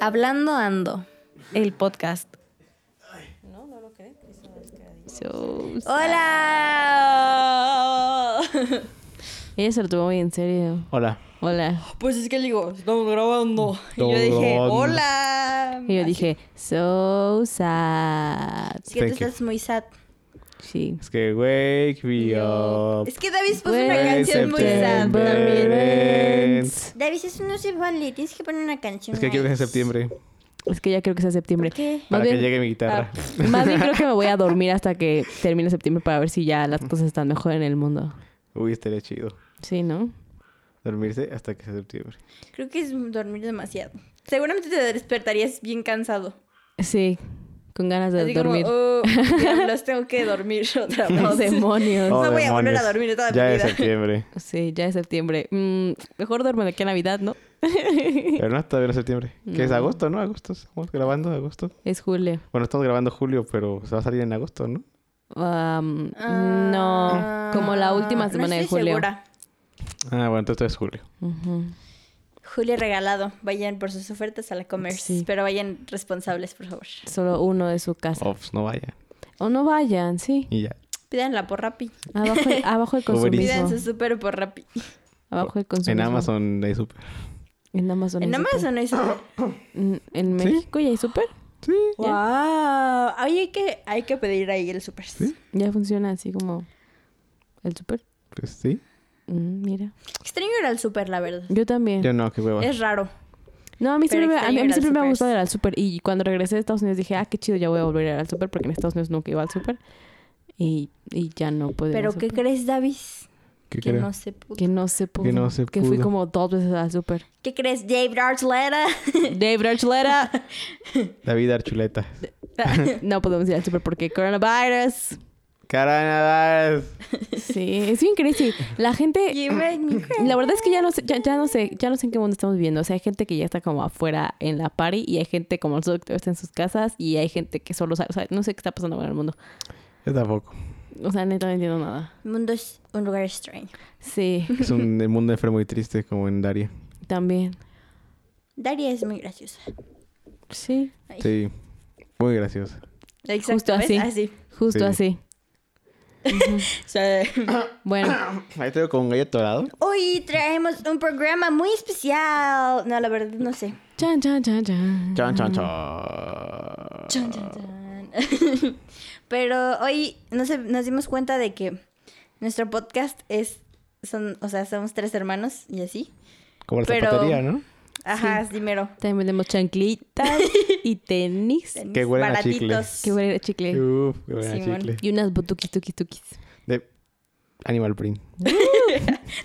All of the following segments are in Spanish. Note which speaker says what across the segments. Speaker 1: Hablando ando.
Speaker 2: El podcast.
Speaker 1: No, no lo crees.
Speaker 2: So-
Speaker 1: ¡Hola!
Speaker 2: Ella se lo tomó muy en serio.
Speaker 3: Hola.
Speaker 2: Hola.
Speaker 1: Pues es que le digo, estamos grabando. Y yo
Speaker 3: Estamos
Speaker 1: dije,
Speaker 3: grabando.
Speaker 1: hola.
Speaker 2: Y yo dije, so sad.
Speaker 1: Es que tú
Speaker 3: Thank you.
Speaker 1: estás muy sad.
Speaker 2: Sí.
Speaker 3: Es que wake me up.
Speaker 1: Es que David puso Pues una
Speaker 2: Güey,
Speaker 1: canción muy sad.
Speaker 3: septiembre. Es
Speaker 1: David, eso no se vale. Tienes que poner una canción.
Speaker 3: que quiero que
Speaker 1: nice.
Speaker 3: sea septiembre.
Speaker 2: Es que ya creo que sea septiembre.
Speaker 1: ¿Qué?
Speaker 2: Más
Speaker 3: Para que
Speaker 2: bien,
Speaker 3: llegue mi guitarra.
Speaker 2: ah, más bien creo que me voy a dormir hasta que termine septiembre para ver si ya las cosas están mejor en el mundo.
Speaker 3: Uy, estaría chido.
Speaker 2: Sí, ¿no?
Speaker 3: Dormirse hasta que sea septiembre.
Speaker 1: Creo que es dormir demasiado. Seguramente te despertarías bien cansado.
Speaker 2: Sí. Con ganas de
Speaker 1: Así
Speaker 2: dormir.
Speaker 1: como, oh, diablos, tengo que dormir otra vez.
Speaker 2: No, demonios.
Speaker 1: No
Speaker 3: Oh,
Speaker 1: voy a volver a
Speaker 3: demonios.
Speaker 1: dormir toda mi
Speaker 3: Ya es
Speaker 1: vida.
Speaker 3: septiembre.
Speaker 2: Sí, ya es septiembre. Mm, mejor duerme de aquí a Navidad, ¿no?
Speaker 3: Pero no, todavía no es septiembre. Que es
Speaker 2: No.
Speaker 3: agosto, ¿no? Agosto. Estamos grabando agosto.
Speaker 2: Es julio.
Speaker 3: Bueno, estamos grabando julio, pero se va a salir en agosto, ¿no?
Speaker 2: Um,
Speaker 1: Ah,
Speaker 2: no, como la última semana
Speaker 1: no
Speaker 2: de
Speaker 1: estoy
Speaker 2: julio.
Speaker 1: segura.
Speaker 3: Ah, bueno, entonces es julio.
Speaker 2: Ujú.
Speaker 1: Julio regalado. Vayan por sus ofertas a la comerce.
Speaker 2: Sí.
Speaker 1: Pero vayan responsables, por favor.
Speaker 2: Solo uno de su casa.
Speaker 3: Oh, pues no vaya.
Speaker 2: O no vayan, sí.
Speaker 3: Y ya.
Speaker 1: Pídanla por Rappi.
Speaker 2: Abajo, abajo el
Speaker 3: Uber
Speaker 1: Pidan
Speaker 2: consumismo.
Speaker 1: su súper por Rappi.
Speaker 2: Abajo el consumismo.
Speaker 3: En Amazon hay súper.
Speaker 2: En Amazon.
Speaker 1: En
Speaker 2: hay
Speaker 1: Amazon es...
Speaker 2: súper. Mm, En México ya hay súper.
Speaker 3: Sí.
Speaker 1: ¡Wow! Ay, hay que, hay que pedir ahí el súper.
Speaker 2: Ya funciona así como el súper.
Speaker 3: Pues sí.
Speaker 2: Mm, mira.
Speaker 1: Extraño ir al súper, la verdad.
Speaker 2: Yo también.
Speaker 3: Yo no, qué hueva.
Speaker 1: Es raro.
Speaker 2: No, a mí
Speaker 1: Pero
Speaker 2: siempre, me, a mí-
Speaker 1: extraño
Speaker 2: a mí
Speaker 1: ir al
Speaker 2: siempre me ha
Speaker 1: súper.
Speaker 2: gustado ir al súper. Y cuando regresé de Estados Unidos dije, ah, qué chido, ya voy a volver a ir al súper porque en Estados Unidos nunca iba al súper. Y, y ya no puedo ir al
Speaker 1: ¿Pero qué
Speaker 2: súper.
Speaker 1: crees, Davis?
Speaker 3: ¿Qué
Speaker 1: que
Speaker 3: creo?
Speaker 1: no se pudo.
Speaker 2: Que no se pudo.
Speaker 3: Que no se
Speaker 2: Que fui
Speaker 3: pudo.
Speaker 2: como dos veces al súper.
Speaker 1: ¿Qué crees, Dave Archuleta?
Speaker 2: Dave Archuleta.
Speaker 3: David Archuleta.
Speaker 2: no podemos ir al súper porque coronavirus.
Speaker 3: Caranadas.
Speaker 2: Sí, es bien crazy. La gente...
Speaker 1: You make me cry.
Speaker 2: La verdad es que ya no sé, ya, ya no sé, ya no sé en qué mundo estamos viviendo. O sea, hay gente que ya está como afuera en la party y hay gente como nosotros que está en sus casas y hay gente que solo sabe, o sea, no sé qué está pasando con el mundo.
Speaker 3: Yo tampoco.
Speaker 2: O sea, neta no entiendo nada.
Speaker 1: El mundo es un lugar extraño.
Speaker 2: Sí,
Speaker 3: Es un el mundo enfermo y triste como en Daria.
Speaker 2: también.
Speaker 1: Daria es muy graciosa.
Speaker 2: Sí,
Speaker 1: Ay.
Speaker 3: Sí. Muy gracioso.
Speaker 1: Exacto,
Speaker 2: Justo
Speaker 1: ¿ves?
Speaker 2: así.
Speaker 1: Así.
Speaker 2: justo
Speaker 3: Sí.
Speaker 2: así.
Speaker 1: O sea,
Speaker 2: Bueno,
Speaker 3: Ahí tengo con un gallo atorado.
Speaker 1: Hoy traemos un programa muy especial. No, la verdad, no sé.
Speaker 2: chan, chan, chan, chan.
Speaker 3: Chan, chan, chan.
Speaker 1: Chan, chan, chan.
Speaker 3: Ah.
Speaker 1: Pero hoy nos, nos dimos cuenta de que nuestro podcast es. Son, o sea, somos tres hermanos y así.
Speaker 3: Como la
Speaker 1: Pero-
Speaker 3: zapatería, ¿no?
Speaker 1: Ajá, primero.
Speaker 2: También vendemos chanclitas y tenis.
Speaker 3: Que huelen a
Speaker 2: Que huele a chicle.
Speaker 3: Uf, qué buena
Speaker 1: Simón.
Speaker 3: chicle.
Speaker 2: Y unas botukis, tukis, tukis.
Speaker 3: De Animal Print.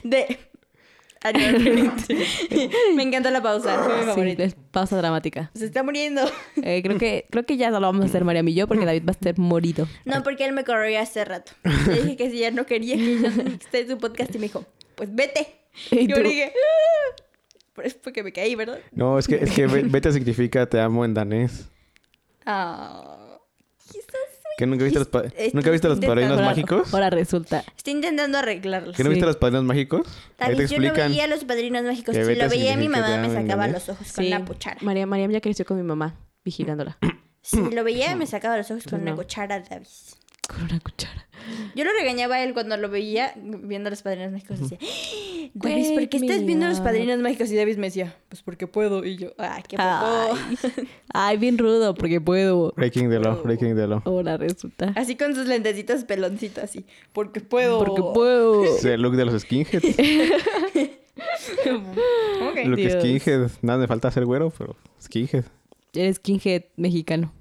Speaker 1: De. Animal Print. Me encanta la pausa. Fue mi
Speaker 2: Sí,
Speaker 1: favorita.
Speaker 2: es pausa dramática.
Speaker 1: Se está muriendo.
Speaker 2: Eh, creo, que, creo que ya no lo vamos a hacer Mariam y yo
Speaker 1: Mm.
Speaker 2: porque David va a estar morido.
Speaker 1: No, porque él me corrió hace rato. Le dije que si ya no quería que yo esté en su podcast y me dijo, pues vete.
Speaker 2: Y
Speaker 1: yo
Speaker 2: tú-
Speaker 1: dije, "Ah". pero es porque me caí, ¿verdad?
Speaker 3: No, es que, es que ve- beta significa te amo en danés.
Speaker 1: Ah. Quizás.
Speaker 3: ¿Que nunca viste los, pa-
Speaker 1: Es-
Speaker 3: ¿nunca viste los
Speaker 1: intenta-
Speaker 3: padrinos
Speaker 1: ¿Los
Speaker 2: ahora,
Speaker 3: mágicos?
Speaker 2: Ahora resulta.
Speaker 1: Estoy intentando arreglarlo.
Speaker 3: ¿Que no
Speaker 2: Sí.
Speaker 3: viste los padrinos mágicos?
Speaker 1: David,
Speaker 3: Ahí te
Speaker 1: yo no
Speaker 3: explican.
Speaker 1: veía a los padrinos mágicos.
Speaker 3: Que
Speaker 1: Si
Speaker 3: vete
Speaker 1: lo veía, mi
Speaker 3: significa
Speaker 1: mamá
Speaker 3: te
Speaker 1: me
Speaker 3: amo en
Speaker 1: sacaba
Speaker 3: danés.
Speaker 1: los ojos
Speaker 2: Sí,
Speaker 1: con la cuchara.
Speaker 2: María, Mariam ya creció con mi mamá vigilándola
Speaker 1: Si lo veía, me sacaba los ojos con una
Speaker 2: No.
Speaker 1: cuchara, David.
Speaker 2: con una cuchara.
Speaker 1: Yo lo regañaba a él cuando lo veía viendo a los padrinos mágicos. Decía, "¡Ah! David, ¿por qué
Speaker 2: Wake
Speaker 1: estás
Speaker 2: me
Speaker 1: viendo a los
Speaker 2: up".
Speaker 1: padrinos mágicos? Y David me decía, pues porque puedo. Y yo, ¡ay, qué poco!
Speaker 2: Ay, bien rudo porque puedo.
Speaker 3: Breaking the Law, Breaking the Law.
Speaker 2: Ahora resulta.
Speaker 1: Así con sus lentecitos peloncitos, así. Porque puedo.
Speaker 2: Porque puedo.
Speaker 1: Oh.
Speaker 3: Es el look de los skinheads.
Speaker 1: Ok.
Speaker 3: Lo que
Speaker 2: Dios.
Speaker 3: skinhead. Nada me falta ser güero, pero skinhead.
Speaker 2: Eres skinhead mexicano.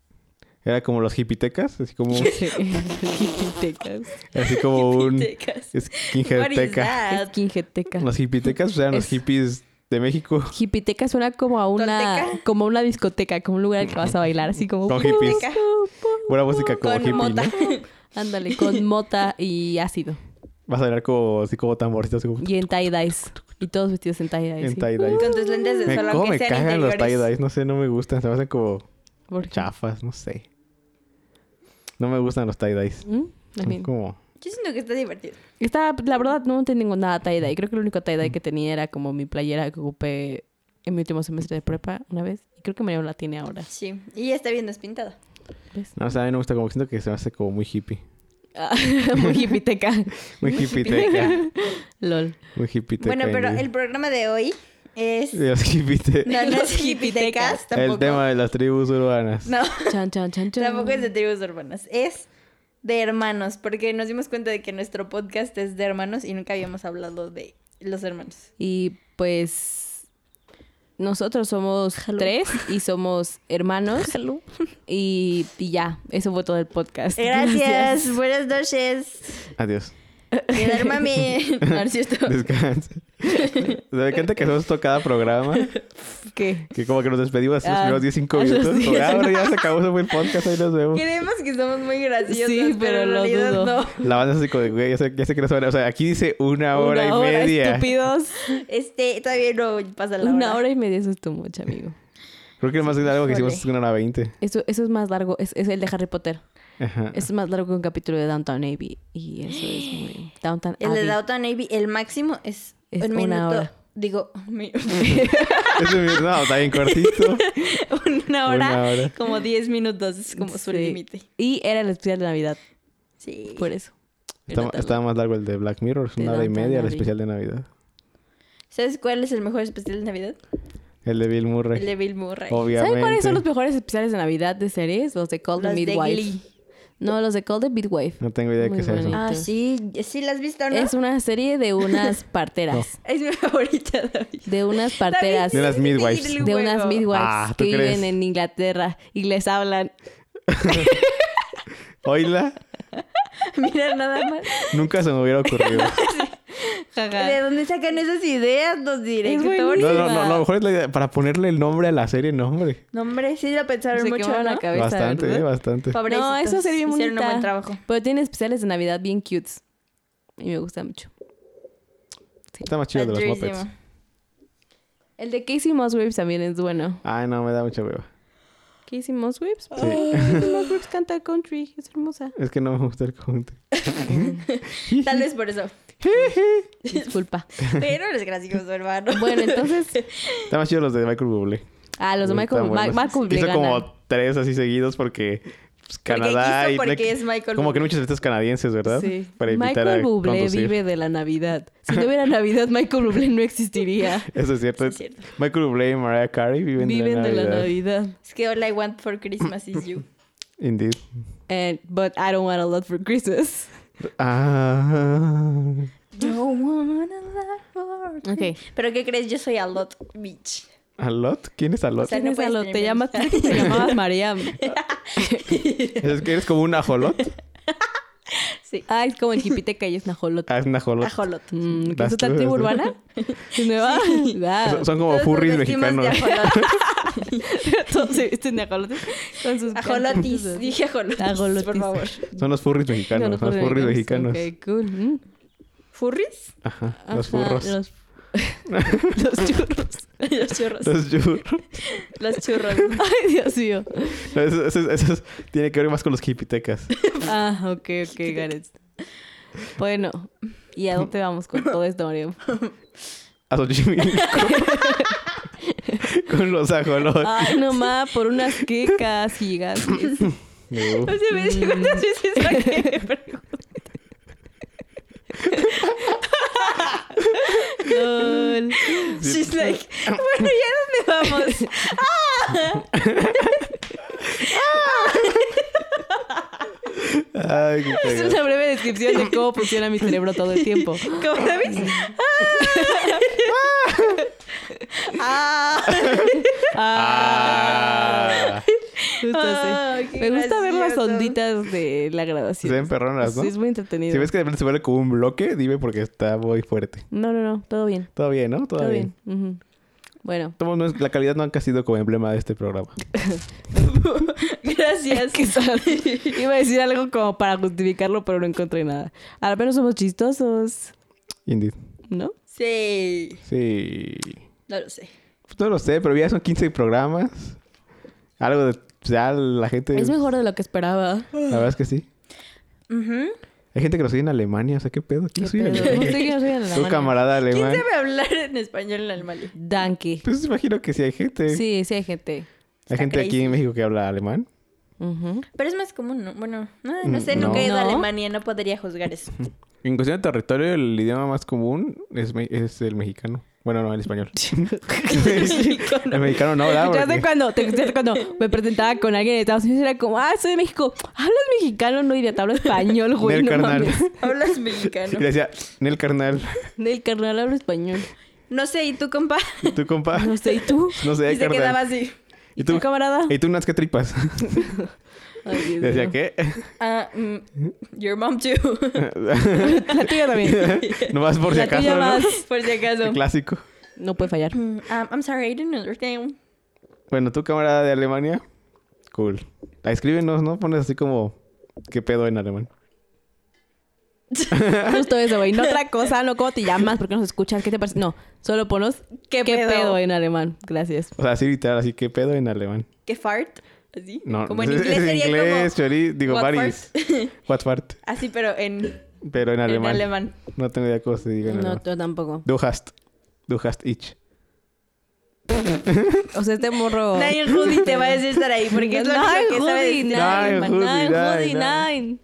Speaker 3: Era como los hipitecas, así como,
Speaker 2: Sí. Hipitecas.
Speaker 3: así como un
Speaker 1: Hipitecas. What
Speaker 3: skinhead
Speaker 1: is
Speaker 3: teca.
Speaker 1: that?
Speaker 2: Skinheadeca.
Speaker 3: Los hipitecas pues, eran los
Speaker 2: Es-
Speaker 3: hippies de México.
Speaker 2: Hipiteca suena como a una
Speaker 1: ¿Tolteca?
Speaker 2: como a una discoteca, como un lugar al que vas a bailar, así como
Speaker 3: Con hippies.
Speaker 1: Teca.
Speaker 3: Buena música como
Speaker 1: Con
Speaker 3: hippie,
Speaker 1: mota.
Speaker 3: ¿no?
Speaker 2: Ándale, con mota y ácido.
Speaker 3: Vas a bailar como, así como tamborcitos, así como
Speaker 2: Y en tie-dyes. Y todos vestidos en tie-dyes.
Speaker 3: en
Speaker 2: sí.
Speaker 3: tie-dye.
Speaker 1: Con tus lentes de
Speaker 3: Me,
Speaker 1: sol,
Speaker 3: cómo
Speaker 1: aunque
Speaker 3: me
Speaker 1: sean
Speaker 3: cagan los
Speaker 1: interiores.
Speaker 3: tie-dyes, no sé, no me gustan. Se me hacen como
Speaker 2: Porque-
Speaker 3: chafas, no sé. No me gustan los tie-dyes.
Speaker 2: ¿Mm?
Speaker 3: Son
Speaker 2: También.
Speaker 3: como...
Speaker 1: Yo siento que está divertido.
Speaker 2: Está, la verdad, no tengo nada tie-dye.
Speaker 3: Mm.
Speaker 2: Creo que el único tie-dye que tenía era como mi playera que ocupé en mi último semestre de prepa una vez. Y Creo que Mariam la tiene ahora.
Speaker 1: Sí, y está bien despintada.
Speaker 2: ¿Ves?
Speaker 3: No, o sea, a mí no me gusta como siento que se hace como muy hippie.
Speaker 2: Ah, Muy hipiteca.
Speaker 3: Muy hippiteca.
Speaker 2: LOL.
Speaker 3: Muy hippiteca.
Speaker 1: Bueno, pero
Speaker 3: Ingrid.
Speaker 1: el programa de hoy es...
Speaker 3: De los hippite-
Speaker 1: No, no
Speaker 2: Los
Speaker 1: es hipitecas,
Speaker 2: hipitecas.
Speaker 1: tampoco.
Speaker 3: El tema de las tribus urbanas.
Speaker 1: No,
Speaker 2: Chan, chan, chan, chan.
Speaker 1: tampoco es de tribus urbanas. Es de hermanos, porque nos dimos cuenta de que nuestro podcast es de hermanos y nunca habíamos hablado de los hermanos.
Speaker 2: Y pues nosotros somos
Speaker 1: Hello.
Speaker 2: tres y somos hermanos. Y, y ya, eso fue todo el podcast.
Speaker 1: Gracias, buenas noches.
Speaker 3: Adiós.
Speaker 1: Bien, mami. No, no es cierto.
Speaker 3: Descansa. Me encanta que nosotros todo cada programa,
Speaker 2: ¿Qué?
Speaker 3: que como que nos despedimos así los
Speaker 2: Ah,
Speaker 3: primeros 10, 5
Speaker 2: a los
Speaker 3: minutos. Como,
Speaker 2: 10.
Speaker 3: ah, bueno, ya se acabó, se fue el podcast, ahí nos vemos.
Speaker 1: Creemos que somos muy graciosos,
Speaker 2: Sí,
Speaker 1: pero,
Speaker 2: pero
Speaker 1: en
Speaker 2: lo
Speaker 1: realidad
Speaker 2: dudo.
Speaker 1: no.
Speaker 3: La banda es así como de, güey, ya sé, ya sé que no se van a- O sea, aquí dice una hora
Speaker 2: Una
Speaker 3: y media.
Speaker 2: estúpidos.
Speaker 1: Este, todavía no pasa la
Speaker 2: Una hora y media, eso es tu mucho, amigo.
Speaker 3: Creo que lo más largo que hicimos
Speaker 1: Híjole.
Speaker 3: es una hora 20.
Speaker 2: Eso, eso es más largo, es, es el de Harry Potter.
Speaker 3: Ajá.
Speaker 2: Es más largo que un capítulo de Downtown Abbey. Y eso es muy... Downtown
Speaker 1: El de
Speaker 2: Abbey.
Speaker 1: Downtown Navy, el máximo es,
Speaker 2: Ah, Es
Speaker 1: un
Speaker 2: una
Speaker 1: minuto.
Speaker 2: hora.
Speaker 1: Digo, un mi-
Speaker 3: Es un minuto, no, está bien cortito.
Speaker 1: una, hora,
Speaker 3: Una hora.
Speaker 1: como 10 minutos, es como su
Speaker 2: Sí.
Speaker 1: límite.
Speaker 2: Y era el especial de Navidad,
Speaker 1: Sí.
Speaker 2: por eso.
Speaker 3: Está-
Speaker 2: Era tan-
Speaker 3: estaba más largo el de Black Mirror, es
Speaker 2: De
Speaker 3: una hora y
Speaker 2: Downton
Speaker 3: media, el
Speaker 2: Abbey.
Speaker 3: especial de Navidad.
Speaker 1: ¿Sabes cuál es el mejor especial de Navidad?
Speaker 3: El de Bill Murray.
Speaker 1: El de Bill Murray.
Speaker 3: Obviamente.
Speaker 2: ¿Saben cuáles son los mejores especiales de Navidad de series? Los de Call the
Speaker 1: Los de
Speaker 2: Midwife.
Speaker 1: Glee.
Speaker 2: No, los de Call the Midwife.
Speaker 3: No tengo idea
Speaker 2: Muy
Speaker 3: qué es eso.
Speaker 2: bonito.
Speaker 1: Ah, sí, sí las has visto, ¿no?
Speaker 2: Es
Speaker 1: Es,
Speaker 2: una serie de unas parteras.
Speaker 1: mi favorita, David.
Speaker 2: De
Speaker 1: David,
Speaker 2: unas parteras.
Speaker 3: De
Speaker 1: tienes
Speaker 3: unas
Speaker 1: que
Speaker 3: midwives.
Speaker 1: seguir el
Speaker 2: De
Speaker 1: juego.
Speaker 2: unas midwives
Speaker 3: Ah, ¿tú
Speaker 2: que
Speaker 3: crees?
Speaker 2: viven en Inglaterra y les hablan.
Speaker 3: Oila,
Speaker 1: Mira nada más.
Speaker 3: nunca se me hubiera ocurrido.
Speaker 1: ¿De dónde sacan esas ideas? Los directores.
Speaker 3: No, no,
Speaker 2: buenísima.
Speaker 3: no, a lo mejor es la idea para ponerle el nombre a la serie, nombre.
Speaker 1: No, hombre, sí lo pensaron
Speaker 2: Se
Speaker 1: mucho,
Speaker 2: quemaron la
Speaker 1: ¿no?
Speaker 2: cabeza.
Speaker 3: Bastante,
Speaker 2: ¿verdad?
Speaker 3: eh, bastante.
Speaker 1: Pobrecitos,
Speaker 2: No, eso sería muy
Speaker 1: Hicieron un buen trabajo.
Speaker 2: Pero tiene especiales de Navidad bien cutes. Y me gusta mucho.
Speaker 3: Está más chido el de los
Speaker 1: Padrísimo.
Speaker 3: Muppets.
Speaker 2: El de Casey Musgraves también es bueno.
Speaker 3: Ay, no, me da mucha hueva.
Speaker 2: Casey Musgraves.
Speaker 3: Sí.
Speaker 2: Ay, Casey Musgraves canta country. Es hermosa.
Speaker 3: Es que no me gusta el country.
Speaker 1: Tal vez por eso.
Speaker 2: Disculpa.
Speaker 1: Pero eres gracioso, hermano.
Speaker 2: Bueno, entonces.
Speaker 3: Está más chido los de Michael Bublé.
Speaker 2: Ah, los de
Speaker 3: Están
Speaker 2: Michael. Ma-
Speaker 3: buenos.
Speaker 2: Michael
Speaker 3: Hizo
Speaker 2: Bublé gana.
Speaker 3: como tres así seguidos porque pues, Canadá
Speaker 1: quiso,
Speaker 3: y
Speaker 1: porque
Speaker 3: Black-
Speaker 1: es Michael
Speaker 3: como que
Speaker 1: Bublé.
Speaker 3: muchos artistas canadienses, ¿verdad?
Speaker 2: Sí.
Speaker 3: Para invitar
Speaker 2: Michael
Speaker 3: a
Speaker 2: Bublé
Speaker 3: conducir.
Speaker 2: vive de la Navidad. Si no hubiera Navidad, Michael Bublé no existiría.
Speaker 3: Eso es cierto.
Speaker 1: Sí, es cierto.
Speaker 3: Michael Bublé y Mariah Carey viven,
Speaker 2: Viven
Speaker 3: de, la Navidad.
Speaker 2: Navidad.
Speaker 1: Es que all I want for Christmas is you.
Speaker 3: Indeed.
Speaker 2: And, but I don't want a lot for Christmas.
Speaker 3: Ah.
Speaker 1: Don't wanna laugh for
Speaker 2: Ok.
Speaker 1: Pero ¿qué crees? Yo soy a lot bitch.
Speaker 3: ¿Alot? ¿Quién es Alot?
Speaker 1: O sea,
Speaker 2: ¿Quién
Speaker 1: no
Speaker 2: es
Speaker 1: puedes
Speaker 2: Alot?
Speaker 1: tener
Speaker 2: Te llamas,
Speaker 1: menos.
Speaker 2: te llamabas Mariam.
Speaker 3: ¿Es que eres como un ajolot?
Speaker 2: Ah, es como el Jipiteca y es Najolot.
Speaker 3: Ah, es un ajolot.
Speaker 1: A jolot.
Speaker 2: Mm, ¿qué
Speaker 3: Vas
Speaker 2: ¿Es otra
Speaker 3: tú, vas
Speaker 2: tribu
Speaker 3: tú.
Speaker 2: urbana? ¿Es nueva? Ah,
Speaker 3: Son- Son como
Speaker 1: Todos nos
Speaker 3: furries
Speaker 1: vestimos de
Speaker 3: mexicanos.
Speaker 1: ajolot-
Speaker 2: Todos se visten de ajolotes con sus
Speaker 1: Ajolotis. Dije ajolotis.
Speaker 2: Ajolotis.
Speaker 1: Por favor.
Speaker 3: Son los furries mexicanos.
Speaker 2: Con
Speaker 3: son los furries mexicanos.
Speaker 2: Ok, cool. Mm.
Speaker 1: ¿Furries?
Speaker 3: Ajá, Los
Speaker 2: Ajá,
Speaker 3: furros. Los,
Speaker 2: Los, los churros.
Speaker 1: Los churros.
Speaker 3: yur-
Speaker 1: Los churros.
Speaker 2: Ay, Dios mío.
Speaker 3: No, Eso, eso- eso es- tiene que ver más con los hipitecas.
Speaker 2: Ah, ok, ok, Gareth. Bueno, ¿y a dónde vamos con todo esto, Mario?
Speaker 3: A Xochimilco. con los ajolotes.
Speaker 2: Ay, no más, por unas quecas gigantes.
Speaker 3: Uh,
Speaker 1: No se me dice
Speaker 2: Mm.
Speaker 1: cuántas veces saqué, pero-
Speaker 2: Lol.
Speaker 1: She's like, bueno, ¿ya dónde vamos?
Speaker 3: Ay, qué
Speaker 2: Es
Speaker 3: cagado.
Speaker 2: una breve descripción de cómo funciona mi cerebro todo el tiempo.
Speaker 1: Como David. ¡Ah!
Speaker 2: Ah,
Speaker 3: Ah,
Speaker 2: justo así.
Speaker 1: Ay, qué
Speaker 2: Me gusta ver las
Speaker 1: gracioso.
Speaker 2: onditas de la grabación.
Speaker 3: se ven perronas, ¿no?
Speaker 2: Ah, Sí, es muy entretenido.
Speaker 3: Si ves que de repente se vuelve como un bloque, dime porque está muy fuerte.
Speaker 2: No, no, no, todo bien.
Speaker 3: Todo bien, ¿no?
Speaker 2: Todo, bien. Ujú. Bueno,
Speaker 3: Tomo- no es- la calidad nunca ha sido como emblema de este programa.
Speaker 1: Gracias.
Speaker 2: iba a decir algo como para justificarlo, pero no encontré nada. Al menos somos chistosos,
Speaker 3: Indeed.
Speaker 2: ¿no?
Speaker 1: Sí,
Speaker 3: Sí.
Speaker 1: no lo sé.
Speaker 3: Pues no lo sé, pero ya son 15 programas. Algo de. Ya la gente.
Speaker 2: Es mejor de lo que esperaba.
Speaker 3: La verdad es que sí.
Speaker 1: Ujú.
Speaker 3: Hay gente que nos oye en Alemania, o sea, ¿qué pedo? ¿Quién
Speaker 2: ¿Qué
Speaker 3: nos oye en
Speaker 2: pedo? No
Speaker 3: Alemania?
Speaker 2: sé quién soy en la
Speaker 3: Tu
Speaker 2: mano.
Speaker 3: camarada
Speaker 1: ¿Quién
Speaker 3: alemán.
Speaker 1: sabe hablar en español en Alemania?
Speaker 2: Danke.
Speaker 3: Pues imagino que sí hay gente.
Speaker 2: Sí, sí hay gente.
Speaker 1: Está
Speaker 3: Hay gente aquí
Speaker 1: crazy.
Speaker 3: en México que habla alemán.
Speaker 2: Ujú.
Speaker 1: Pero es más común, ¿no? Bueno, no, no
Speaker 3: Mm,
Speaker 1: sé,
Speaker 3: no.
Speaker 1: nunca he ido a
Speaker 2: No.
Speaker 1: Alemania, no podría juzgar eso.
Speaker 3: En cuestión de territorio, el idioma más común es, me- es el mexicano. Bueno, no, el español. el mexicano no, ¿verdad?
Speaker 2: Ya sé
Speaker 3: Porque-
Speaker 2: cuando, te- ya sé cuando me presentaba con alguien de Estados Unidos era como, ah, soy de México. Hablas mexicano, no idiota, hablo español, güey.
Speaker 3: Nel
Speaker 2: no
Speaker 3: carnal.
Speaker 2: mames.
Speaker 1: Hablas
Speaker 3: Y
Speaker 1: mexicano.
Speaker 3: le decía, Nel carnal,
Speaker 2: Del carnal hablo español.
Speaker 1: No sé, ¿y tú, compa?
Speaker 3: ¿y tú compa?
Speaker 2: No sé, ¿y tú?
Speaker 3: No sé,
Speaker 1: Y se
Speaker 3: carnal.
Speaker 1: quedaba así.
Speaker 3: ¿Y
Speaker 2: ¿Tu
Speaker 3: tú?
Speaker 2: camarada?
Speaker 3: ¿Y tú unas qué tripas?
Speaker 2: Ay, Dios
Speaker 3: Le decía,
Speaker 2: mío.
Speaker 3: ¿qué?
Speaker 1: Ah, mm, your mom too.
Speaker 2: La tuya también.
Speaker 3: Nomás por si
Speaker 2: La tuya
Speaker 3: acaso, ¿no?
Speaker 2: más.
Speaker 1: Por si acaso.
Speaker 3: Clásico.
Speaker 2: No puede fallar.
Speaker 1: Mm, um, I'm sorry, I didn't understand.
Speaker 3: Bueno, tu camarada de Alemania, cool. Ah, Escríbenos, ¿no? Pones así como, ¿qué pedo en alemán?
Speaker 2: Justo eso, güey. No otra cosa, no cómo te llamas, por qué nos escuchas, qué te parece. No, solo ponos qué,
Speaker 1: ¿Qué
Speaker 2: pedo?
Speaker 1: pedo?
Speaker 2: en alemán. Gracias.
Speaker 3: O sea, así literal, así, ¿qué pedo en alemán?
Speaker 1: ¿Qué fart? Así.
Speaker 3: No,
Speaker 1: como en
Speaker 3: es-
Speaker 1: inglés
Speaker 3: es
Speaker 1: sería
Speaker 3: inglés,
Speaker 1: como.
Speaker 3: chori- digo,
Speaker 1: what
Speaker 3: varios.
Speaker 1: fart?
Speaker 3: What fart?
Speaker 1: Así, pero en,
Speaker 3: Pero en alemán.
Speaker 1: en alemán.
Speaker 3: No tengo idea cómo se diga en
Speaker 2: No,
Speaker 3: alemán.
Speaker 2: yo tampoco.
Speaker 3: Du hast. Du hast ich.
Speaker 2: O sea, este morro.
Speaker 1: Nein, Rudy te va a decir estar ahí porque es lo único que sabe
Speaker 2: Judy,
Speaker 1: decir.
Speaker 2: nine,
Speaker 3: Nein,
Speaker 2: man,
Speaker 3: Judy,
Speaker 2: nine, Judy,
Speaker 3: nine,
Speaker 2: nine.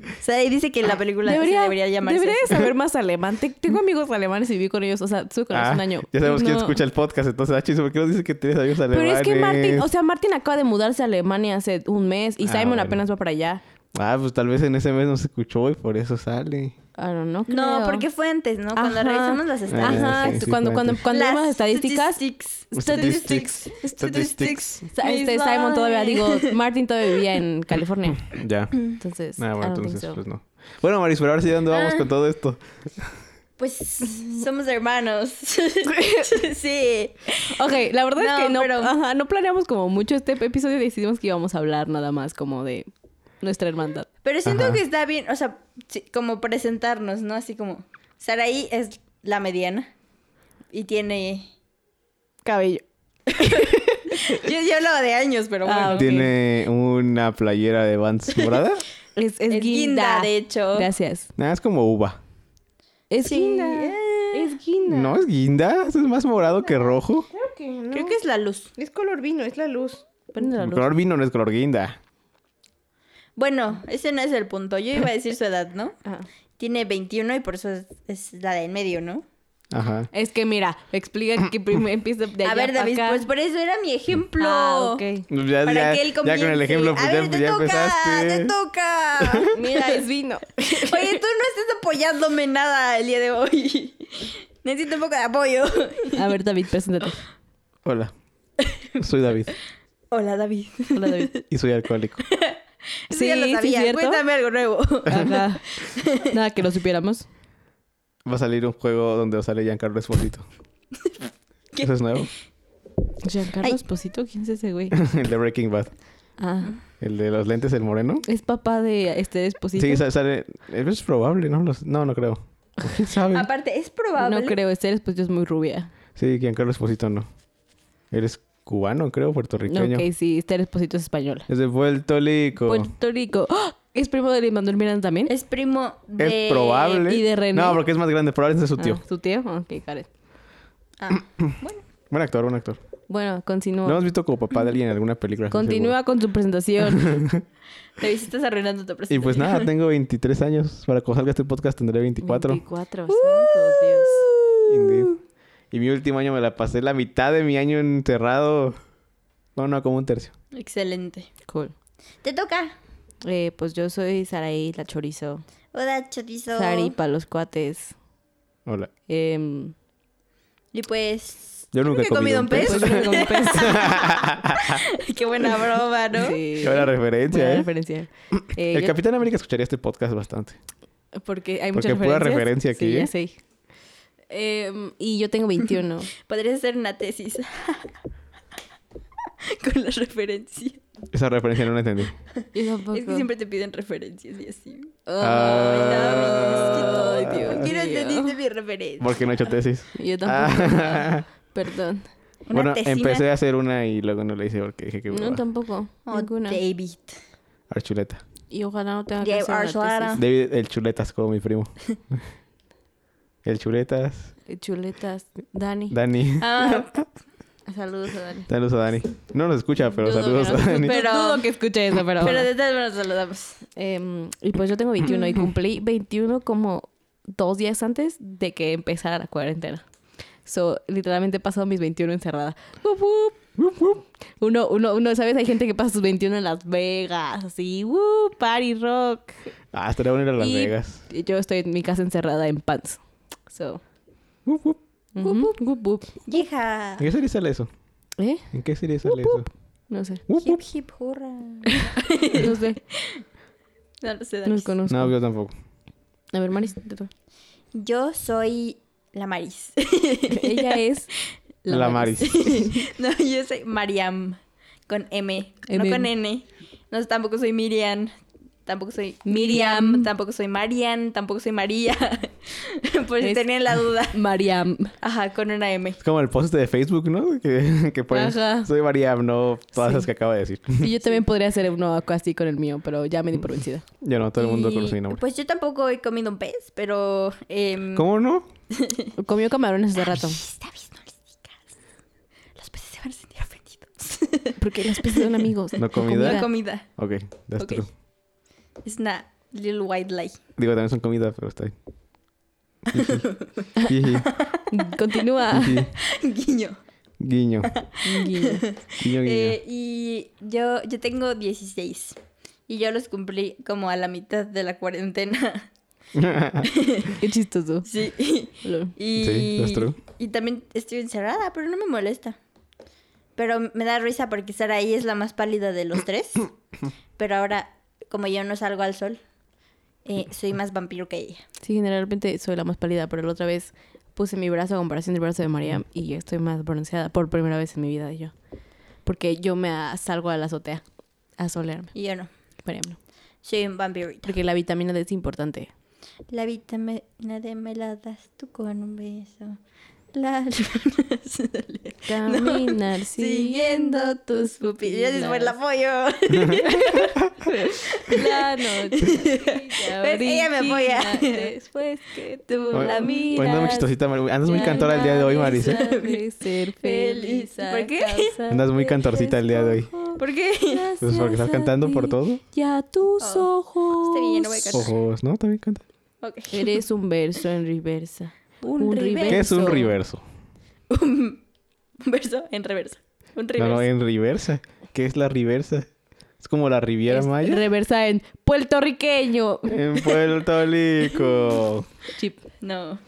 Speaker 1: O sea, ahí dice que la película se debería llamarse.
Speaker 2: debería
Speaker 1: así.
Speaker 2: saber más alemán. Te- tengo amigos alemanes y viví con ellos. O sea, estuve con ellos
Speaker 3: Ah,
Speaker 2: un año.
Speaker 3: Ya sabemos quién
Speaker 2: No.
Speaker 3: escucha el podcast, entonces, ah, chis, ¿por qué nos dice que tienes amigos
Speaker 2: Pero
Speaker 3: alemanes?
Speaker 2: es que Martín, o sea, Martín acaba de mudarse a Alemania hace un mes y
Speaker 3: Ah,
Speaker 2: Simon
Speaker 3: bueno.
Speaker 2: apenas va para allá.
Speaker 3: Ah, pues tal vez en ese mes no se escuchó y por eso sale.
Speaker 2: I don't know,
Speaker 1: No,
Speaker 2: Ah, creo.
Speaker 1: porque fue antes, ¿no? Cuando
Speaker 2: Ajá.
Speaker 1: revisamos las estadísticas.
Speaker 2: Ajá,
Speaker 3: sí, sí,
Speaker 2: cuando,
Speaker 3: fue
Speaker 2: cuando,
Speaker 3: antes.
Speaker 2: cuando
Speaker 1: Las
Speaker 2: vemos estadísticas,
Speaker 1: Statistics.
Speaker 3: Statistics. Statistics.
Speaker 2: sa- este, Simon todavía, digo, Martín todavía vivía en California.
Speaker 3: Ya.
Speaker 2: Entonces,
Speaker 3: Ah,
Speaker 2: I don't
Speaker 3: bueno,
Speaker 2: think
Speaker 3: entonces,
Speaker 2: so.
Speaker 3: pues no. Bueno, Maris, pero ahora sí, ¿a ¿dónde vamos
Speaker 1: Ah.
Speaker 3: con todo esto?
Speaker 1: Pues somos hermanos. sí.
Speaker 2: Ok, la verdad es que
Speaker 1: No,
Speaker 2: no,
Speaker 1: pero-
Speaker 2: ajá, no planeamos como mucho este episodio. Decidimos que íbamos a hablar nada más como de nuestra hermandad.
Speaker 1: Pero siento
Speaker 3: Ajá.
Speaker 1: que está bien, o sea, sí, como presentarnos, ¿no? Así como, Saraí es la mediana y tiene...
Speaker 2: Cabello.
Speaker 1: Yo, yo hablaba de años, pero bueno.
Speaker 2: Ah, ok.
Speaker 3: Tiene una playera de Vans morada.
Speaker 2: Es, es
Speaker 1: Es guinda,
Speaker 2: guinda.
Speaker 1: de hecho.
Speaker 2: Gracias.
Speaker 3: Nada, es como uva.
Speaker 2: Es
Speaker 1: Sí.
Speaker 2: guinda.
Speaker 1: Eh,
Speaker 2: Es guinda.
Speaker 3: No, es guinda. Eso es más morado que rojo.
Speaker 4: Creo que no.
Speaker 1: Creo que es la luz.
Speaker 4: es color vino, es la luz.
Speaker 2: Prende la
Speaker 3: El
Speaker 2: luz.
Speaker 3: color vino no es color guinda.
Speaker 1: Bueno, ese no es el punto. Yo iba a decir su edad, ¿no?
Speaker 2: Ajá.
Speaker 1: Tiene 21 y por eso es, es la de en medio, ¿no?
Speaker 3: Ajá.
Speaker 2: Es que mira, explica que primero empieza de allá
Speaker 1: a ver,
Speaker 2: pa'
Speaker 1: David,
Speaker 2: acá.
Speaker 1: pues por eso era mi ejemplo.
Speaker 2: Ah, ok.
Speaker 3: Pues Ya,
Speaker 1: Para
Speaker 3: ya-
Speaker 1: que él
Speaker 3: ya
Speaker 1: comience.
Speaker 3: con el ejemplo, pues
Speaker 1: a
Speaker 3: ya,
Speaker 1: ver,
Speaker 3: pues,
Speaker 1: te
Speaker 3: ya
Speaker 1: toca,
Speaker 3: empezaste.
Speaker 1: te toca.
Speaker 2: Mira, es vino.
Speaker 1: Oye, tú no estás apoyándome nada el día de hoy. Necesito un poco de apoyo.
Speaker 2: A ver, David, preséntate.
Speaker 3: Hola. Soy David
Speaker 1: Hola, David.
Speaker 2: Hola, David.
Speaker 3: y soy alcohólico.
Speaker 1: Eso ya lo
Speaker 2: Sí, sí,
Speaker 1: sabía.
Speaker 2: ¿cierto?
Speaker 1: Cuéntame algo nuevo.
Speaker 2: Ajá. Nada que lo supiéramos.
Speaker 3: Va a salir un juego donde sale Giancarlo Esposito.
Speaker 1: ¿Qué?
Speaker 3: Eso es nuevo.
Speaker 2: Giancarlo
Speaker 1: Ay.
Speaker 2: Esposito, ¿quién es ese güey?
Speaker 3: el de Breaking Bad.
Speaker 2: Ah,
Speaker 3: El de los lentes, el moreno.
Speaker 2: es papá de este Esposito.
Speaker 3: Sí, sa- sale. eh, Es probable, ¿no? Los- No, no creo. ¿Quién sabe?
Speaker 1: Aparte, es probable.
Speaker 2: No creo, este Esposito es muy rubia.
Speaker 3: Sí, Giancarlo Esposito no. Eres cubano, creo, puertorriqueño.
Speaker 2: Ok, sí, este Esposito es español.
Speaker 3: Es de Puerto Rico.
Speaker 1: Pues,
Speaker 2: Puerto Rico. ¡Ah! ¿Es primo de Manuel Miranda también?
Speaker 1: Es primo de.
Speaker 3: Es probable.
Speaker 2: y de René.
Speaker 3: No, porque es más grande. Probablemente es su
Speaker 2: Ah,
Speaker 3: tío.
Speaker 2: ¿Tu tío? Ok, Karen.
Speaker 1: Ah,
Speaker 3: Buen actor, buen actor.
Speaker 2: Bueno,
Speaker 3: Lo
Speaker 2: continúa.
Speaker 3: hemos visto como papá de alguien en alguna película. estoy
Speaker 2: Continúa con tu presentación.
Speaker 1: David, estás arruinando tu
Speaker 3: seguro. Y
Speaker 1: presentación.
Speaker 3: pues nada, tengo 23 años. Para cuando salga este podcast tendré 24.
Speaker 2: 24, santo Dios.
Speaker 3: Indeed. Y mi último año me la pasé la mitad de mi año encerrado. No, no, como un tercio.
Speaker 1: Excelente.
Speaker 2: Cool.
Speaker 1: Te toca.
Speaker 2: Eh, pues yo soy Saraí, la chorizo.
Speaker 1: Hola, chorizo.
Speaker 2: Sari para los cuates.
Speaker 3: Hola.
Speaker 2: Em,
Speaker 1: Y pues.
Speaker 3: Yo nunca he comido un pez.
Speaker 2: pues yo creo que un pez.
Speaker 1: Qué buena broma, ¿no?
Speaker 2: Sí.
Speaker 3: Qué buena referencia,
Speaker 2: Buena
Speaker 3: ¿eh?
Speaker 2: referencia. Eh,
Speaker 3: El
Speaker 2: yo-
Speaker 3: Capitán América escucharía este podcast bastante.
Speaker 2: porque hay
Speaker 3: porque
Speaker 2: muchas
Speaker 3: pura
Speaker 2: referencias.
Speaker 3: referencia aquí,
Speaker 2: Sí, ya
Speaker 3: ¿eh?
Speaker 2: sé. Em, y yo tengo 21.
Speaker 1: Podrías hacer una tesis. Con las referencias.
Speaker 3: Esa referencia no la entendí.
Speaker 2: yo tampoco.
Speaker 1: Es que siempre te piden referencias y así.
Speaker 3: Ah.
Speaker 1: Ay, David, es que todo,
Speaker 2: Dios
Speaker 1: ¿Por qué no
Speaker 2: mío.
Speaker 1: entendiste mi referencia?
Speaker 3: Porque no he hecho tesis.
Speaker 2: Yo tampoco.
Speaker 3: Ah.
Speaker 2: Perdón.
Speaker 1: Una
Speaker 3: bueno,
Speaker 1: tesina.
Speaker 3: empecé a hacer una y luego no la hice porque dije que
Speaker 2: No,
Speaker 3: hueva.
Speaker 2: tampoco.
Speaker 1: Oh,
Speaker 2: Ninguna.
Speaker 1: David.
Speaker 3: Archuleta.
Speaker 2: Y ojalá no tenga que
Speaker 1: Dave
Speaker 2: hacer una
Speaker 1: Archuleta.
Speaker 2: tesis.
Speaker 3: David, el chuletas como mi primo. El chuletas,
Speaker 2: Eh, Chuletas. Dani.
Speaker 3: Dani.
Speaker 1: Ah, Saludos a Dani.
Speaker 3: Saludos a Dani. No nos escucha, pero
Speaker 2: Dudo
Speaker 3: saludos
Speaker 2: que
Speaker 3: a
Speaker 2: nos-
Speaker 3: Dani.
Speaker 2: Pero...
Speaker 1: Pero-
Speaker 2: Dudo que escuche eso,
Speaker 1: Pero
Speaker 2: pero... bueno.
Speaker 1: de todas maneras saludamos.
Speaker 2: Em, y pues yo tengo 21 y cumplí 21 como dos días antes de que empezara la cuarentena. So, literalmente he pasado mis 21 encerrada. Wup, wup, wup, wup. Uno, uno, uno, ¿sabes? Hay gente que pasa sus 21 en Las Vegas, así, uh, party rock.
Speaker 3: Ah, estaría bueno ir a Las
Speaker 2: Y
Speaker 3: Vegas.
Speaker 2: Yo estoy en mi casa encerrada en pants. So,
Speaker 3: Uf, uf.
Speaker 2: ujú, wup, wup.
Speaker 1: Hija.
Speaker 3: ¿En qué serie sale eso?
Speaker 2: ¿Eh?
Speaker 3: ¿En qué serie sale eso?
Speaker 2: No sé.
Speaker 3: Uf,
Speaker 1: Hip
Speaker 3: uf.
Speaker 1: hip hurra.
Speaker 2: No sé.
Speaker 1: No lo sé,
Speaker 2: No
Speaker 1: Dani.
Speaker 2: los conozco.
Speaker 3: No, yo tampoco.
Speaker 2: A ver, Maris, te toca.
Speaker 1: Yo soy la Maris.
Speaker 2: Ella es
Speaker 3: La, Maris.
Speaker 1: no, yo soy Mariam. Con M.
Speaker 2: M.
Speaker 1: No con N. No, tampoco soy Miriam. Tampoco soy
Speaker 2: Miriam.
Speaker 1: Miriam. Tampoco soy Marian. Tampoco soy María. Por si
Speaker 2: Es-
Speaker 1: tenían la duda.
Speaker 2: Mariam.
Speaker 1: Ajá, con una M.
Speaker 3: Es como el post de Facebook, ¿no? Que, que pones,
Speaker 2: Ajá.
Speaker 3: soy Mariam, no todas
Speaker 2: Sí.
Speaker 3: esas que acaba de decir.
Speaker 2: Sí, yo también podría hacer uno así con el mío, pero ya me di por vencida.
Speaker 3: Yo no, todo el mundo
Speaker 1: Y,
Speaker 3: conoce mi nombre.
Speaker 1: Pues yo tampoco he comido un pez, pero. em,
Speaker 3: ¿Cómo no?
Speaker 2: Comió camarones hace rato.
Speaker 1: Davis, Davis, no les digas. Los peces se van a sentir ofendidos.
Speaker 2: Porque los peces son amigos.
Speaker 3: No
Speaker 2: La
Speaker 3: comida.
Speaker 1: La comida.
Speaker 3: Ok, that's
Speaker 1: Ok.
Speaker 3: true.
Speaker 1: Es una little white lie.
Speaker 3: Digo, también son comida, pero está ahí. Jiji,
Speaker 2: Continúa.
Speaker 3: jiji,
Speaker 1: Guiño.
Speaker 3: Guiño,
Speaker 2: Guiño.
Speaker 3: guiño, guiño.
Speaker 1: Eh, y yo, yo tengo 16. Y yo los cumplí como a la mitad de la cuarentena.
Speaker 2: Qué chistoso.
Speaker 1: Sí.
Speaker 2: Lo-
Speaker 1: Y,
Speaker 3: Sí, that's true.
Speaker 1: Y también estoy encerrada, pero no me molesta. Pero me da risa porque Saraí es la más pálida de los tres. Pero ahora, como yo no salgo al sol, eh, soy más vampiro que ella.
Speaker 2: Sí, generalmente soy la más pálida, pero la otra vez puse mi brazo a comparación del brazo de Mariam y yo estoy más bronceada por primera vez en mi vida yo. Porque yo me a- salgo a la azotea a solearme,
Speaker 1: Y yo no.
Speaker 2: Mariam no.
Speaker 1: Soy un vampirito.
Speaker 2: Porque la vitamina D es importante.
Speaker 1: La vitamina D me la das tú con un beso. La
Speaker 2: Caminar siguiendo
Speaker 1: Ya
Speaker 2: tus pupilas.
Speaker 1: después la apoyo.
Speaker 2: La noche.
Speaker 1: Ves, Pues, ella me apoya.
Speaker 2: brilla Después que tú
Speaker 3: Hoy-
Speaker 2: la
Speaker 3: hoy
Speaker 2: miras.
Speaker 3: andas muy chistosita, Mar- andas muy
Speaker 2: ya
Speaker 3: cantora el día de hoy, Maris. ¿eh?
Speaker 2: nadie sabe ser feliz. a
Speaker 1: ¿Por qué?
Speaker 2: causa
Speaker 3: Andas muy
Speaker 2: de
Speaker 3: cantorcita el día de hoy.
Speaker 2: ojos,
Speaker 1: ¿Por qué?
Speaker 3: Pues porque estás
Speaker 2: gracias a
Speaker 3: cantando por
Speaker 2: ti
Speaker 3: todo.
Speaker 2: Y a tus
Speaker 1: Oh,
Speaker 2: ojos.
Speaker 1: está bien, ya no voy a cantar.
Speaker 3: Ojos, ¿no? También canta.
Speaker 1: Ok.
Speaker 2: Eres un verso en reversa.
Speaker 1: Un reverso.
Speaker 2: reverso.
Speaker 3: Oh. ¿Qué es un reverso?
Speaker 1: Un verso en reverso. Un
Speaker 3: No, eh.
Speaker 1: reverso.
Speaker 3: no, en reversa. ¿Qué es la reversa? Es como la Riviera
Speaker 2: Es
Speaker 3: Maya.
Speaker 2: Reversa en puertorriqueño.
Speaker 3: En Puerto Rico.
Speaker 2: Chip.
Speaker 1: No.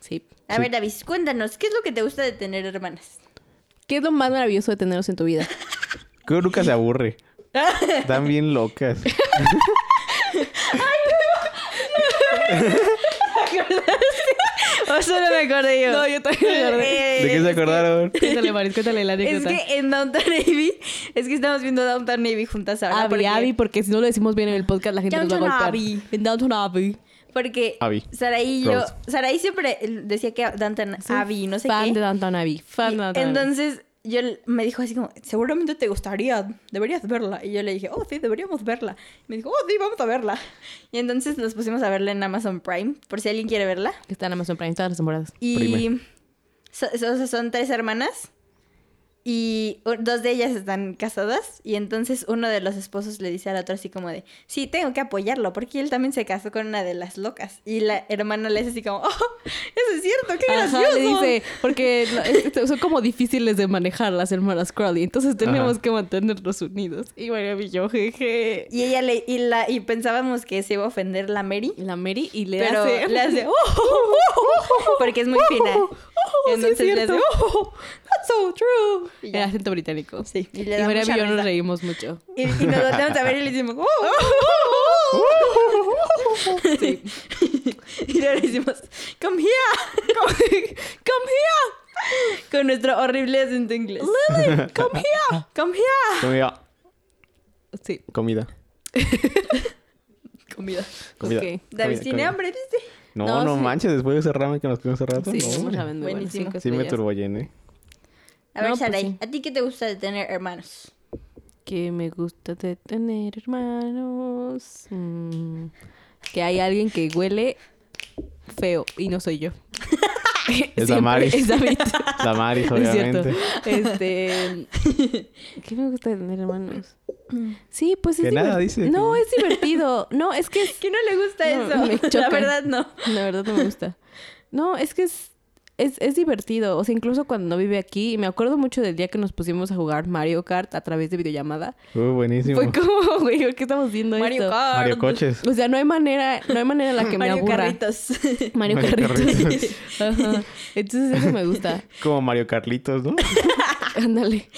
Speaker 2: Sí.
Speaker 1: A
Speaker 3: Sí.
Speaker 1: ver, Davis, cuéntanos, ¿qué es lo que te gusta de tener hermanas?
Speaker 2: ¿Qué es lo más maravilloso de tenerlos en tu vida?
Speaker 3: Creo que nunca se aburre. Están bien locas.
Speaker 1: O solo me acordé yo.
Speaker 2: No, yo también me acordé.
Speaker 3: ¿De qué se acordaron?
Speaker 2: Cuéntale, Maris, cuéntale la
Speaker 1: Eh, Es
Speaker 2: anécdota.
Speaker 1: que en Downtown Abbey, es que estamos viendo Downtown Abbey juntas ahora.
Speaker 2: Abby,
Speaker 1: porque-
Speaker 2: Abby, porque si no lo decimos bien en el podcast, la gente nos va a
Speaker 1: Downton
Speaker 2: golpear.
Speaker 1: Abbey.
Speaker 2: En Downton Abbey.
Speaker 1: Porque
Speaker 3: Abby.
Speaker 1: Saraí y yo,
Speaker 3: Rose.
Speaker 1: Saraí siempre eh, decía que Downtown
Speaker 2: Soy
Speaker 1: Abbey, no sé
Speaker 2: fan
Speaker 1: qué.
Speaker 2: de Downton Abbey. Fan de
Speaker 1: Y
Speaker 2: Downton Abbey.
Speaker 1: entonces yo l- me dijo así como, seguramente te gustaría, deberías verla. Y yo le dije, oh, sí, deberíamos verla. Y me dijo, oh, sí, vamos a verla. Y entonces nos pusimos a verla en Amazon Prime, por si alguien quiere verla.
Speaker 2: Que está en Amazon Prime todas las temporadas.
Speaker 1: Y
Speaker 3: Prime.
Speaker 1: so- so- so- son tres hermanas y u- dos de ellas están casadas y entonces uno de los esposos le dice al otro así como de, sí, tengo que apoyarlo porque él también se casó con una de las locas. Y la hermana le dice así como, oh, eso es cierto, qué gracioso.
Speaker 2: Ajá, le dice, porque la- es- es- son como difíciles de manejar las hermanas Crowley, entonces tenemos
Speaker 3: Ajá.
Speaker 2: que mantenerlos unidos. Y María y yo, jeje.
Speaker 1: Y ella le, y la, y pensábamos que se iba a ofender la Mary,
Speaker 2: Y La Mary y le
Speaker 1: pero
Speaker 2: hace... ¡Oh!
Speaker 1: le hace, porque es muy fina.
Speaker 2: sí,
Speaker 1: Entonces
Speaker 2: es
Speaker 1: le hace, ¡Oh!
Speaker 2: cierto.
Speaker 1: that's so true. Y
Speaker 2: El
Speaker 1: ya.
Speaker 2: acento británico.
Speaker 1: Sí, y
Speaker 2: Y,
Speaker 1: le da
Speaker 2: María
Speaker 1: mucha
Speaker 2: y yo nos
Speaker 1: risa.
Speaker 2: reímos mucho.
Speaker 1: Y, y nos volteamos a ver y le decimos, "Oh".
Speaker 2: Sí.
Speaker 1: Y le decimos, come here, come, here. Con nuestro horrible acento inglés. Lily, come here, come here.
Speaker 3: Comida.
Speaker 2: Sí.
Speaker 3: Comida.
Speaker 1: Comida.
Speaker 3: Comida.
Speaker 2: Ok.
Speaker 1: David
Speaker 3: Comida,
Speaker 1: tiene
Speaker 3: comida.
Speaker 1: hambre, ¿viste?
Speaker 3: No,
Speaker 2: No,
Speaker 3: no,
Speaker 2: sí.
Speaker 3: manches, después de ese ramen que nos quedó hace rato.
Speaker 2: Sí,
Speaker 3: no,
Speaker 2: un
Speaker 3: hombre.
Speaker 2: ramen muy bueno.
Speaker 1: Buenísimo.
Speaker 2: cinco
Speaker 3: Sí me
Speaker 2: estrellas.
Speaker 3: turbollené.
Speaker 1: A
Speaker 2: No,
Speaker 1: ver,
Speaker 2: pues
Speaker 1: Sarai,
Speaker 2: sí.
Speaker 1: ¿a ti qué te gusta de tener hermanos?
Speaker 2: Que me gusta de tener hermanos. Mm, que hay alguien que huele feo y no soy yo.
Speaker 3: Es
Speaker 2: Siempre-
Speaker 3: Damaris.
Speaker 2: Es David.
Speaker 3: La Maris,
Speaker 2: Es cierto.
Speaker 3: obviamente.
Speaker 2: Este. ¿Qué me gusta tener hermanos? Sí, pues es
Speaker 3: Que nada,
Speaker 2: divert-
Speaker 3: dice
Speaker 2: No,
Speaker 3: que-
Speaker 2: es divertido. No, es que es-
Speaker 1: ¿Quién no le gusta
Speaker 2: No,
Speaker 1: eso?
Speaker 2: me
Speaker 1: La
Speaker 2: choca.
Speaker 1: verdad no.
Speaker 2: La verdad no me gusta. No, es que es, es, es divertido. O sea, incluso cuando no vive aquí, me acuerdo mucho del día que nos pusimos a jugar Mario Kart a través de videollamada.
Speaker 3: Uh, buenísimo.
Speaker 2: Fue como, güey, ¿por qué estamos viendo
Speaker 1: Mario
Speaker 2: esto?
Speaker 1: Kart.
Speaker 3: Mario Coches.
Speaker 2: O sea, no hay manera, no hay manera en la que me
Speaker 1: Mario
Speaker 2: aburra.
Speaker 1: Carritos.
Speaker 2: Mario
Speaker 3: Mario
Speaker 2: Carritos.
Speaker 3: Carritos.
Speaker 2: Ajá. Entonces eso me gusta.
Speaker 3: Como Mario Carlitos, ¿no?
Speaker 2: Ándale.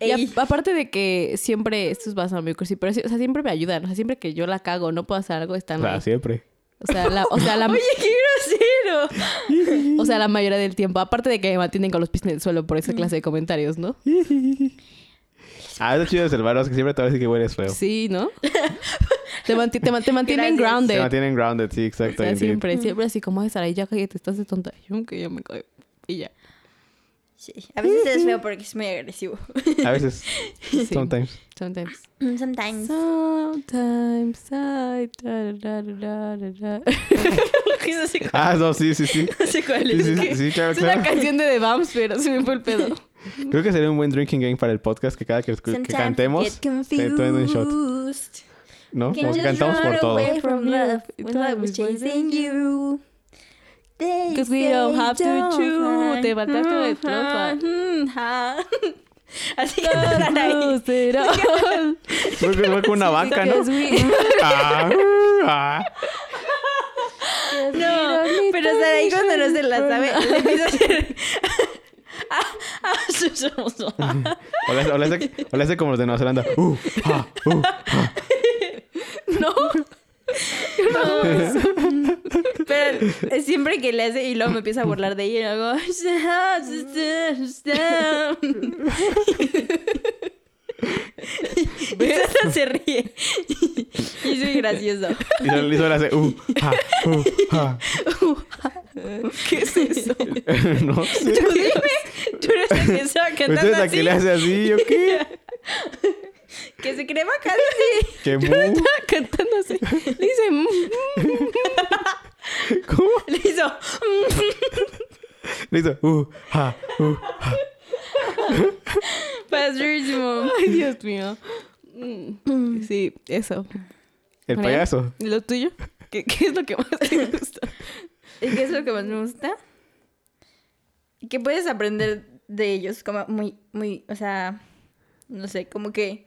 Speaker 2: Y
Speaker 1: Ey.
Speaker 2: a- aparte de que siempre, esto es basado en mi cursi, pero sí, o sea, siempre me ayudan. O sea, siempre que yo la cago, no puedo hacer algo,
Speaker 3: O
Speaker 2: están
Speaker 3: sea,
Speaker 2: ahí.
Speaker 3: siempre.
Speaker 2: O sea, la, o sea, la,
Speaker 1: Oye, qué grosero.
Speaker 2: O sea, la mayoría del tiempo. Aparte de que me mantienen con los pies en el suelo por esa
Speaker 1: Mm.
Speaker 2: clase de comentarios, ¿no?
Speaker 3: Ah, es lo chido de Selvar, es que siempre te va a decir que hueles feo.
Speaker 2: Sí, ¿no? te, manti- te man- te mantienen
Speaker 1: Gracias.
Speaker 2: grounded.
Speaker 3: Te mantienen grounded, sí,
Speaker 2: O
Speaker 3: exacto.
Speaker 1: Ah,
Speaker 2: sea,
Speaker 3: indeed.
Speaker 2: siempre, siempre así como, ay, Sara, ya cállate, estás de tonta. Yo que ya me caigo. Y ya.
Speaker 1: Sí, a veces es feo porque es muy agresivo.
Speaker 3: A veces. Sometimes.
Speaker 2: Sometimes.
Speaker 1: Sometimes.
Speaker 2: Sometimes I... da, da, da, da, da.
Speaker 1: no sé cuál,
Speaker 3: Ah, no, sí, sí, sí.
Speaker 1: no sé cuál
Speaker 3: Sí,
Speaker 1: es.
Speaker 3: sí,
Speaker 1: ¿Qué?
Speaker 3: sí, claro,
Speaker 2: Es una
Speaker 3: claro.
Speaker 2: canción de The Bumps, pero se me fue el pedo.
Speaker 3: Creo que sería un buen drinking game para el podcast que cada que, que
Speaker 1: Sometimes
Speaker 3: cantemos,
Speaker 1: get
Speaker 3: te tomen un shot.
Speaker 1: confused.
Speaker 3: ¿No?
Speaker 1: Can
Speaker 3: Como que
Speaker 1: you
Speaker 3: cantamos por
Speaker 1: run
Speaker 3: todo.
Speaker 1: away from love when love was
Speaker 2: Because we
Speaker 1: chasing you? They
Speaker 2: Because we don't
Speaker 1: say
Speaker 2: have to
Speaker 1: don't
Speaker 2: choose.
Speaker 1: find-
Speaker 2: Te mataste de
Speaker 1: Ujú,
Speaker 2: tropa.
Speaker 1: ujú. Así que tocan ahí.
Speaker 2: Lose it all.
Speaker 3: Fue que- fue con una vaca, ¿no?
Speaker 2: Because we-
Speaker 3: Ah, ah.
Speaker 1: No, pero Saraí cuando no se la sabe, le empieza a hacer. Ah, ah, su- su- su-
Speaker 3: O le hace- o le hace- o le hace como los de Nueva Zelanda. Uh, ah, uh.
Speaker 2: No.
Speaker 1: Pero eh, siempre que le hace y luego me empieza a burlar de ella y luego. Y Sara se ríe. Y soy gracioso.
Speaker 3: Y solo hizo le hace. Uh, ah, uh, ah.
Speaker 2: ¿Qué es eso?
Speaker 3: No sé.
Speaker 1: Tú dime, tú eres la que estaba
Speaker 3: Pues
Speaker 1: cantando
Speaker 3: ¿Ustedes a
Speaker 1: así.
Speaker 3: qué le hace así? ¿Yo qué?
Speaker 1: Que se crema casi.
Speaker 3: ¿Qué mu?
Speaker 2: Estaba cantando así. Le dice, "Mm,
Speaker 3: ¿Cómo?
Speaker 1: Le hizo. "Mm,
Speaker 3: Le hizo. Uh, ah, uh.
Speaker 1: Padrísimo.
Speaker 2: ay, Dios mío. Mm, Sí, eso.
Speaker 3: El
Speaker 2: María.
Speaker 3: payaso.
Speaker 2: ¿Y lo tuyo? ¿Qué, qué es lo que más te gusta?
Speaker 1: ¿Y qué es lo que más me gusta? Que puedes aprender de ellos, como muy, muy, o sea, no sé, como que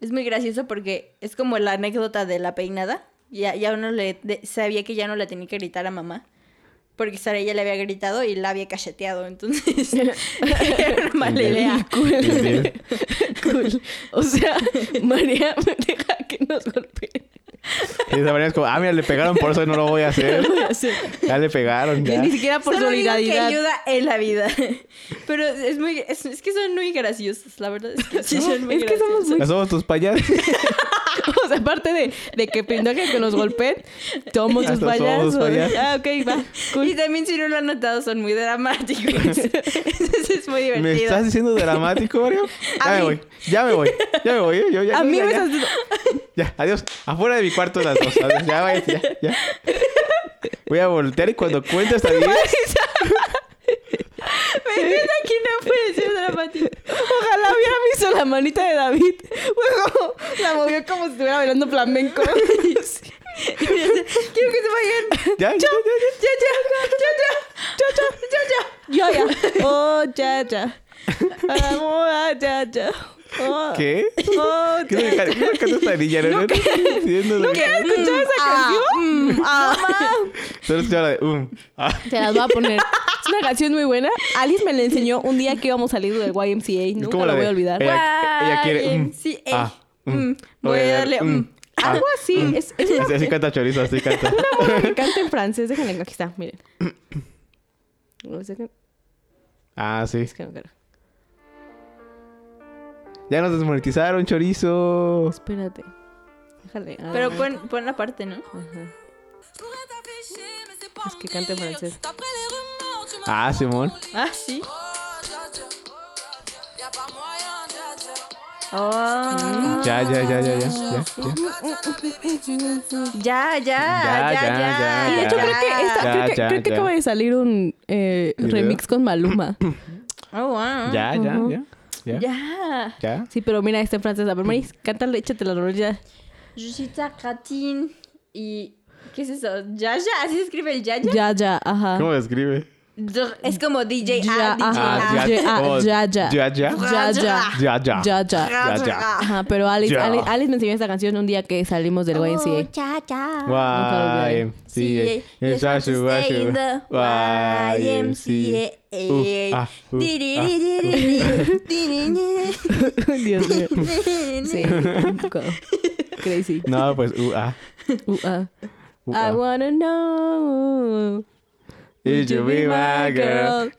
Speaker 1: es muy gracioso porque es como la anécdota de la peinada. Ya, ya uno le de- sabía que ya no le tenía que gritar a mamá. Porque Sara ya le había gritado y la había cacheteado, entonces era una mala idea.
Speaker 3: Indeed.
Speaker 2: Cool. O sea, María me deja que nos golpeen.
Speaker 3: Y esa María es como, ah, mira, le pegaron, por eso no lo voy a hacer.
Speaker 2: Voy a hacer.
Speaker 3: Ya le pegaron,
Speaker 2: Que
Speaker 3: ya.
Speaker 2: Ni siquiera por
Speaker 1: Solo digo que
Speaker 2: solidaridad.
Speaker 1: ayuda en la vida. Pero es muy, es, es que son muy graciosos, la verdad es que sí son muy
Speaker 2: es que somos
Speaker 1: graciosos.
Speaker 2: muy
Speaker 3: Ya somos tus payasos.
Speaker 2: O sea, aparte de, de que pintaje que nos golpeen, somos sus
Speaker 3: Hasta somos
Speaker 2: payasos.
Speaker 3: payasos.
Speaker 2: Ah, ok, va.
Speaker 1: Y
Speaker 2: Cool.
Speaker 1: también si no lo han notado son muy dramáticos. Entonces es muy divertido.
Speaker 3: ¿Me estás diciendo dramático, Mario?
Speaker 1: A
Speaker 3: Ya me
Speaker 1: mí.
Speaker 3: voy, ya me voy, ya me voy. ¿eh? Yo ya,
Speaker 2: A
Speaker 3: yo
Speaker 2: mí
Speaker 3: ya,
Speaker 2: me
Speaker 3: ya,
Speaker 2: estás diciendo,
Speaker 3: ya, adiós. Afuera de mi cuarto las dos. Adiós. Ya, vaya, ya, ya. Voy a voltear y cuando cuente hasta
Speaker 2: "Pues,
Speaker 3: 10,
Speaker 1: Me neta que no puede ser dramático.
Speaker 2: ojalá hubiera visto la manita de David. Fue como- la movió como si estuviera bailando flamenco.
Speaker 1: Quiero que se vayan.
Speaker 3: ya, ya, ya,
Speaker 1: Ya, ya, ya, ya, ya, ya, ya.
Speaker 2: Yo ya. Oh, ya, ya. Amo a ya, ya. Oh,
Speaker 3: ya. ¿Qué?
Speaker 2: oh,
Speaker 3: ¿Qué es lo que qué es lo que canta esta niña? No, no, entiendo lo que-
Speaker 2: ¿Escuchaba esa canción?
Speaker 3: Solo escuchaba la de, um. Ah,
Speaker 2: mm, ah. Te las voy a poner. Es una canción muy buena. Alice me la enseñó un día que íbamos saliendo del YMCA.
Speaker 3: es
Speaker 2: Nunca
Speaker 3: como
Speaker 2: la
Speaker 3: la Eh,
Speaker 2: voy
Speaker 3: de,
Speaker 2: a olvidar.
Speaker 3: Ella, ella quiere, um.
Speaker 1: Sí, ey,
Speaker 3: ah, um.
Speaker 1: mm, Voy a darle un.
Speaker 3: ah,
Speaker 2: Algo así.
Speaker 3: mm.
Speaker 2: Es, es una
Speaker 3: Así, así canta chorizo, así canta.
Speaker 2: moda que canta en francés. Déjenla, aquí está, miren. No sé qué-
Speaker 3: Ah, sí.
Speaker 2: Es que no creo.
Speaker 3: Ya nos desmonetizaron, chorizo.
Speaker 2: Espérate. Déjale. ah,
Speaker 1: Pero
Speaker 2: no.
Speaker 1: pon, pon la parte, ¿no?
Speaker 2: Ajá.
Speaker 4: Es que cante en francés.
Speaker 3: Ah, Simón.
Speaker 1: Ah, sí.
Speaker 4: Y'a pas moyen, dja, dja.
Speaker 1: Oh.
Speaker 3: Ya, ya, ya, ya, ya. ya, ya.
Speaker 1: Ya, ya, ya, ya,
Speaker 3: ya, ya,
Speaker 2: Y de hecho
Speaker 3: ya.
Speaker 2: creo que, esta-
Speaker 3: Ya,
Speaker 2: creo que,
Speaker 3: ya,
Speaker 2: creo que
Speaker 3: ya.
Speaker 2: acaba de salir un eh,
Speaker 3: ¿Video?
Speaker 2: remix con Maluma.
Speaker 1: Oh, wow.
Speaker 3: Ya, ya,
Speaker 2: Ujú.
Speaker 3: ya. Ya. Ya.
Speaker 1: Ya.
Speaker 3: Ya.
Speaker 2: Sí, pero mira, este en francés. A ver, Maris, cántale, échate la rola ya.
Speaker 1: Je suis ta cratine. Y. ¿Qué es eso? Ya, ya. Así se escribe el ya, ya.
Speaker 2: Ya, ya, ajá.
Speaker 3: ¿Cómo describe?
Speaker 1: Dr- Es como DJ
Speaker 2: Ya,
Speaker 1: A, DJ
Speaker 2: ajá.
Speaker 1: A.
Speaker 2: Ya, ah, ya, ya.
Speaker 3: Ya,
Speaker 2: Ya,
Speaker 3: ya.
Speaker 2: ya.
Speaker 3: Ya, ya.
Speaker 2: Ya, ya.
Speaker 3: Ya, ya.
Speaker 2: Ajá, pero Alice,
Speaker 3: Ya.
Speaker 2: Alice, Alice me enseñó esta canción un día que salimos del YMCA.
Speaker 1: ya, ya.
Speaker 3: YMCA.
Speaker 1: Sí,
Speaker 3: Yes,
Speaker 1: yes, I
Speaker 3: I should, I
Speaker 1: stay in
Speaker 3: should.
Speaker 1: the E.
Speaker 3: YMCA. Uf, ah, uf, ah,
Speaker 1: Tiririririri.
Speaker 2: Dios mío. Sí. Go. Crazy.
Speaker 3: uf. No, pues, uh, ah,
Speaker 2: Uh, ah.
Speaker 3: uh,
Speaker 2: I
Speaker 3: ah.
Speaker 2: wanna know.
Speaker 3: Would you be my girl?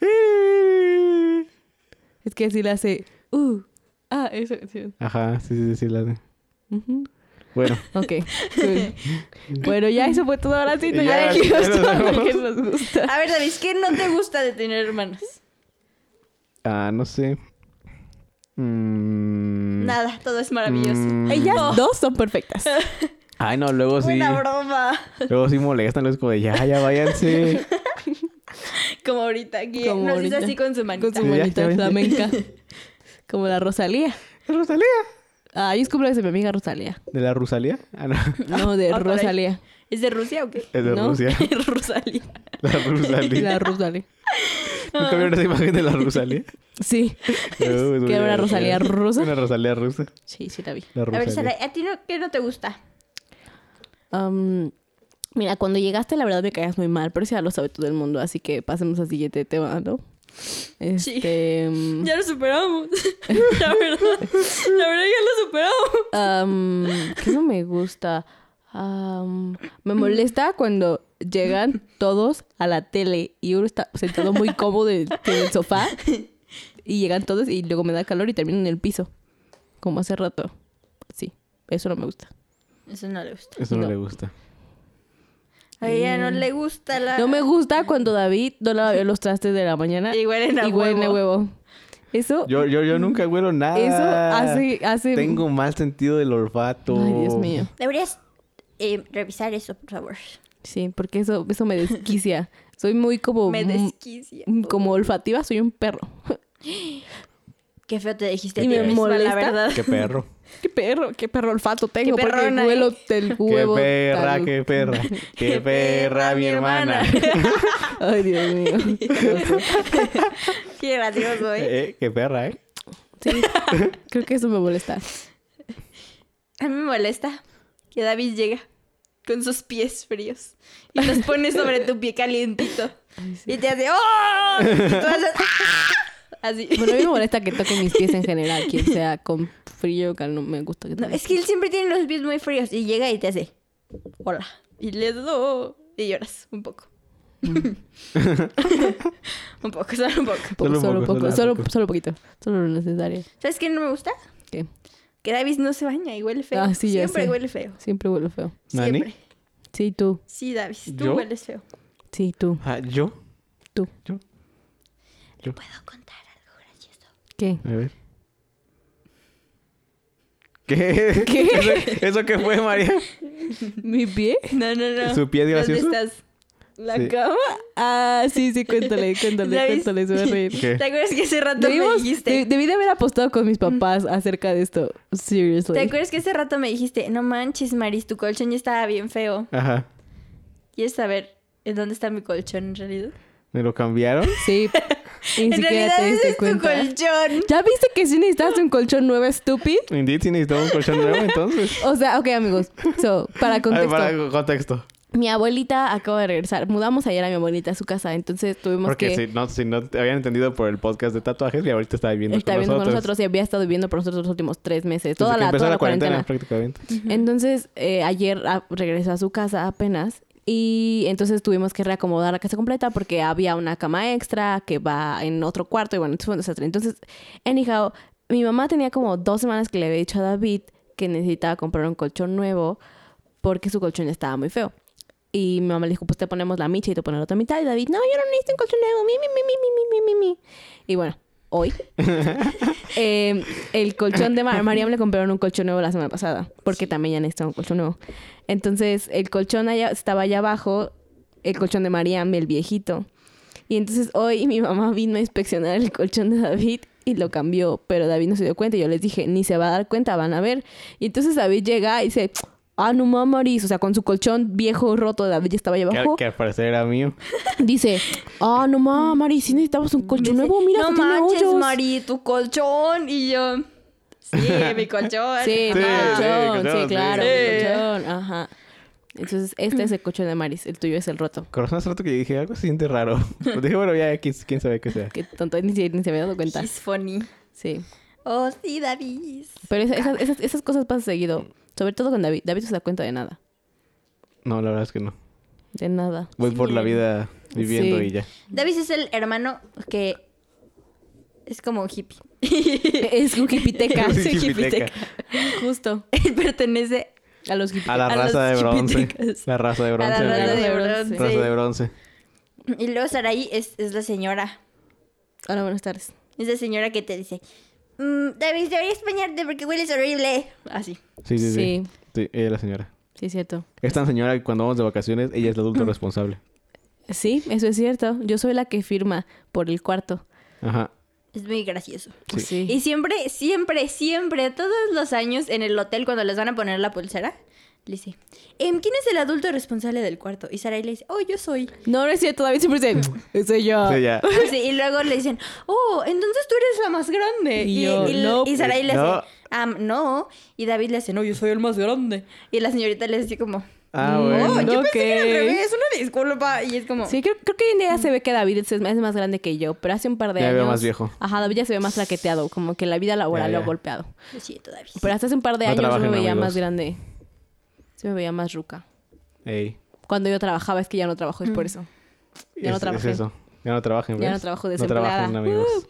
Speaker 2: Es que así la hace. Uh. Ah, esa canción.
Speaker 3: Ajá, sí, sí, sí, la de.
Speaker 2: Ujú.
Speaker 3: Bueno,
Speaker 2: Ok. cool. bueno, ya eso fue todo. Ahora sí, no,
Speaker 3: Ya,
Speaker 2: ya dijimos
Speaker 3: ya nos
Speaker 2: todo lo
Speaker 3: vamos.
Speaker 2: que nos gusta.
Speaker 1: A ver, David, ¿qué no te gusta de tener hermanas?
Speaker 3: ah, no sé. Mm.
Speaker 1: Nada, todo es maravilloso.
Speaker 3: Mm.
Speaker 2: Ellas dos son perfectas.
Speaker 3: Ay, no, luego sí.
Speaker 1: Una broma.
Speaker 3: Luego sí molestan, luego es como de ya, ya váyanse.
Speaker 1: Como ahorita, que
Speaker 2: Como
Speaker 1: nos dice
Speaker 2: ahorita.
Speaker 1: así con su manita.
Speaker 2: Con su
Speaker 3: Sí, ya,
Speaker 2: manita
Speaker 3: ya ves.
Speaker 2: flamenca. Como la Rosalía.
Speaker 3: ¿Rosalía?
Speaker 2: Ay, es cumpleaños de mi amiga Rosalía.
Speaker 3: ¿De la Rosalía? Ah, no.
Speaker 2: No, de
Speaker 1: Ah, caray.
Speaker 2: Rosalía.
Speaker 1: ¿Es de Rusia o qué?
Speaker 3: Es de
Speaker 2: No.
Speaker 3: Rusia.
Speaker 1: Rosalía.
Speaker 3: La Rosalía.
Speaker 2: La Rosalía.
Speaker 3: ¿Nunca vieron esa imagen de la Rosalía?
Speaker 2: Sí.
Speaker 3: No, es muy
Speaker 2: era una
Speaker 3: divertida.
Speaker 2: Rosalía rusa?
Speaker 3: Una Rosalía rusa.
Speaker 2: Sí, sí la vi.
Speaker 3: La
Speaker 1: A ver,
Speaker 3: Rosalía.
Speaker 1: Sara, ¿a ti no, qué no te gusta?
Speaker 2: Am, mira, cuando llegaste, la verdad me caías muy mal, pero eso ya lo sabe todo el mundo, así que pasemos al siguiente tema, ¿no? Este. am,
Speaker 1: Ya lo superamos. La verdad. La verdad, ya lo superamos.
Speaker 2: am, ¿Qué no me gusta? Am, me molesta cuando llegan todos a la tele y uno está sentado muy cómodo en en el sofá y llegan todos y luego me da calor y termino en el piso, como hace rato. Sí, eso no me gusta.
Speaker 1: Eso no le gusta.
Speaker 3: Eso no,
Speaker 2: No.
Speaker 3: le gusta.
Speaker 1: A ella
Speaker 3: Mm.
Speaker 1: no le gusta la.
Speaker 2: No me gusta cuando David no lava los trastes de Ah, la mañana
Speaker 1: Y huelen a
Speaker 2: y huele
Speaker 1: huevo.
Speaker 2: huevo.
Speaker 1: Oh.
Speaker 2: Eso,
Speaker 3: Yo, yo, yo nunca huelo nada.
Speaker 2: eso hace, hace...
Speaker 3: Tengo mal sentido del olfato.
Speaker 2: Ay, Dios mío.
Speaker 1: Deberías eh, revisar eso, por favor.
Speaker 2: Sí, porque eso, eso me desquicia. Soy muy como...
Speaker 1: Me desquicia.
Speaker 2: Oh, mm, Como olfativa, soy un perro.
Speaker 1: Qué feo te dijiste. a
Speaker 2: Y
Speaker 1: ti
Speaker 2: me
Speaker 1: misma,
Speaker 2: molesta.
Speaker 1: La verdad.
Speaker 3: Qué perro.
Speaker 2: Qué perro, qué perro olfato tengo. Porque
Speaker 1: perrona,
Speaker 2: huelo
Speaker 1: ¿eh?
Speaker 2: el huevo.
Speaker 3: qué perra,
Speaker 2: tal-
Speaker 3: qué perra.
Speaker 1: Qué
Speaker 3: Qué perra, mi hermana.
Speaker 2: Ay, Dios mío.
Speaker 1: Qué gracioso, ¿eh?
Speaker 3: Eh, qué perra, ¿eh?
Speaker 2: Sí, creo que eso me molesta.
Speaker 1: A mí me molesta que David llega con sus pies fríos y los pone sobre tu pie calientito. Y te hace ¡Oh! Y tú haces ¡Ah! Así.
Speaker 2: Bueno, a mí me molesta que toquen mis pies en general. Quien sea con frío o calor, no me gusta que
Speaker 1: No,
Speaker 2: toquen.
Speaker 1: es que él siempre tiene los pies muy fríos y llega y te hace hola y le do y lloras un poco.
Speaker 2: Mm.
Speaker 1: un poco, solo un poco.
Speaker 2: Po-
Speaker 3: Solo un
Speaker 2: solo
Speaker 3: poco,
Speaker 2: poco,
Speaker 3: solo un
Speaker 2: solo,
Speaker 3: poco.
Speaker 2: solo poquito, solo lo necesario.
Speaker 1: ¿Sabes qué no me gusta?
Speaker 2: ¿Qué?
Speaker 1: Que Davis no se baña y huele feo.
Speaker 2: Ah, sí, ya
Speaker 1: Siempre
Speaker 2: sé.
Speaker 1: huele feo.
Speaker 2: Siempre huelo feo.
Speaker 3: ¿Nani?
Speaker 1: Siempre.
Speaker 2: Sí, tú,
Speaker 1: Sí, Davis, tú
Speaker 3: ¿Yo?
Speaker 1: hueles feo.
Speaker 2: sí, tú,
Speaker 3: Ah, ¿Yo?
Speaker 2: tú.
Speaker 3: ¿Yo? ¿Yo?
Speaker 1: ¿Puedo contar algo gracioso?
Speaker 2: ¿Qué?
Speaker 3: A ver. ¿Qué?
Speaker 2: ¿Qué?
Speaker 3: ¿Eso, eso qué fue, María?
Speaker 2: ¿Mi pie?
Speaker 1: No, no, no.
Speaker 3: ¿Su pie es gracioso?
Speaker 1: ¿Dónde estás?
Speaker 2: ¿La
Speaker 3: Sí.
Speaker 2: cama? Ah, sí, sí, cuéntale, cuéntale,
Speaker 1: ¿Sabes?
Speaker 2: cuéntale, se va a reír.
Speaker 3: ¿Qué?
Speaker 1: ¿Te acuerdas que hace rato me
Speaker 2: Debimos- de-
Speaker 1: dijiste?
Speaker 2: debí de haber apostado con mis papás acerca de esto. Seriously.
Speaker 1: ¿Te acuerdas que hace rato me dijiste, no manches, Maris, tu colchón ya estaba bien feo?
Speaker 3: Ajá.
Speaker 1: ¿Quieres saber en dónde está mi colchón en realidad?
Speaker 3: ¿Me lo cambiaron?
Speaker 2: Sí. Ni
Speaker 1: en
Speaker 2: siquiera
Speaker 1: realidad
Speaker 2: te
Speaker 1: ese
Speaker 2: diste
Speaker 1: es tu
Speaker 2: cuenta.
Speaker 1: colchón.
Speaker 2: ¿Ya viste que si necesitas un colchón nuevo, estúpido?
Speaker 3: Indeed, sí necesitaba un colchón nuevo, entonces.
Speaker 2: O sea, ok, amigos. So, para
Speaker 3: A ver,
Speaker 2: contexto.
Speaker 3: para contexto.
Speaker 2: Mi abuelita acaba de regresar. Mudamos ayer a mi abuelita a su casa, entonces tuvimos
Speaker 3: Porque
Speaker 2: que...
Speaker 3: si no, si no te habían entendido por el podcast de tatuajes, y ahorita está viviendo
Speaker 2: Está
Speaker 3: con
Speaker 2: viviendo
Speaker 3: nosotros.
Speaker 2: con nosotros y había estado viviendo por nosotros los últimos tres meses.
Speaker 3: Desde
Speaker 2: Toda
Speaker 3: que
Speaker 2: la,
Speaker 3: empezó
Speaker 2: toda
Speaker 3: la
Speaker 2: la cuarentena.
Speaker 3: prácticamente.
Speaker 2: Entonces, eh, ayer ah, regresó a su casa apenas. Y entonces tuvimos que reacomodar la casa completa porque había una cama extra que va en otro cuarto. Y bueno, entonces fue un desastre. Entonces, anyhow, mi mamá tenía como dos semanas que le había dicho a David que necesitaba comprar un colchón nuevo porque su colchón estaba muy feo. Y mi mamá le dijo, pues te ponemos la micha y te pones la otra mitad. Y David, no, yo no necesito un colchón nuevo. Mi, mi, mi, mi, mi, mi, mi, mi, mi. Y bueno, hoy. Eh, el colchón de Mar Mariam le compraron un colchón nuevo la semana pasada, porque también ya necesitaba un colchón nuevo. Entonces, el colchón allá, estaba allá abajo, el colchón de Mariam, el viejito. Y entonces hoy mi mamá vino a inspeccionar el colchón de David y lo cambió, pero David no se dio cuenta. Y yo les dije, ni se va a dar cuenta, van a ver. Y entonces David llega y dice, ah, no mames, o sea, con su colchón viejo roto, David ya estaba allá
Speaker 3: Que,
Speaker 2: abajo.
Speaker 3: que al parecer era mío.
Speaker 2: Dice, ah, no mames, Mari, si necesitamos un colchón nuevo, mira,
Speaker 1: no
Speaker 2: no tiene
Speaker 1: manches,
Speaker 2: hoyos.
Speaker 1: Mari, tu colchón. Y yo, sí, mi colchón.
Speaker 2: Sí,
Speaker 3: Sí,
Speaker 2: mi
Speaker 1: mamá.
Speaker 3: sí,
Speaker 2: colchón, sí,
Speaker 3: colchón,
Speaker 2: claro,
Speaker 1: sí.
Speaker 2: mi colchón, ajá. Entonces, este es el colchón de Maris, el tuyo es el roto.
Speaker 3: Corazón hace rato que dije, algo se siente raro. Pues dije, bueno, ya, quién, quién sabe qué sea.
Speaker 2: Qué tonto, ni se, ni se me había dado cuenta.
Speaker 1: He's funny.
Speaker 2: Sí.
Speaker 1: Oh, sí, David.
Speaker 2: Pero esa- esas, esas, esas cosas pasan seguido. Sobre todo con David. David no se da cuenta de nada.
Speaker 3: No, la verdad es que no.
Speaker 2: De nada.
Speaker 3: Voy
Speaker 1: Sí,
Speaker 3: por la vida viviendo
Speaker 2: Sí.
Speaker 3: y ya.
Speaker 1: David es el hermano que es como hippie.
Speaker 2: Es un hipiteca.
Speaker 3: Es un
Speaker 2: es un
Speaker 3: hipiteca.
Speaker 2: hipiteca. Justo.
Speaker 1: Él pertenece
Speaker 2: A los hipitecas.
Speaker 3: A la
Speaker 1: A
Speaker 3: raza de
Speaker 1: los
Speaker 3: bronce.
Speaker 1: chipitecas.
Speaker 3: La raza de
Speaker 1: a
Speaker 3: bronce.
Speaker 1: la
Speaker 2: Bronce,
Speaker 1: raza
Speaker 3: amigos.
Speaker 1: de
Speaker 2: bronce.
Speaker 1: bronce.
Speaker 3: Raza de bronce.
Speaker 1: Y luego Saraí es, es la señora.
Speaker 2: Hola, buenas tardes.
Speaker 1: Es la señora que te dice, "Mm, David, deberías bañarte porque hueles horrible. Así.
Speaker 3: Sí, sí, sí.
Speaker 2: Sí.
Speaker 3: Sí, ella es la señora.
Speaker 2: Sí, es cierto.
Speaker 3: Es tan señora que cuando vamos de vacaciones, ella es la
Speaker 2: Mm.
Speaker 3: adulta responsable.
Speaker 2: Sí, eso es cierto. Yo soy la que firma por el cuarto.
Speaker 3: Ajá.
Speaker 1: Es muy gracioso.
Speaker 3: Sí.
Speaker 2: Sí.
Speaker 1: Y siempre, siempre, siempre, todos los años en el hotel cuando les van a poner la pulsera, le dice, "Em, ¿quién es el adulto responsable del cuarto? Y Saraí le dice, oh, yo soy.
Speaker 2: No, no es cierto. David siempre dice, soy yo.
Speaker 3: Sí, ya.
Speaker 1: Sí, y luego le dicen, oh, entonces tú eres la más grande.
Speaker 2: Y
Speaker 1: Y,
Speaker 2: yo,
Speaker 1: y-
Speaker 2: no,
Speaker 1: y Sarai le hace,
Speaker 3: no.
Speaker 1: "Am, no. Y David le hace, no, yo soy el más grande. Y la señorita le dice como,
Speaker 3: Ah,
Speaker 2: No,
Speaker 1: oh,
Speaker 3: bueno.
Speaker 1: yo pensé que era al
Speaker 2: ok.
Speaker 1: revés, una disculpa. Y es como,
Speaker 2: Sí, creo, creo que hoy en día se ve que David es, es más grande que yo, pero hace un par de
Speaker 3: Ya me
Speaker 2: años.
Speaker 3: veo más viejo.
Speaker 2: Ajá, David ya se ve más flaqueteado, como que la vida laboral
Speaker 3: Ya,
Speaker 2: lo ha
Speaker 3: ya.
Speaker 2: golpeado.
Speaker 1: lo siento, David.
Speaker 2: Pero hasta hace un par de
Speaker 3: No
Speaker 2: años yo me
Speaker 3: trabajen,
Speaker 2: veía
Speaker 3: amigos.
Speaker 2: más grande. Se me veía más ruca.
Speaker 3: Ey.
Speaker 2: Cuando yo trabajaba, es que ya no trabajo, es
Speaker 1: Mm.
Speaker 2: por eso. Ya no
Speaker 3: es,
Speaker 2: trabajé.
Speaker 3: Es eso. Ya no trabajen,
Speaker 2: Ya
Speaker 3: ¿ves?
Speaker 2: no trabajo
Speaker 3: No trabajen,
Speaker 2: desempleada. Uh,
Speaker 3: amigos.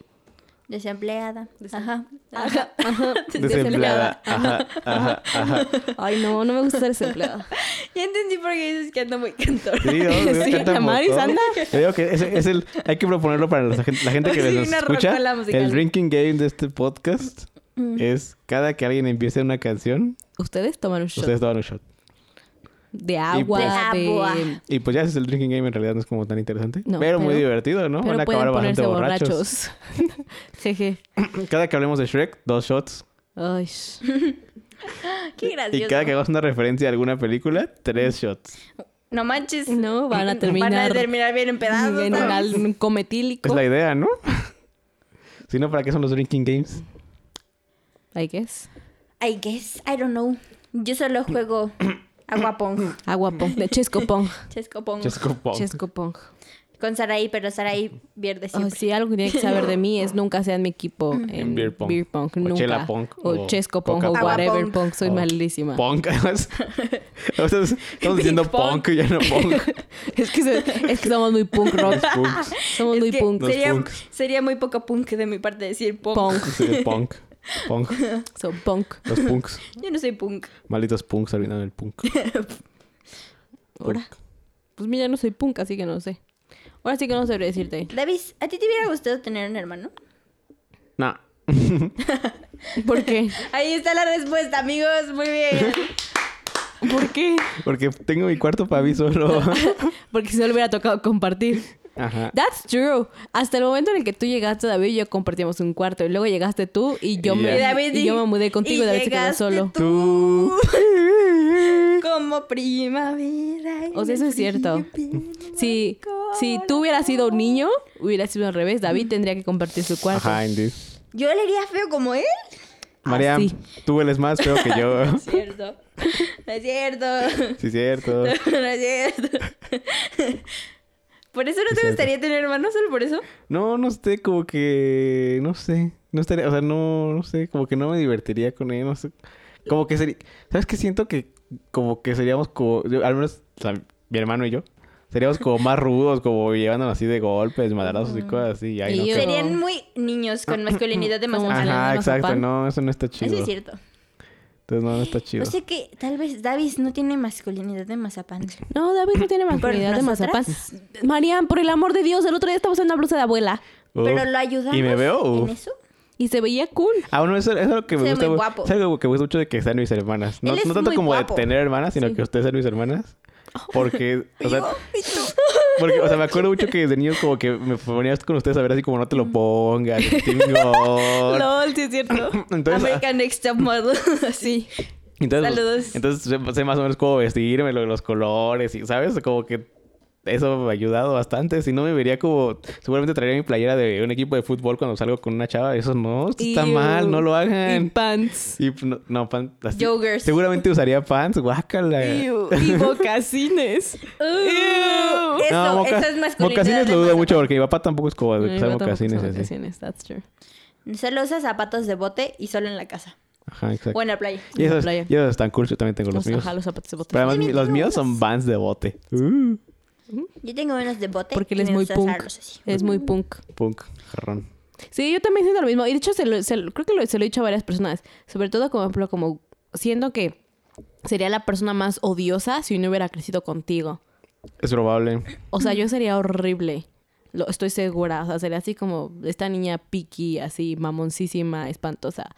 Speaker 1: Desempleada. Ajá.
Speaker 3: Desempleada. Ajá, ajá, Ah, ajá.
Speaker 2: Ay, no, no me gusta ser desempleada.
Speaker 1: Ya entendí por qué dices que ando muy cantor.
Speaker 3: Sí, no, digo
Speaker 2: Sí,
Speaker 3: que
Speaker 2: la
Speaker 3: tampoco.
Speaker 2: Maris anda.
Speaker 3: Yo digo que ese es el... Hay que proponerlo para la gente, la gente que
Speaker 1: Sí,
Speaker 3: les
Speaker 1: una
Speaker 3: escucha.
Speaker 1: rocola musical.
Speaker 3: El drinking game de este podcast
Speaker 2: Mm.
Speaker 3: es cada que alguien empiece una canción,
Speaker 2: Ustedes toman un shot
Speaker 3: ustedes toman un shot.
Speaker 2: de agua,
Speaker 1: pues-
Speaker 2: de...
Speaker 1: Agua.
Speaker 3: Y pues ya ese es el drinking game, en realidad no es como tan interesante.
Speaker 2: No,
Speaker 3: pero, muy
Speaker 2: pero-
Speaker 3: divertido, ¿no? Van
Speaker 2: Pero
Speaker 3: a
Speaker 2: pueden
Speaker 3: acabar bastante
Speaker 2: ponerse
Speaker 3: borrachos.
Speaker 2: borrachos. Jeje.
Speaker 3: Cada que hablemos de Shrek, dos shots.
Speaker 2: Ay, sh-
Speaker 1: Qué
Speaker 3: Y cada que
Speaker 1: gracioso.
Speaker 3: hagamos una referencia a alguna película, tres
Speaker 2: Mm.
Speaker 3: shots.
Speaker 1: No manches.
Speaker 2: No, van a terminar-
Speaker 1: Van a terminar bien empedados.
Speaker 2: en
Speaker 1: ¿no?
Speaker 2: al- un cometílico.
Speaker 3: Es la idea, ¿no? si no, ¿para qué son los drinking games?
Speaker 2: I guess.
Speaker 1: I guess. I don't know. Yo solo juego aguapong.
Speaker 2: Agua pong. De Chesco pong.
Speaker 1: Chesco pong.
Speaker 3: Chesco Pong.
Speaker 2: Chesco pong.
Speaker 1: Con Saraí, pero Saraí pierde
Speaker 2: Oh,
Speaker 1: siempre.
Speaker 2: sí, algo que tiene que saber de mí es nunca sea en mi equipo en,
Speaker 3: beer pong. O
Speaker 2: nunca.
Speaker 3: chela pong,
Speaker 2: o,
Speaker 3: o
Speaker 2: chesco pong
Speaker 3: coca
Speaker 2: o
Speaker 1: pong.
Speaker 2: whatever
Speaker 1: Agua
Speaker 2: pong.
Speaker 1: pong.
Speaker 2: soy
Speaker 3: O
Speaker 2: malísima.
Speaker 3: Punk, además. O sea, Estamos diciendo
Speaker 2: pong.
Speaker 3: punk, ya no punk.
Speaker 2: Es que, se- es que somos muy punk rock.
Speaker 3: Punks.
Speaker 2: Somos
Speaker 1: Es
Speaker 2: muy
Speaker 1: que
Speaker 2: punk.
Speaker 3: Los
Speaker 1: Sería,
Speaker 3: punks.
Speaker 1: sería muy poco punk de mi parte decir punk.
Speaker 2: Punk.
Speaker 3: Sí, punk. Punk.
Speaker 2: So, punk.
Speaker 3: Los punks.
Speaker 1: Yo no soy punk.
Speaker 3: Malditos punks arruinaron el punk.
Speaker 2: Ahora.
Speaker 3: Punk.
Speaker 2: Pues mira, no soy punk, así que no sé. Ahora sí que no sabré decirte.
Speaker 1: David, ¿a ti te hubiera gustado tener un hermano?
Speaker 3: No.
Speaker 2: ¿Por qué?
Speaker 1: Ahí está la respuesta, amigos. Muy bien.
Speaker 2: ¿Por qué?
Speaker 3: Porque tengo mi cuarto para mí solo.
Speaker 2: Porque si no le hubiera tocado compartir.
Speaker 3: Ajá.
Speaker 2: That's true. Hasta el momento en el que tú llegaste, David y yo compartíamos un cuarto. Y luego llegaste tú y yo,
Speaker 3: Y ya.
Speaker 2: me,
Speaker 3: Y
Speaker 2: y yo me mudé contigo y David se quedó
Speaker 1: llegaste
Speaker 2: solo.
Speaker 1: tú
Speaker 3: Tú.
Speaker 1: Como primavera. en
Speaker 2: O sea, eso
Speaker 1: el
Speaker 2: es cierto.
Speaker 1: frío,
Speaker 2: Si, si tú hubieras sido un niño, hubiera sido al revés. David tendría que compartir su cuarto.
Speaker 3: Ajá, Indy.
Speaker 1: Yo le iría feo como él.
Speaker 3: Mariam,
Speaker 2: Así.
Speaker 3: tú hueles más feo que yo.
Speaker 1: No es cierto. No es cierto.
Speaker 3: Sí, cierto.
Speaker 1: No es cierto. ¿Por eso no
Speaker 3: Es
Speaker 1: te
Speaker 3: cierto.
Speaker 1: gustaría tener hermanos solo por eso?
Speaker 3: No, no sé, como que. No sé. No estaría. O sea, no, no sé. Como que no me divertiría con él. No sé. Como que sería. ¿Sabes qué? Siento que. Como que seríamos como. yo- al menos o sea, mi hermano y yo. Seríamos como más rudos, como llevándonos así de golpes, madrazos y cosas así. y ay, no,
Speaker 2: Y
Speaker 3: qué-
Speaker 2: Pero-
Speaker 1: Serían muy niños con masculinidad
Speaker 2: Ajá,
Speaker 1: demasiado.
Speaker 3: Ajá,
Speaker 2: Selena
Speaker 3: exacto.
Speaker 2: Mazapán.
Speaker 3: No, eso no está
Speaker 1: Eso
Speaker 3: chido.
Speaker 1: es cierto. Pues
Speaker 3: Entonces, no, no está chido.
Speaker 1: O sea que tal vez Davis no tiene masculinidad de mazapán.
Speaker 2: No, David no tiene masculinidad de mazapán.
Speaker 1: nosotras?
Speaker 2: Marian, por el amor de Dios, el otro día estábamos en una blusa de abuela.
Speaker 3: Uh,
Speaker 1: Pero lo ayudamos
Speaker 3: ¿Y me veo?
Speaker 1: en
Speaker 3: Uh.
Speaker 1: eso.
Speaker 2: Y se veía cool.
Speaker 3: Ah, bueno, eso, eso es lo que
Speaker 1: Se
Speaker 3: me
Speaker 1: ve
Speaker 3: gusta.
Speaker 1: muy
Speaker 3: mu-
Speaker 1: guapo.
Speaker 3: Es algo que me gusta mucho de que sean mis hermanas. No,
Speaker 1: Él es
Speaker 3: no tanto
Speaker 1: muy
Speaker 3: como
Speaker 1: guapo.
Speaker 3: de tener hermanas, sino
Speaker 2: Sí.
Speaker 3: que ustedes sean mis hermanas. Porque, o
Speaker 1: Y
Speaker 3: sea,
Speaker 1: yo, y tú.
Speaker 3: porque, o sea, me acuerdo mucho que desde niño como que me ponías con ustedes a ver así como no te lo pongas, chingón.
Speaker 1: oh,
Speaker 2: LOL, sí es cierto.
Speaker 3: Entonces, ah,
Speaker 1: American Next Top Model. Así.
Speaker 3: entonces,
Speaker 1: Saludos.
Speaker 3: entonces sé, sé más o menos cómo vestirme, lo- los colores y, ¿sabes? Como que eso me ha ayudado bastante. Si no, me vería como... Seguramente traería mi playera de un equipo de fútbol cuando salgo con una chava. Eso no, esto está
Speaker 2: Ew.
Speaker 3: mal, no lo
Speaker 2: Y
Speaker 3: hagan.
Speaker 2: pants.
Speaker 3: Y no, no pan, las-
Speaker 1: Joggers.
Speaker 3: Seguramente usaría pants, guácala.
Speaker 2: Ew. Y bocasines.
Speaker 1: Uh, eso,
Speaker 3: No, moca-
Speaker 1: eso es masculinidad.
Speaker 3: Mocasines lo
Speaker 1: de
Speaker 3: dudo
Speaker 1: masa.
Speaker 3: mucho porque mi papá tampoco es como de
Speaker 2: Mi
Speaker 3: usar
Speaker 2: papá tampoco
Speaker 3: mocasines
Speaker 2: usa
Speaker 3: así.
Speaker 2: mocasines, that's true.
Speaker 1: Solo usa zapatos de bote y solo en la casa.
Speaker 3: Ajá, exacto.
Speaker 1: O en la playa.
Speaker 3: y,
Speaker 2: en la
Speaker 3: esos,
Speaker 2: playa.
Speaker 3: y esos están cool, yo también tengo los,
Speaker 2: Los,
Speaker 3: míos.
Speaker 2: ajá, los zapatos de
Speaker 3: Pero
Speaker 2: botas.
Speaker 3: además, mi- los míos son vans de bote. Uh,
Speaker 1: Yo tengo unos de bote.
Speaker 2: Porque él
Speaker 1: y
Speaker 2: es
Speaker 1: me
Speaker 2: muy
Speaker 1: gusta
Speaker 2: punk.
Speaker 1: usarlos así.
Speaker 2: Es muy punk.
Speaker 3: punk, jarrón.
Speaker 2: Sí, yo también siento lo mismo. Y de hecho, se lo- se lo- creo que lo- se lo he dicho a varias personas. Sobre todo, como, por ejemplo, como siento que sería la persona más odiosa si no hubiera crecido contigo.
Speaker 3: Es probable.
Speaker 2: O sea, yo sería horrible. Lo, estoy segura. O sea, sería así como esta niña piqui, así mamoncísima, espantosa.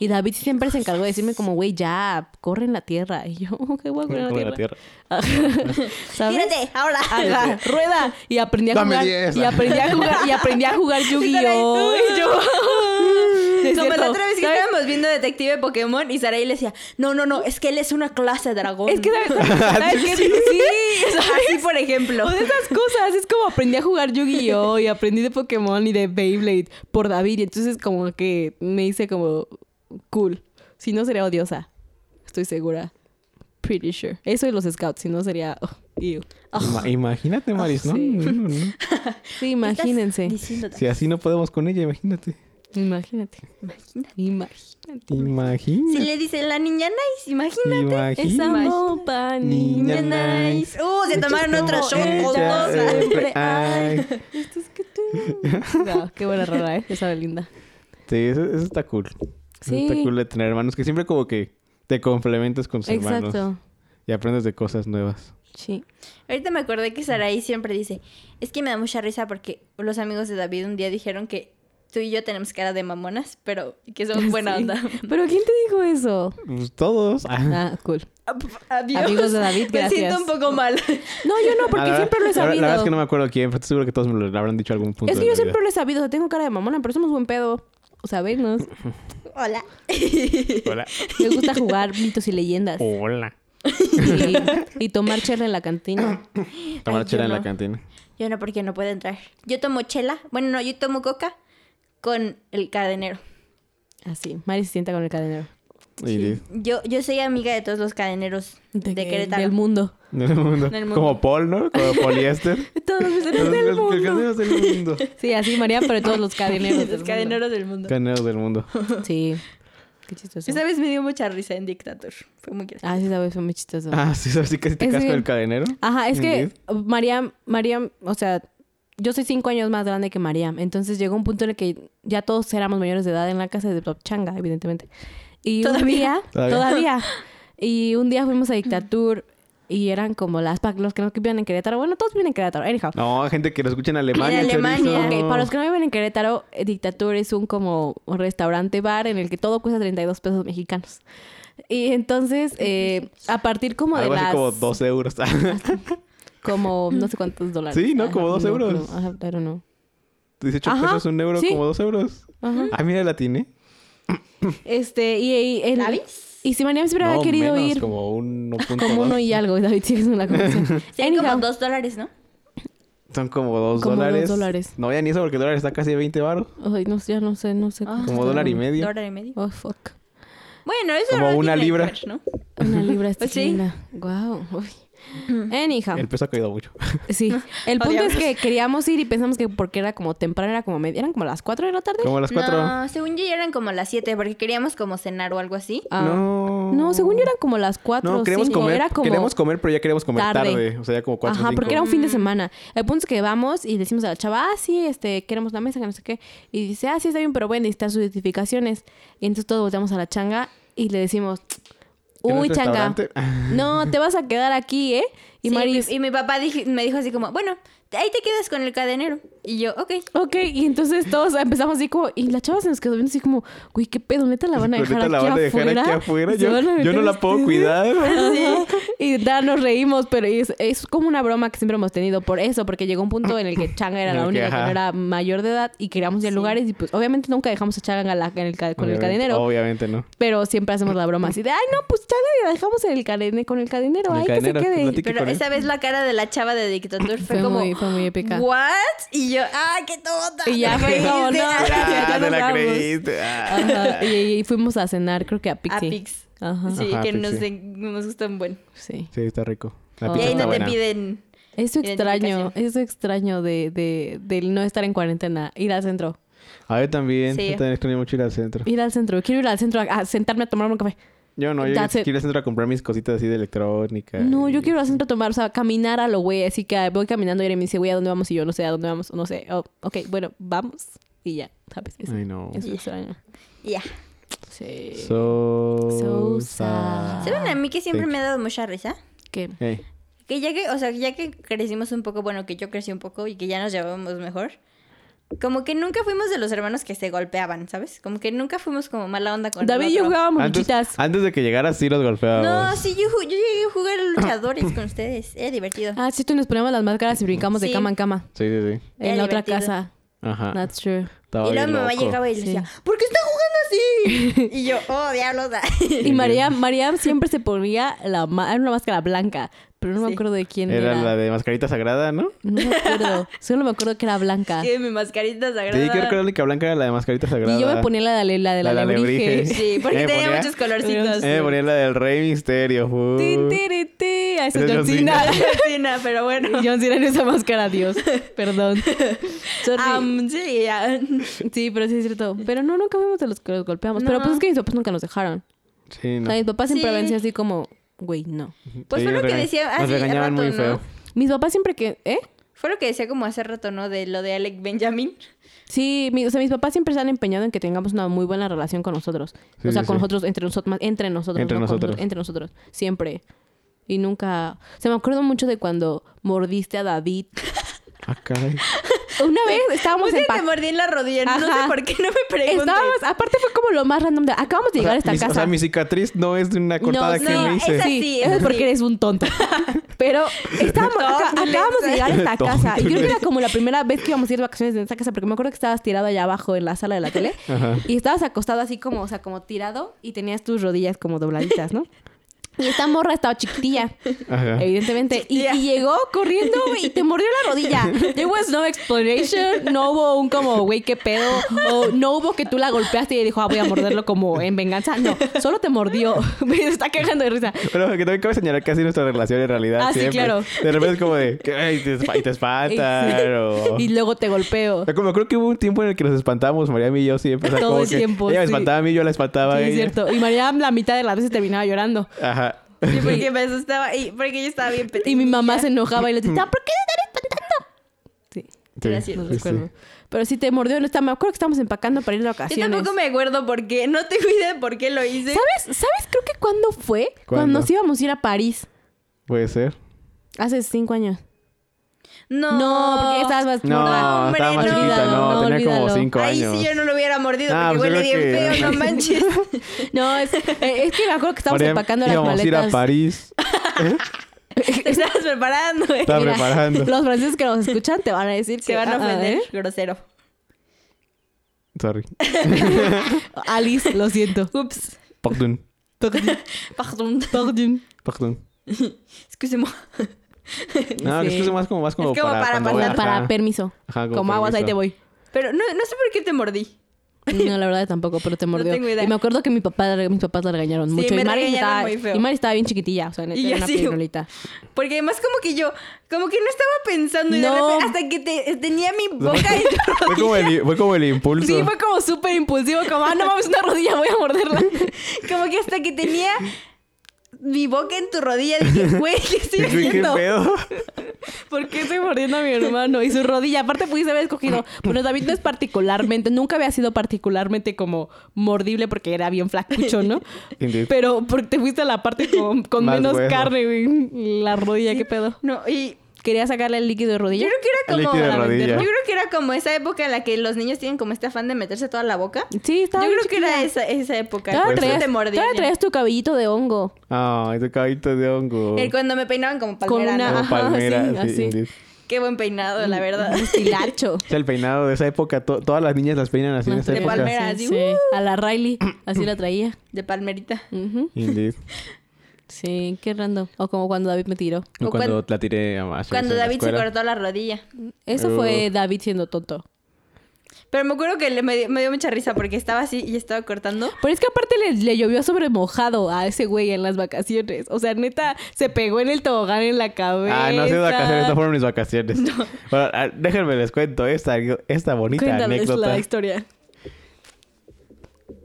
Speaker 2: Y David siempre se encargó de decirme como, güey, ya, corre en la tierra. Y yo, ¿qué voy a correr en la
Speaker 3: Bueno, la
Speaker 2: tierra?
Speaker 3: tierra.
Speaker 2: ¿Sabes?
Speaker 1: Tírate, ahora.
Speaker 3: Ah,
Speaker 2: Ajá, rueda. Y aprendí a
Speaker 3: Dame
Speaker 2: jugar.
Speaker 3: diez.
Speaker 2: Y aprendí a jugar, y aprendí a jugar Yu-Gi-Oh! Y yo, Sí, es
Speaker 1: Como la
Speaker 2: cierto.
Speaker 1: otra vez que
Speaker 2: ¿Sabes?
Speaker 1: estábamos viendo Detective Pokémon y Saraí le decía, no, no, no, es que él es una clase de dragón.
Speaker 2: Es que, ¿sabes? ¿sabes qué? Sí,
Speaker 1: así por ejemplo.
Speaker 2: O de esas cosas. Es como aprendí a jugar Yu-Gi-Oh! y aprendí de Pokémon y de Beyblade por David. Y entonces como que me hice como cool. Si no sería odiosa. Estoy segura. Pretty sure. Eso y los scouts. Si no sería... oh, ew.
Speaker 3: Ima- Imagínate, Maris, ¿no?
Speaker 2: sí.
Speaker 3: No, no, no.
Speaker 2: Sí,
Speaker 1: ¿Qué estás
Speaker 2: imagínense.
Speaker 1: diciendo?
Speaker 3: Si así no podemos con ella, imagínate.
Speaker 2: Imagínate. Imagínate.
Speaker 1: Si
Speaker 3: Imagínate.
Speaker 1: le dicen la niña nice, imagínate. Imagínate.
Speaker 2: Esa
Speaker 3: Imagínate.
Speaker 2: mopa, niña.
Speaker 1: Niña nice. Uh, se tomaron
Speaker 3: Como
Speaker 1: otra shot
Speaker 3: ella
Speaker 1: o dos.
Speaker 3: siempre.
Speaker 2: Ay.
Speaker 3: Ay.
Speaker 2: Esto es que tú. No, qué buena rola, ¿eh? Esa linda.
Speaker 3: Sí, eso, eso está cool. Eso
Speaker 2: Sí.
Speaker 3: está cool de tener hermanos, que siempre como que te complementas con tus hermanos
Speaker 2: Exacto.
Speaker 3: y aprendes de cosas nuevas.
Speaker 2: Sí.
Speaker 1: Ahorita me acordé que Saraí siempre dice, es que me da mucha risa porque los amigos de David un día dijeron que tú y yo tenemos cara de mamonas, pero que son buena
Speaker 2: Sí.
Speaker 1: onda.
Speaker 2: ¿Pero quién te dijo eso?
Speaker 3: Pues, todos. Ah,
Speaker 2: Ah, cool.
Speaker 1: Adiós.
Speaker 2: Amigos de David,
Speaker 1: Me
Speaker 2: gracias.
Speaker 1: siento un poco mal.
Speaker 2: No, yo no,
Speaker 3: la
Speaker 2: porque
Speaker 3: verdad-
Speaker 2: siempre lo he
Speaker 3: la verdad-
Speaker 2: sabido.
Speaker 3: La, verdad es que no me acuerdo quién, pero estoy seguro que todos me lo habrán dicho a algún punto.
Speaker 2: Es
Speaker 3: de
Speaker 2: que yo
Speaker 3: la vida.
Speaker 2: siempre lo he sabido. o sea, tengo cara de mamona, pero somos buen pedo. O sea, venos.
Speaker 1: Hola.
Speaker 3: Hola.
Speaker 2: Me gusta jugar mitos y leyendas.
Speaker 3: Hola. Oh.
Speaker 2: Y, y tomar chela en la cantina.
Speaker 3: Tomar
Speaker 1: Ay, yo
Speaker 3: chela en
Speaker 1: no.
Speaker 3: la cantina.
Speaker 1: Yo no, porque no puedo entrar. Yo tomo chela. Bueno, no, yo tomo coca con el cadenero.
Speaker 2: Así. Mari se sienta con el cadenero.
Speaker 3: Y di-
Speaker 1: Yo, yo soy amiga de todos los cadeneros de, Querétaro.
Speaker 2: Del mundo.
Speaker 3: del mundo.
Speaker 1: Del mundo.
Speaker 3: Como Paul, ¿no? Como poliéster.
Speaker 2: Todos los
Speaker 3: Los-
Speaker 2: cadeneros del
Speaker 3: los- los
Speaker 2: mundo.
Speaker 3: Cadeneros del mundo.
Speaker 2: Sí, así María, pero todos los cadeneros. del
Speaker 1: los
Speaker 2: mundo.
Speaker 1: cadeneros del mundo.
Speaker 3: Cadeneros del mundo.
Speaker 2: Sí. Qué chistoso.
Speaker 1: Esa vez me dio mucha risa en Dictator. Fue muy gracioso.
Speaker 2: Ah, sí, esa vez fue muy chistoso.
Speaker 3: Ah, sí, sabes, sí, casi te
Speaker 2: Es Ah.
Speaker 3: casco
Speaker 2: que-
Speaker 3: el cadenero.
Speaker 2: Ajá, es que
Speaker 3: Indeed.
Speaker 2: María, María, o sea, yo soy cinco años más grande que María. Entonces llegó un punto en el que ya todos éramos mayores de edad en la casa de Bob Changa, evidentemente. Y un
Speaker 1: ¿Todavía?
Speaker 2: día,
Speaker 3: Todavía.
Speaker 2: todavía. Y un día fuimos a Dictatur y eran como las pa- los que nos vivían en Querétaro. Bueno, todos viven en Querétaro. Anyhow.
Speaker 3: No, gente que lo escucha en Alemania.
Speaker 1: En Alemania.
Speaker 3: chorizo.
Speaker 2: Ok, para los que no viven en Querétaro, eh, Dictatur es un como un restaurante bar en el que todo cuesta 32 pesos mexicanos. Y entonces, eh, a partir como de
Speaker 3: Algo así
Speaker 2: las...
Speaker 3: como 2 euros.
Speaker 2: como no sé cuántos dólares.
Speaker 3: Sí, ¿no?
Speaker 2: Ajá,
Speaker 3: Como dos
Speaker 2: no,
Speaker 3: euros.
Speaker 2: no, ajá, claro, no.
Speaker 3: 18
Speaker 2: Ajá,
Speaker 3: pesos, un euro,
Speaker 2: sí.
Speaker 3: como 2 euros.
Speaker 2: Ajá.
Speaker 3: Ah, mira, latiné.
Speaker 2: Este, y, y el-
Speaker 1: ¿Davis?
Speaker 2: Y si María siempre había querido
Speaker 3: menos,
Speaker 2: ir como,
Speaker 3: como 1.2.
Speaker 2: uno y algo, David sigue haciendo la conversación.
Speaker 1: Sí, como
Speaker 2: Anyhow,
Speaker 1: dos dólares, ¿no?
Speaker 3: Son como 2
Speaker 2: Como dos
Speaker 3: dólares.
Speaker 2: dólares.
Speaker 3: No, ya ni eso porque el dólar está casi a 20 baros.
Speaker 2: Ay, no sé, ya no sé, no sé.
Speaker 1: Ah.
Speaker 2: cuánto
Speaker 3: Como
Speaker 2: está
Speaker 3: dólar y
Speaker 2: dando.
Speaker 3: medio.
Speaker 1: Dólar y medio.
Speaker 2: Oh, fuck.
Speaker 1: Bueno, eso
Speaker 3: Como
Speaker 1: no
Speaker 3: una
Speaker 1: tiene que
Speaker 3: libra.
Speaker 1: ver, ¿no?
Speaker 2: Una libra
Speaker 1: Pues sí. Mm.
Speaker 2: esterlina. Guau. Wow. Anyhow.
Speaker 3: El peso ha caído mucho.
Speaker 2: Sí. El punto
Speaker 1: Odiamos.
Speaker 2: es que queríamos ir y pensamos que porque era como temprano, era como media, eran como las 4 de la tarde.
Speaker 3: Como a las 4.
Speaker 1: No, según yo ya eran como las 7 porque queríamos como cenar o algo así.
Speaker 2: Ah.
Speaker 3: no.
Speaker 2: No, según yo eran como las 4
Speaker 3: No,
Speaker 2: o
Speaker 3: queríamos
Speaker 2: 5.
Speaker 3: comer.
Speaker 2: Era como
Speaker 3: Queríamos comer, pero ya queríamos comer
Speaker 2: tarde.
Speaker 3: tarde. O sea, ya como 4
Speaker 2: Ajá, porque era un fin de semana. El punto es que vamos y decimos a la chava, ah, sí, este, queremos la mesa, que no sé qué. Y dice, ah, sí, está bien, pero voy a necesitar sus identificaciones. Y entonces todos volteamos a la changa y le decimos,
Speaker 3: ¿En
Speaker 2: uy,
Speaker 3: este
Speaker 2: changa,
Speaker 3: restaurante? pues.
Speaker 2: no, te vas a quedar aquí, ¿eh? Y
Speaker 1: Sí,
Speaker 2: Maris,
Speaker 1: mi- y mi papá dij- me dijo así como, bueno, ahí te quedas con el cadenero. Y yo, ok.
Speaker 2: Ok, y entonces todos empezamos así como, y la chava se nos quedó viendo así como, güey, qué pedo, neta la van a
Speaker 3: Pero
Speaker 2: dejar,
Speaker 3: neta,
Speaker 2: aquí,
Speaker 3: Pues la van a
Speaker 2: afuera?
Speaker 3: dejar aquí afuera.
Speaker 2: ¿Se van a
Speaker 3: Yo, yo
Speaker 2: meter este
Speaker 3: no la puedo
Speaker 2: ustedes?"
Speaker 3: cuidar.
Speaker 2: Ajá. Y da, nos reímos, pero es, es como una broma que siempre hemos tenido por eso, porque llegó un punto en el que Changa era
Speaker 3: En
Speaker 2: la
Speaker 3: el que,
Speaker 2: única que no
Speaker 3: ajá.
Speaker 2: era mayor de edad y queríamos ir a
Speaker 1: Sí.
Speaker 2: lugares y pues obviamente nunca dejamos a Changa en la- en el ca- con el
Speaker 3: Obviamente- Oh.
Speaker 2: cadenero.
Speaker 3: Obviamente no.
Speaker 2: Pero siempre hacemos la broma así de, ay, no, pues Changa la dejamos en el cadene, con el cadenero,
Speaker 3: En el
Speaker 2: ay,
Speaker 3: cadenero,
Speaker 2: que se
Speaker 3: que
Speaker 2: quede.
Speaker 3: platique. ¿Qué
Speaker 1: Pero
Speaker 3: con él?
Speaker 1: esa vez la cara de la chava de Dictator fue,
Speaker 2: Fue
Speaker 1: como,
Speaker 2: muy- fue muy épica.
Speaker 1: ¿What? Y yo, ¡ah, qué tonta!
Speaker 2: Y ya
Speaker 1: Te
Speaker 2: fue como,
Speaker 1: reíste.
Speaker 2: no,
Speaker 1: Ah,
Speaker 2: ya
Speaker 3: Ya,
Speaker 2: nos
Speaker 3: te la
Speaker 2: vamos.
Speaker 3: creíste. Ah.
Speaker 2: Ajá, y, y fuimos a cenar, creo que a
Speaker 1: A
Speaker 2: Pixie.
Speaker 1: Pix.
Speaker 2: Ajá.
Speaker 1: Sí,
Speaker 3: Ajá,
Speaker 1: que
Speaker 3: Pix,
Speaker 1: nos,
Speaker 3: sí.
Speaker 1: nos gustan buen.
Speaker 2: Sí.
Speaker 3: Sí, está rico. La
Speaker 2: Oh.
Speaker 1: Y
Speaker 3: pizza
Speaker 1: ahí
Speaker 3: está
Speaker 1: no te
Speaker 3: buena.
Speaker 1: piden.
Speaker 2: Eso extraño,
Speaker 1: Identificación.
Speaker 2: eso extraño de, de, del no estar en cuarentena, ir al centro.
Speaker 3: A ver, también.
Speaker 1: Sí.
Speaker 3: Yo también extraño mucho ir al centro.
Speaker 2: Ir al centro, quiero ir al centro a, a sentarme a tomarme un café.
Speaker 3: Yo no, yo
Speaker 2: That's it.
Speaker 3: quiero ir al centro a comprar mis cositas así de electrónica.
Speaker 2: No, yo
Speaker 3: y-
Speaker 2: quiero ir al centro a tomar, o sea, caminar a lo güey. Así que voy caminando y Irene me dice, güey, ¿a dónde vamos? Y yo no sé, ¿a dónde vamos? No sé. Oh, ok, bueno, vamos. Y ya, ¿sabes? Eso,
Speaker 3: Ay, no.
Speaker 2: eso
Speaker 1: Ya.
Speaker 2: extraño.
Speaker 1: Y ya.
Speaker 2: Sí.
Speaker 3: So,
Speaker 2: So sad.
Speaker 1: ¿Saben a mí que siempre
Speaker 3: Thank
Speaker 1: me ha dado mucha risa?
Speaker 2: ¿Qué?
Speaker 3: Hey,
Speaker 1: Que ya que, o sea, ya que crecimos un poco, bueno, que yo crecí un poco y que ya nos llevábamos mejor. Como que nunca fuimos de los hermanos que se golpeaban, ¿sabes? Como que nunca fuimos como mala onda con el
Speaker 2: David y yo
Speaker 1: otro.
Speaker 2: jugábamos
Speaker 3: antes,
Speaker 2: luchitas.
Speaker 3: antes de que llegara, sí los
Speaker 1: No,
Speaker 3: golpeábamos.
Speaker 1: sí, yo, ju- yo llegué a jugar luchadores con ustedes. Era divertido.
Speaker 2: Ah, sí, tú nos poníamos las máscaras y brincamos de
Speaker 1: Sí.
Speaker 2: cama en cama.
Speaker 3: Sí, sí, sí.
Speaker 2: En
Speaker 1: Era
Speaker 2: la otra
Speaker 1: divertido.
Speaker 2: casa.
Speaker 3: Ajá.
Speaker 2: That's true.
Speaker 3: Estaba
Speaker 1: y luego
Speaker 3: bien
Speaker 1: mi mamá
Speaker 3: loco.
Speaker 1: llegaba y le
Speaker 2: Sí.
Speaker 1: decía, ¿por qué está jugando así? Y yo, oh, diablos. ah".
Speaker 2: Y María, María siempre se ponía la ma- era una máscara blanca, pero no me
Speaker 1: Sí.
Speaker 2: acuerdo de quién era.
Speaker 3: Era la de mascarita sagrada, ¿no?
Speaker 2: No me acuerdo. Solo me acuerdo que era blanca.
Speaker 1: Sí, mi mascarita sagrada.
Speaker 3: Sí, creo que la única blanca era la de mascarita sagrada.
Speaker 2: Y yo me ponía la de ale- la de la,
Speaker 3: La de la
Speaker 2: alebrije.
Speaker 3: alebrije.
Speaker 1: Sí, porque
Speaker 3: Eh,
Speaker 1: tenía
Speaker 3: ponía-
Speaker 1: muchos colorcitos.
Speaker 3: Eh, me ponía la del Rey Misterio. uh.
Speaker 2: Tin, tiri, ti. A esa
Speaker 3: Esa es
Speaker 2: John
Speaker 3: John
Speaker 2: Cena.
Speaker 1: La vecina, pero bueno.
Speaker 2: John Cena en esa máscara, Dios. Perdón. Sorry.
Speaker 1: Am, sí, ya.
Speaker 2: sí, pero sí es cierto. Pero no, nunca fuimos de los que los golpeamos. Pero
Speaker 1: No.
Speaker 2: pues es que mis papás nunca nos dejaron.
Speaker 3: Sí,
Speaker 2: O
Speaker 3: no.
Speaker 2: sea, mis papás siempre
Speaker 1: Sí.
Speaker 2: venían así como, güey, no.
Speaker 1: Pues
Speaker 3: Sí,
Speaker 1: fue lo
Speaker 3: nos
Speaker 1: que
Speaker 3: rega-
Speaker 1: decía
Speaker 3: Nos
Speaker 1: hace
Speaker 3: regañaban
Speaker 1: rato,
Speaker 3: muy
Speaker 1: ¿no?
Speaker 3: feo.
Speaker 2: Mis papás siempre que, ¿eh?
Speaker 1: Fue lo que decía como hace rato, ¿no? De lo de Alec Benjamin.
Speaker 2: Sí, mi- o sea, mis papás siempre se han empeñado en que tengamos una muy buena relación con nosotros.
Speaker 3: Sí,
Speaker 2: o sea,
Speaker 3: sí,
Speaker 2: con
Speaker 3: sí.
Speaker 2: nosotros, entre nosotros, más- entre nosotros.
Speaker 3: Entre
Speaker 2: no con
Speaker 3: nosotros.
Speaker 2: entre nosotros, siempre. Y nunca... O sea, me acuerdo mucho de cuando mordiste a David.
Speaker 3: Ah, caray.
Speaker 2: Una vez estábamos
Speaker 1: Pues
Speaker 2: en...
Speaker 1: que te
Speaker 2: Pa-
Speaker 1: mordí en la rodilla. No
Speaker 2: Ajá.
Speaker 1: sé por qué no me preguntes.
Speaker 2: estábamos... Aparte fue como lo más random de... Acabamos de
Speaker 3: O
Speaker 2: llegar a esta
Speaker 3: sea, mi-
Speaker 2: casa.
Speaker 3: O sea, mi cicatriz no es de una cortada
Speaker 2: sí,
Speaker 3: que me hice.
Speaker 1: esa-
Speaker 2: Sí,
Speaker 1: sí,
Speaker 2: eso es
Speaker 1: esa
Speaker 2: porque
Speaker 1: sí.
Speaker 2: eres un tonto. Pero estábamos, aca-
Speaker 1: Tonto,
Speaker 2: acabamos de
Speaker 1: Alexa.
Speaker 2: llegar a esta
Speaker 3: Tonto,
Speaker 2: casa. Y creo que era
Speaker 3: Alexa.
Speaker 2: como la primera vez que íbamos a ir de vacaciones en esta casa, porque me acuerdo que estabas tirado allá abajo en la sala de la tele.
Speaker 3: Ajá.
Speaker 2: Y estabas acostado así como, o sea, como tirado y tenías tus rodillas como dobladitas, ¿no? Y esta morra estaba chiquitilla,
Speaker 3: Ajá.
Speaker 2: evidentemente. Y,
Speaker 1: Chiquitilla.
Speaker 2: y llegó corriendo y te mordió la rodilla. There was no explanation, no hubo un como, güey, qué pedo. O no hubo que tú la golpeaste y dijo, ah, voy a morderlo como en venganza. No, solo te mordió. Me está cagando de risa.
Speaker 3: Pero que también cabe señalar que así nuestra relación en realidad.
Speaker 2: Ah, sí,
Speaker 3: siempre.
Speaker 2: claro.
Speaker 3: De repente es como de, que, ay, te, espa- y te espantan. o-
Speaker 2: Este, Y luego te golpeo.
Speaker 3: O sea, como creo que hubo un tiempo en el que nos espantábamos, Mariam y yo siempre. o sea,
Speaker 2: Todo
Speaker 3: como
Speaker 2: el
Speaker 3: que
Speaker 2: tiempo,
Speaker 3: Ella me
Speaker 2: sí.
Speaker 3: espantaba a mí, yo la espantaba a
Speaker 2: Sí, es
Speaker 3: ella.
Speaker 2: cierto. Y Mariam la mitad de las veces terminaba llorando.
Speaker 3: Ajá.
Speaker 1: Sí, porque me asustaba. Y porque yo estaba bien pequeña.
Speaker 2: Y mi mamá se enojaba y le decía, ¿por qué te están espantando? Sí,
Speaker 1: Gracias.
Speaker 2: no
Speaker 3: sí, sí.
Speaker 2: recuerdo. Pero sí te mordió. No está, me acuerdo que estábamos empacando para ir de
Speaker 1: Yo
Speaker 2: vacaciones.
Speaker 1: tampoco me acuerdo por qué. No tengo idea de por qué lo hice.
Speaker 2: ¿Sabes? ¿Sabes? Creo que cuándo fue. Cuando
Speaker 3: ¿Cuándo?
Speaker 2: nos íbamos a ir a París.
Speaker 3: Puede ser.
Speaker 2: Hace cinco años.
Speaker 1: No.
Speaker 2: No, porque estabas más
Speaker 3: No,
Speaker 2: gorda.
Speaker 1: hombre,
Speaker 3: estaba más
Speaker 1: no,
Speaker 3: chiquita, no.
Speaker 2: no,
Speaker 3: tenía
Speaker 2: olvídalo.
Speaker 3: como cinco
Speaker 1: Ahí
Speaker 3: años.
Speaker 1: sí yo no lo hubiera mordido
Speaker 3: Ah,
Speaker 1: porque
Speaker 3: pues yo
Speaker 1: huele bien
Speaker 3: creo que-
Speaker 1: feo, no manches.
Speaker 2: No, es, eh, es que me acuerdo que estábamos
Speaker 3: Mariam,
Speaker 2: empacando las
Speaker 3: íbamos
Speaker 2: maletas.
Speaker 3: a ir a París.
Speaker 1: Te estabas preparando, güey.
Speaker 3: Estaba
Speaker 2: Mira,
Speaker 3: preparando.
Speaker 2: Los franceses que nos escuchan te van a decir
Speaker 1: Se
Speaker 2: que
Speaker 1: van a
Speaker 2: ah, ah,
Speaker 1: ofender.
Speaker 2: ¿eh?
Speaker 1: Grosero.
Speaker 3: Sorry.
Speaker 2: Alice, lo siento.
Speaker 1: Ups.
Speaker 3: Pardon.
Speaker 2: Perdón.
Speaker 1: Pardon.
Speaker 2: Perdón.
Speaker 3: Pardon.
Speaker 1: Excusez-moi.
Speaker 3: No,
Speaker 2: Sí.
Speaker 3: que es que más como, más como
Speaker 1: Es como para
Speaker 3: cuando
Speaker 1: pasar
Speaker 3: voy a-
Speaker 2: Para, para
Speaker 3: ajá.
Speaker 2: permiso.
Speaker 3: Ajá,
Speaker 2: Como, aguas, ahí
Speaker 3: permiso.
Speaker 2: te voy.
Speaker 1: Pero no, no sé por qué te mordí.
Speaker 2: No, la verdad tampoco, pero te mordió.
Speaker 1: tengo idea.
Speaker 2: Y me acuerdo que mi papá, mis papás la regañaron
Speaker 1: Sí,
Speaker 2: mucho.
Speaker 1: me
Speaker 2: y, Mari
Speaker 1: regañaron
Speaker 2: estaba,
Speaker 1: muy feo.
Speaker 2: y Mari estaba bien chiquitilla, o sea, neta,
Speaker 1: Y
Speaker 2: era
Speaker 1: yo
Speaker 2: una
Speaker 1: así-
Speaker 2: pirulita.
Speaker 1: Porque además como que yo, como que no estaba pensando y de
Speaker 2: No.
Speaker 1: repente hasta que te- tenía mi boca en tu
Speaker 3: Fue como el, fue como el impulso.
Speaker 2: Sí, fue como súper impulsivo, como, ah, no mames, una rodilla, voy a morderla.
Speaker 1: Como que hasta que tenía mi boca en tu rodilla dije, güey, ¿qué estoy
Speaker 3: Sí, ¿Qué
Speaker 1: haciendo?
Speaker 3: pedo?
Speaker 2: ¿Por qué estoy mordiendo a mi hermano? Y su rodilla, aparte pudiste haber escogido. Bueno, David no es particularmente, nunca había sido particularmente como mordible porque era bien flacucho, ¿no?
Speaker 3: Indeed.
Speaker 2: Pero porque te fuiste a la parte con, con
Speaker 3: Más
Speaker 2: menos
Speaker 3: hueso.
Speaker 2: carne, güey. La rodilla, qué pedo.
Speaker 1: No, y
Speaker 2: Quería sacarle el líquido de rodilla.
Speaker 1: Yo creo que era como.
Speaker 3: Líquido de
Speaker 1: Yo
Speaker 3: rodilla.
Speaker 1: creo que era como esa época en la que los niños tienen como este afán de meterse toda la boca.
Speaker 2: Sí,
Speaker 1: Yo
Speaker 2: estaba
Speaker 1: creo
Speaker 2: muy
Speaker 1: que era
Speaker 2: chiquilla.
Speaker 1: esa, esa época.
Speaker 2: Todavía
Speaker 1: Por eso
Speaker 2: traías,
Speaker 1: te mordían. ¿eh?
Speaker 2: todavía traías tu cabellito de hongo.
Speaker 3: Ay, tu cabito de hongo.
Speaker 1: El- Eh, cuando me peinaban como
Speaker 2: Con
Speaker 1: palmera.
Speaker 2: una-
Speaker 1: ¿no?
Speaker 3: Como
Speaker 2: ajá,
Speaker 3: palmera,
Speaker 2: sí,
Speaker 3: sí,
Speaker 2: así.
Speaker 3: indeed.
Speaker 1: Qué buen peinado, la verdad.
Speaker 2: Estilacho.
Speaker 3: O sea, el peinado de esa época, to- todas las niñas las peinan así en esa
Speaker 1: De
Speaker 3: época.
Speaker 1: palmera. así,
Speaker 2: Sí,
Speaker 1: uh.
Speaker 2: sí. A la Riley, así la traía.
Speaker 1: De palmerita.
Speaker 2: Ujú.
Speaker 3: Indeed.
Speaker 2: Sí, qué random. O como cuando David me tiró.
Speaker 3: O
Speaker 1: O
Speaker 3: cuando
Speaker 1: cuan-
Speaker 3: la tiré a Ashley
Speaker 1: Cuando
Speaker 3: en la
Speaker 1: David se
Speaker 3: escuela.
Speaker 1: cortó la rodilla.
Speaker 2: Eso
Speaker 3: Uh.
Speaker 2: fue David siendo tonto.
Speaker 1: Pero me acuerdo que le- me, dio, me dio mucha risa porque estaba así y estaba cortando.
Speaker 3: Ah,
Speaker 2: Pero es que aparte le, le llovió sobre mojado a ese güey en las vacaciones. O sea, neta, se pegó en el tobogán en la cabeza.
Speaker 3: Ah, no ha sido vacaciones, estas fueron mis vacaciones. Bueno, ah, déjenme les cuento esta, esta bonita
Speaker 2: Cuéntales
Speaker 3: anécdota.
Speaker 2: la historia.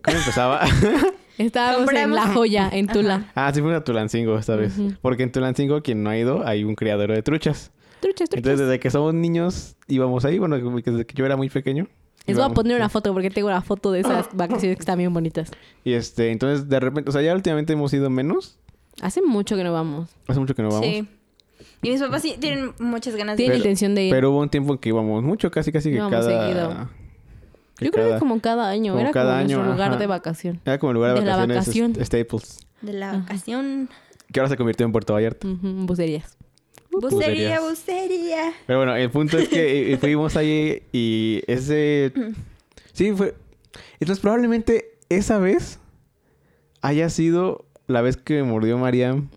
Speaker 3: ¿Cómo empezaba?
Speaker 2: Estábamos en
Speaker 1: Compramos-
Speaker 2: La Joya, en Tula.
Speaker 3: ah, sí, fuimos a Tulancingo esta vez. Porque en Tulancingo, quien no ha ido, hay un criadero de truchas.
Speaker 2: Truchas, truchas.
Speaker 3: Entonces, desde que somos niños, íbamos ahí. Bueno, como que desde que yo era muy pequeño.
Speaker 2: Les voy a
Speaker 3: íbamos.
Speaker 2: poner una foto porque tengo una foto de esas vacaciones que están bien bonitas.
Speaker 3: Y este, entonces, de repente, o sea, ya últimamente hemos ido menos.
Speaker 2: Hace mucho que no vamos.
Speaker 3: Hace mucho que no vamos.
Speaker 1: Sí. Y mis papás sí tienen muchas ganas de
Speaker 2: Tienen
Speaker 1: ir.
Speaker 3: Pero-
Speaker 2: intención de ir.
Speaker 3: Pero hubo un tiempo en que íbamos mucho, casi, casi que
Speaker 2: Íbamos
Speaker 3: cada.
Speaker 2: seguido. Yo creo
Speaker 3: cada-
Speaker 2: que como cada año.
Speaker 3: como
Speaker 2: Era
Speaker 3: cada
Speaker 2: como nuestro
Speaker 3: año,
Speaker 2: lugar
Speaker 3: ajá.
Speaker 2: de vacación.
Speaker 3: Era como el lugar de,
Speaker 2: de la
Speaker 3: vacaciones.
Speaker 2: vacación.
Speaker 3: est- Staples.
Speaker 1: De la vacación.
Speaker 3: Que ahora se convirtió en Puerto Vallarta.
Speaker 2: Ujú, bucerías.
Speaker 1: Bucería,
Speaker 3: Bucerías.
Speaker 1: bucería.
Speaker 3: Pero bueno, el punto es que eh, fuimos allí y ese... Sí, fue... Entonces probablemente esa vez haya sido la vez que me mordió Mariam.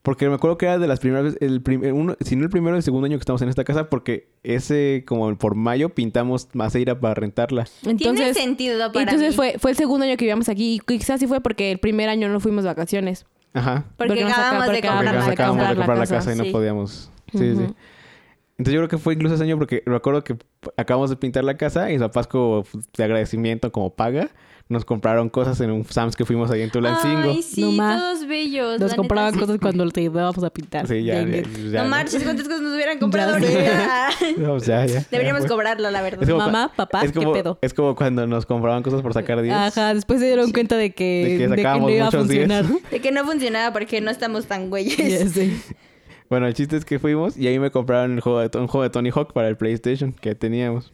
Speaker 3: Porque me acuerdo que era de las primeras veces, el prim- uno, si no el primero, el segundo año que estamos en esta casa, porque ese, como por mayo, pintamos Maceira para rentarla.
Speaker 1: Tiene
Speaker 2: Entonces,
Speaker 1: sentido para
Speaker 2: entonces
Speaker 1: mí.
Speaker 2: fue, fue el segundo año que vivíamos aquí. Y quizás sí fue porque el primer año no fuimos de vacaciones.
Speaker 3: Ajá.
Speaker 1: Porque
Speaker 2: porque nos acaba-
Speaker 1: acabamos de
Speaker 2: porque
Speaker 3: Porque
Speaker 1: comprar
Speaker 2: acabamos
Speaker 1: la
Speaker 3: nos acabamos
Speaker 1: casa.
Speaker 3: de comprar la casa, y
Speaker 1: sí.
Speaker 3: no podíamos. Sí, sí.
Speaker 2: Ujú.
Speaker 3: Entonces yo creo que fue incluso ese año porque recuerdo que acabamos de pintar la casa y mis papás como de agradecimiento, como paga, nos compraron cosas en un Sam's que fuimos ahí en Tulancingo.
Speaker 1: Ay, sí,
Speaker 2: No más.
Speaker 1: todos bellos. Pues la
Speaker 2: Nos
Speaker 1: neta,
Speaker 2: compraban
Speaker 1: sí.
Speaker 2: cosas cuando te íbamos a pintar.
Speaker 3: Sí, ya, ya,
Speaker 2: Jane.
Speaker 3: ya,
Speaker 1: No
Speaker 3: ¿no?
Speaker 1: marches, cuántas cosas nos hubieran comprado ahorita.
Speaker 3: No, pues ya, ya, ya,
Speaker 1: Deberíamos
Speaker 3: pues.
Speaker 1: cobrarlo, la verdad.
Speaker 3: Es como
Speaker 2: Mamá,
Speaker 3: cua-
Speaker 2: papá,
Speaker 3: es
Speaker 2: ¿qué
Speaker 3: como,
Speaker 2: pedo?
Speaker 3: Es como cuando nos compraban cosas por sacar 10.
Speaker 2: Ajá, después se dieron cuenta de que,
Speaker 3: De que
Speaker 2: de que no
Speaker 3: sacábamos
Speaker 2: iba a
Speaker 3: muchos
Speaker 2: funcionar.
Speaker 3: 10.
Speaker 1: De que no funcionaba porque no estamos tan güeyes.
Speaker 2: Ya sé.
Speaker 3: Bueno, el chiste es que fuimos y ahí me compraron el juego de, un juego de Tony Hawk para el PlayStation que teníamos.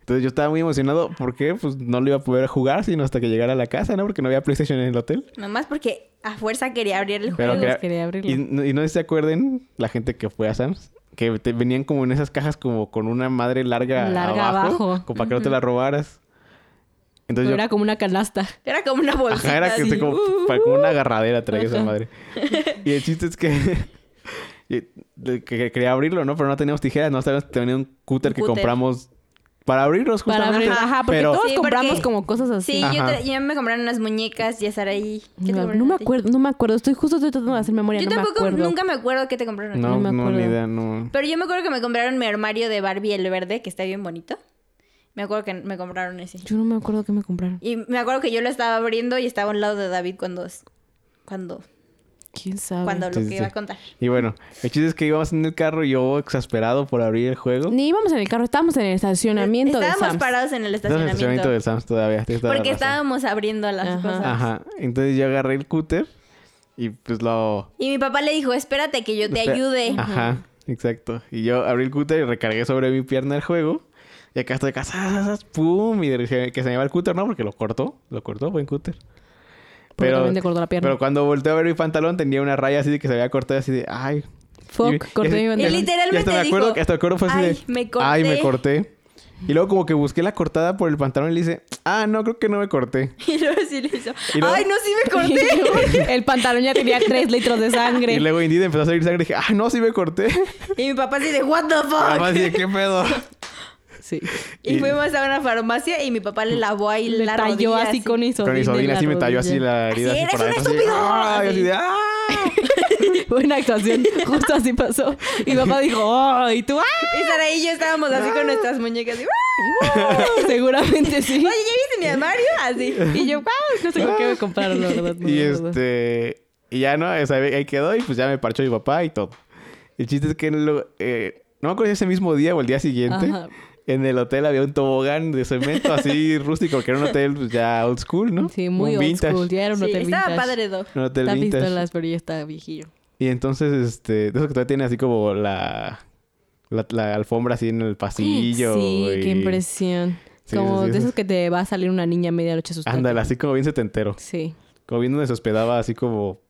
Speaker 3: Entonces yo estaba muy emocionado porque pues no lo iba a poder jugar sino hasta que llegara a la casa, ¿no? Porque no había PlayStation en el hotel.
Speaker 1: Nomás porque a fuerza quería abrir el
Speaker 3: Pero
Speaker 1: juego.
Speaker 2: Juegos,
Speaker 3: que-
Speaker 2: quería abrirlo.
Speaker 3: Y, no- y no sé si se acuerden la gente que fue a Sam's, que te venían como en esas cajas como con una madre larga,
Speaker 2: Larga
Speaker 3: abajo,
Speaker 2: abajo.
Speaker 3: como para que no te la robaras. Entonces
Speaker 2: Pero
Speaker 3: yo,
Speaker 2: era como una canasta.
Speaker 1: Era como una bolsita.
Speaker 3: ajá, era que
Speaker 1: así. Uh,
Speaker 3: te como, para- como una agarradera traía esa
Speaker 2: Uh, Ajá.
Speaker 3: madre. Y el chiste es que, y- de- que- que quería abrillo, ¿no? Pero no teníamos tijeras, no sabíamos tenía un cúter que
Speaker 1: Cúter.
Speaker 3: compramos para abrirlos
Speaker 2: Para
Speaker 3: justamente.
Speaker 2: abrir. Ajá, porque
Speaker 3: pero
Speaker 2: todos
Speaker 1: Sí, porque-
Speaker 2: compramos como cosas así.
Speaker 1: Sí, yo,
Speaker 3: Ajá.
Speaker 1: tra- yo me compraron unas muñecas y estar ahí. ¿Qué te
Speaker 2: No,
Speaker 1: compraron
Speaker 2: no me
Speaker 1: a ti?
Speaker 2: acuerdo, no me acuerdo. Estoy justo estoy tratando de hacer memoria.
Speaker 1: Yo
Speaker 2: no
Speaker 1: tampoco,
Speaker 2: me acuerdo.
Speaker 1: nunca me acuerdo qué te compraron. a ti.
Speaker 3: no,
Speaker 2: no me
Speaker 3: no, ni
Speaker 2: acuerdo.
Speaker 3: idea, no.
Speaker 1: Pero yo me acuerdo que me compraron mi armario de Barbie el verde, que está bien bonito. Me acuerdo que me compraron ese.
Speaker 2: Yo no me acuerdo qué me compraron.
Speaker 1: Y me acuerdo que yo lo estaba abriendo y estaba al lado de David cuando cuando
Speaker 2: ¿Quién sabe?
Speaker 1: cuando
Speaker 3: Sí,
Speaker 1: lo
Speaker 3: sí,
Speaker 1: que
Speaker 3: sí.
Speaker 1: iba a contar.
Speaker 3: Y bueno, el chiste es que íbamos en el carro y yo exasperado por abrir el juego.
Speaker 2: Ni íbamos en el carro, estábamos en el estacionamiento de
Speaker 1: estábamos
Speaker 2: Sam's.
Speaker 1: parados en el
Speaker 3: Estaba en el
Speaker 1: estacionamiento.
Speaker 3: estacionamiento del Sam's todavía. tienes toda la
Speaker 1: porque
Speaker 3: razón.
Speaker 1: estábamos abriendo las
Speaker 2: Ajá.
Speaker 1: cosas.
Speaker 3: Ajá. Entonces yo agarré el cúter y pues lo...
Speaker 1: Y mi papá le dijo, espérate que yo te
Speaker 3: Espera-
Speaker 1: ayude.
Speaker 3: Ajá, exacto. Y yo abrí el cúter y recargué sobre mi pierna el juego. Y acá estoy acá, zas, zas, zas, ¡pum! Y dije, que se me va el cúter, ¿no? Porque lo cortó, lo cortó, buen cúter.
Speaker 2: Porque también te cortó la pierna.
Speaker 3: Pero cuando volteé a ver mi pantalón tenía una raya así de que se había cortado así de, ay.
Speaker 2: Fuck,
Speaker 3: Y-
Speaker 2: corté mi
Speaker 3: y-
Speaker 2: pantalón.
Speaker 1: Y literalmente
Speaker 3: y hasta me acuerdo,
Speaker 1: dijo,
Speaker 3: que hasta me acuerdo fue así
Speaker 1: "Ay,
Speaker 3: de,
Speaker 1: me
Speaker 3: ay, me
Speaker 1: corté".
Speaker 3: corté. Y luego como que busqué la cortada por el pantalón y le hice, ah, no, creo que no me corté.
Speaker 1: Y luego sí le hizo.
Speaker 3: Y luego-
Speaker 1: Ay, no, sí me corté.
Speaker 2: el pantalón ya tenía 3 litros de sangre.
Speaker 3: Y luego Indeed empezó a salir sangre y dije, ah, no, sí me corté.
Speaker 1: y mi papá así de, what the
Speaker 3: Y
Speaker 1: fuck.
Speaker 3: Además dije, ¿qué pedo?
Speaker 2: Sí.
Speaker 1: y,
Speaker 3: y-
Speaker 1: fuimos a una farmacia y mi papá le lavó ahí
Speaker 2: Le
Speaker 1: la
Speaker 2: talló
Speaker 1: rodilla,
Speaker 2: así con
Speaker 3: Con
Speaker 2: isodina.
Speaker 3: isodina
Speaker 2: en
Speaker 3: así me talló así
Speaker 2: rodilla.
Speaker 3: la herida.
Speaker 1: Así, ¡eres
Speaker 3: para
Speaker 1: un
Speaker 3: adentro, así,
Speaker 1: estúpido!
Speaker 3: ¡ah! Y así de,
Speaker 1: Así.
Speaker 3: ¡ah!
Speaker 2: Buena actuación. Justo así pasó. Y papá dijo, ¡oh! Y tú, ¡ah!
Speaker 1: Y Sara y yo estábamos así con nuestras muñecas. Y, "Ah".
Speaker 2: Seguramente sí.
Speaker 1: Oye, ¿ya viste mi armario? Así.
Speaker 2: Y yo, ¡wow! No sé con qué me compraron, la verdad. no
Speaker 3: Y
Speaker 2: me acuerdo.
Speaker 3: este... Y ya, ¿no? O sea, ahí quedó y pues ya me parchó mi papá y todo. El chiste es que... lo- eh, no me acuerdo si ese mismo día o el día siguiente...
Speaker 2: Ajá.
Speaker 3: En el hotel había un tobogán de cemento así rústico, que era un hotel pues, ya old school, ¿no?
Speaker 2: Sí, muy
Speaker 3: Un
Speaker 2: old
Speaker 3: vintage.
Speaker 2: school. Ya era un
Speaker 1: Sí,
Speaker 2: hotel
Speaker 1: estaba
Speaker 2: vintage.
Speaker 1: padre, Do.
Speaker 3: Un hotel
Speaker 2: Está
Speaker 3: vintage.
Speaker 2: pistolas, pero ya está viejillo.
Speaker 3: Y entonces, este, de eso que todavía tiene así como la, la, la alfombra así en el pasillo.
Speaker 2: sí, qué
Speaker 3: y-
Speaker 2: impresión.
Speaker 3: Sí,
Speaker 2: como
Speaker 3: sí,
Speaker 2: de
Speaker 3: sí, eso
Speaker 2: esos
Speaker 3: es-
Speaker 2: que te va a salir una niña a medianoche asustada.
Speaker 3: Ándale, así como bien setentero.
Speaker 2: Sí.
Speaker 3: Como bien donde se hospedaba así como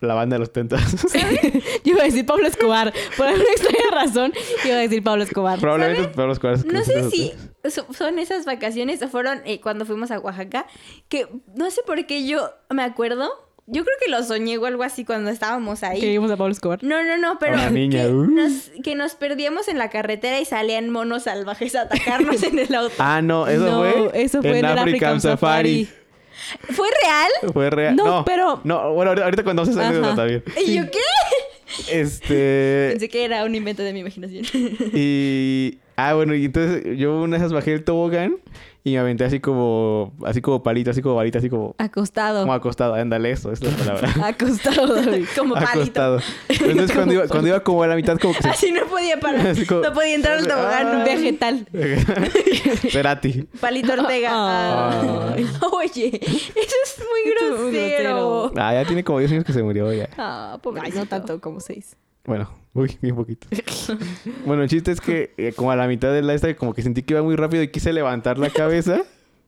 Speaker 3: la banda de los tentas.
Speaker 2: Yo iba a decir Pablo Escobar. Por alguna extraña razón, iba a decir Pablo Escobar.
Speaker 3: Probablemente para los cuadros.
Speaker 1: No sé si so- son esas vacaciones o fueron eh, cuando fuimos a Oaxaca, que no sé por qué yo me acuerdo. Yo creo que lo soñé o algo así cuando estábamos ahí.
Speaker 2: Que vimos a Pablo Escobar.
Speaker 1: No, no, no, pero
Speaker 3: A una niña,
Speaker 1: que,
Speaker 3: uh.
Speaker 1: nos, que nos perdíamos en la carretera y salían monos salvajes a atacarnos en el auto.
Speaker 3: Ah, no, eso
Speaker 2: No,
Speaker 3: fue.
Speaker 2: Eso fue en, el African Safari.
Speaker 1: ¿Fue real?
Speaker 3: Fue real.
Speaker 2: No,
Speaker 3: No,
Speaker 2: pero-
Speaker 3: No, bueno, ahorita, ahorita cuando haces
Speaker 2: Ajá.
Speaker 3: anécdota también.
Speaker 1: ¿Y yo qué?
Speaker 3: Eh. Este.
Speaker 1: Pensé que era un invento de mi imaginación.
Speaker 3: Y. Ah, bueno, y entonces yo una de esas bajé el tobogán y me aventé así como. Así como palito, así como varita, así como.
Speaker 2: Acostado.
Speaker 3: Como acostado. Ándale, eso, esa es la palabra.
Speaker 2: Acostado, David.
Speaker 1: Como palito.
Speaker 3: acostado. Entonces cuando iba, cuando iba como a la mitad, como que se.
Speaker 1: Así no podía parar.
Speaker 3: Así como-
Speaker 1: No podía entrar al tobogán.
Speaker 3: Ah.
Speaker 2: Vegetal.
Speaker 3: Cerati.
Speaker 1: Palito Ortega.
Speaker 2: Ah.
Speaker 1: Ay. Oye, eso es muy
Speaker 2: Esto es muy
Speaker 1: grosero.
Speaker 2: grosero.
Speaker 3: Ah, ya tiene como 10 años que se murió ya.
Speaker 1: Ah,
Speaker 2: Ay,
Speaker 1: pobrecito.
Speaker 2: no tanto como seis.
Speaker 3: Bueno, uy, bien poquito. Bueno, el chiste es que eh, como a la mitad de la esta, como que sentí que iba muy rápido y quise levantar la cabeza.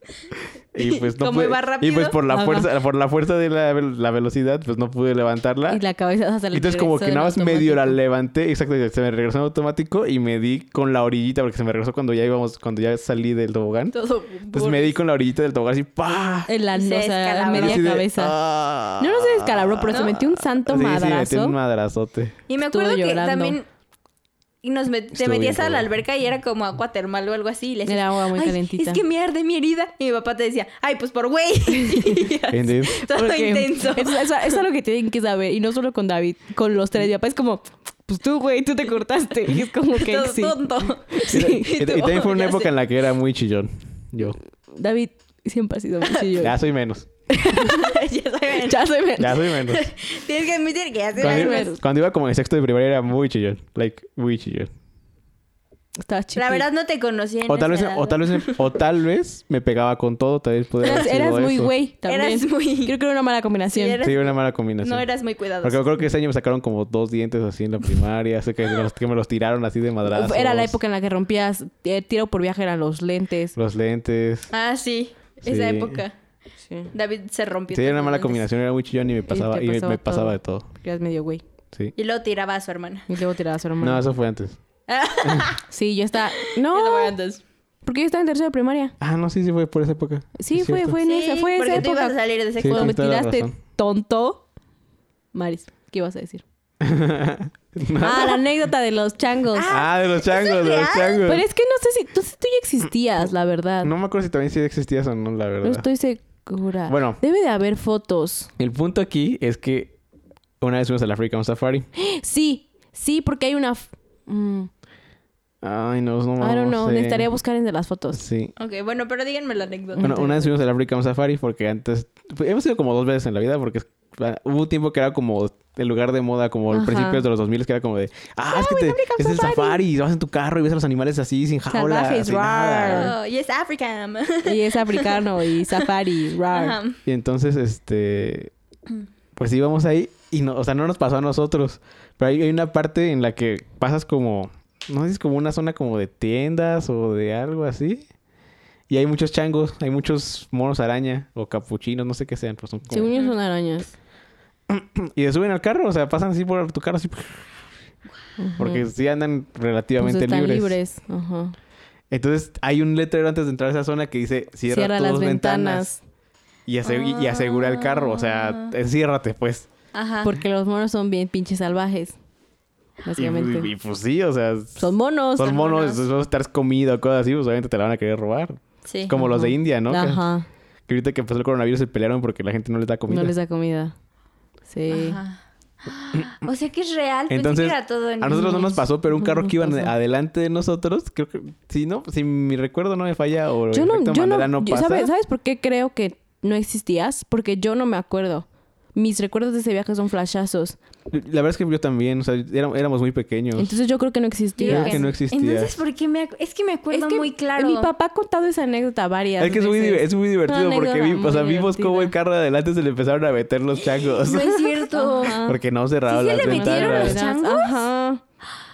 Speaker 3: Y pues no
Speaker 1: Como
Speaker 3: pude.
Speaker 1: iba
Speaker 3: y
Speaker 1: rápido.
Speaker 3: pues por la
Speaker 2: Ajá.
Speaker 3: fuerza, por la fuerza de la, vel- la velocidad, pues no pude
Speaker 1: Ah.
Speaker 3: levantarla.
Speaker 2: Y la cabeza hasta el
Speaker 3: Y Entonces como que
Speaker 2: regreso
Speaker 3: nada más
Speaker 2: del
Speaker 3: medio la
Speaker 2: automático.
Speaker 3: levanté, exacto, se me regresó en automático y me di con la orillita porque se me regresó cuando ya íbamos, cuando ya salí del tobogán.
Speaker 1: Todo
Speaker 3: Entonces Pues me di con la orillita del tobogán así pa.
Speaker 2: En la,
Speaker 1: Y se
Speaker 2: o sea,
Speaker 1: descalabró.
Speaker 3: Y
Speaker 2: media
Speaker 3: así de,
Speaker 2: cabeza.
Speaker 3: "Ah".
Speaker 2: No, no se descalabró, pero se
Speaker 1: ¿No?
Speaker 2: metió un santo
Speaker 3: Sí, sí, me metí
Speaker 2: madrazo.
Speaker 3: un madrazote.
Speaker 1: Y me
Speaker 2: Estuvo
Speaker 1: acuerdo que
Speaker 2: llorando.
Speaker 1: también y nos met- te
Speaker 3: Estuvo
Speaker 1: metías
Speaker 3: bien
Speaker 1: a la
Speaker 3: cabrón.
Speaker 1: alberca y era como agua termal o algo así. Y le decías,
Speaker 2: Era agua muy
Speaker 1: "Ay,
Speaker 2: calentita".
Speaker 1: Es que me arde mi herida. Y mi papá te decía, ay, pues por güey. Y así,
Speaker 3: Entendí.
Speaker 1: Todo
Speaker 2: Porque
Speaker 1: intenso.
Speaker 2: Eso, eso- eso es lo que tienen que saber. Y no solo con David, con los tres. Mi papá es como, pues tú, güey, tú te cortaste. Y es como que
Speaker 1: Todo
Speaker 2: sí.
Speaker 1: tonto.
Speaker 3: Y, ta- y
Speaker 1: Y
Speaker 3: ta- y
Speaker 1: tú,
Speaker 3: también fue una
Speaker 1: ya
Speaker 3: época
Speaker 1: sé.
Speaker 3: en la que era muy chillón. Yo.
Speaker 2: David siempre ha sido muy
Speaker 3: Ya
Speaker 2: chillón.
Speaker 3: soy menos.
Speaker 1: Ya saben.
Speaker 2: Ya soy menos.
Speaker 3: Ya soy menos.
Speaker 1: Tienes que admitir que ya
Speaker 3: Cuando,
Speaker 1: sabes.
Speaker 3: iba- cuando iba como en sexto de primaria era muy chillón. Like, muy chillón.
Speaker 2: Estabas chiquito.
Speaker 1: La verdad no te conocía. en
Speaker 3: O tal, vez,
Speaker 1: esa edad.
Speaker 3: o, tal vez, o tal vez me pegaba con todo. Tal vez podría
Speaker 2: Eras,
Speaker 3: haber sido
Speaker 2: eras muy
Speaker 3: eso.
Speaker 2: güey también.
Speaker 1: Eras muy-
Speaker 2: Creo que era una mala combinación.
Speaker 1: Sí, eras-
Speaker 3: Sí, una mala combinación.
Speaker 1: No eras muy cuidadoso.
Speaker 3: Porque yo creo que ese año me sacaron como dos dientes así en la primaria. Así que, me los, que me los tiraron así de madrazo.
Speaker 2: Era la época en la que rompías eh, tiro por viaje, eran los lentes.
Speaker 3: Los lentes.
Speaker 1: Ah, sí. Esa
Speaker 3: Sí.
Speaker 1: época.
Speaker 2: Sí.
Speaker 1: David se rompió.
Speaker 3: Sí, era
Speaker 1: todos
Speaker 3: una mala
Speaker 1: los dientes.
Speaker 3: combinación. Era muy chillón y me pasaba, y me-
Speaker 2: pasaba
Speaker 3: me pasaba
Speaker 2: todo.
Speaker 3: de todo.
Speaker 2: Porque eras medio güey.
Speaker 3: Sí.
Speaker 1: Y luego tiraba a su hermana.
Speaker 2: Y luego tirabas a su hermano.
Speaker 3: No, eso fue antes.
Speaker 2: Sí, yo estaba.
Speaker 1: Eso fue
Speaker 2: No,
Speaker 1: antes.
Speaker 2: porque yo estaba en tercero de primaria.
Speaker 3: Ah, no, sí, sí fue por esa época.
Speaker 2: Sí,
Speaker 3: Es
Speaker 2: fue,
Speaker 3: cierto.
Speaker 2: fue en esa,
Speaker 1: Sí,
Speaker 2: fue esa
Speaker 1: porque tú ibas
Speaker 2: época.
Speaker 1: a salir de ese
Speaker 3: Sí,
Speaker 2: Cuando me
Speaker 3: tienes toda la
Speaker 2: tiraste
Speaker 3: razón.
Speaker 2: tonto. Maris, ¿qué ibas a decir? Ah, la anécdota de los changos.
Speaker 3: Ah, de los changos, de los changos.
Speaker 2: Pero es que no sé si tú, tú ya existías, la verdad. No,
Speaker 3: No me acuerdo si también sí existías o no, la verdad.
Speaker 2: estoy segura.
Speaker 3: Bueno.
Speaker 2: Debe de haber fotos.
Speaker 3: El punto aquí es que una vez fuimos al African Safari.
Speaker 2: Sí, sí, porque hay una... f- Mm,
Speaker 3: Ay, no, no
Speaker 2: I don't know.
Speaker 3: sé.
Speaker 2: Necesitaría buscar en de las fotos.
Speaker 3: Sí.
Speaker 1: Ok, bueno, pero díganme la anécdota.
Speaker 3: Bueno, una vez fuimos al African Safari porque antes... pues, hemos ido como dos veces en la vida porque es- hubo un tiempo que era como el lugar de moda, como
Speaker 2: Ajá.
Speaker 3: los principios de los 2000 que era como de... Ah, es que te, es el safari. Y vas en tu carro y ves a los animales así, sin jaula,
Speaker 2: Salvajes,
Speaker 3: sin nada.
Speaker 2: rar.
Speaker 1: Oh, yes, Africa.
Speaker 2: Y es africano y safari, rar.
Speaker 1: Ajá.
Speaker 3: Y entonces, este... Pues íbamos ahí y no... O sea, no nos pasó a nosotros. Pero hay, hay una parte en la que pasas como... No sé si es como una zona como de tiendas o de algo así. Y hay muchos changos, hay muchos monos araña o capuchinos, no sé qué sean, pero son como...
Speaker 2: Según yo son arañas.
Speaker 3: Y se suben al carro, o sea, pasan así por tu carro así... Porque sí andan
Speaker 2: Pues
Speaker 3: relativamente
Speaker 2: están
Speaker 3: libres.
Speaker 2: libres. Ajá.
Speaker 3: Entonces hay un letrero antes de entrar a esa zona que dice cierra,
Speaker 2: Cierra
Speaker 3: tus
Speaker 2: las ventanas. Ah.
Speaker 3: ventanas y, ase- y- y asegura el carro, o sea, enciérrate pues.
Speaker 1: Ajá.
Speaker 2: Porque los monos son bien pinches salvajes.
Speaker 3: Y,
Speaker 2: Básicamente.
Speaker 3: y- y, pues sí, o sea,
Speaker 2: son monos.
Speaker 3: son monos,
Speaker 1: monos.
Speaker 3: esos monos estar comida o cosas así, pues obviamente te la van a querer robar.
Speaker 1: Sí.
Speaker 3: Como los de
Speaker 2: Ajá.
Speaker 3: India, ¿no? Que-
Speaker 2: Ajá.
Speaker 3: Que, ahorita que empezó el coronavirus se pelearon porque la gente no les da comida.
Speaker 2: No les da comida. Sí.
Speaker 1: Ajá. O sea que es real. Pensé
Speaker 3: Entonces,
Speaker 1: que era todo en
Speaker 3: a nosotros no nos
Speaker 1: niños.
Speaker 3: pasó, pero un
Speaker 2: No
Speaker 3: carro
Speaker 2: nos
Speaker 3: que iba
Speaker 2: pasó.
Speaker 3: adelante de nosotros, creo que si no, si mi recuerdo no me falla o de
Speaker 2: Yo no,
Speaker 3: alguna
Speaker 2: yo no,
Speaker 3: manera no
Speaker 2: yo-
Speaker 3: pasa.
Speaker 2: ¿sabes, ¿Sabes por qué creo que no existías? Porque yo no me acuerdo. Mis recuerdos de ese viaje son flashazos.
Speaker 3: La verdad es que yo también, o sea, era- éramos muy pequeños.
Speaker 2: Entonces yo creo que no
Speaker 3: Yo
Speaker 2: existía.
Speaker 3: creo que no existía.
Speaker 1: Entonces, ¿por qué me ac- Es que me acuerdo muy claro.
Speaker 2: Mi papá ha contado esa anécdota varias
Speaker 3: es que es muy, div-
Speaker 2: veces.
Speaker 3: es muy divertido
Speaker 2: Una
Speaker 3: porque vi-
Speaker 2: anécdota
Speaker 3: o sea,
Speaker 2: muy
Speaker 3: vimos cómo el
Speaker 2: divertida.
Speaker 3: carro de adelante se le empezaron a meter los changos.
Speaker 1: No es cierto.
Speaker 2: Ajá.
Speaker 3: Porque no cerraron
Speaker 1: ¿Sí se
Speaker 3: las
Speaker 1: le metieron
Speaker 3: ventanas.
Speaker 1: los changos?
Speaker 2: Ajá.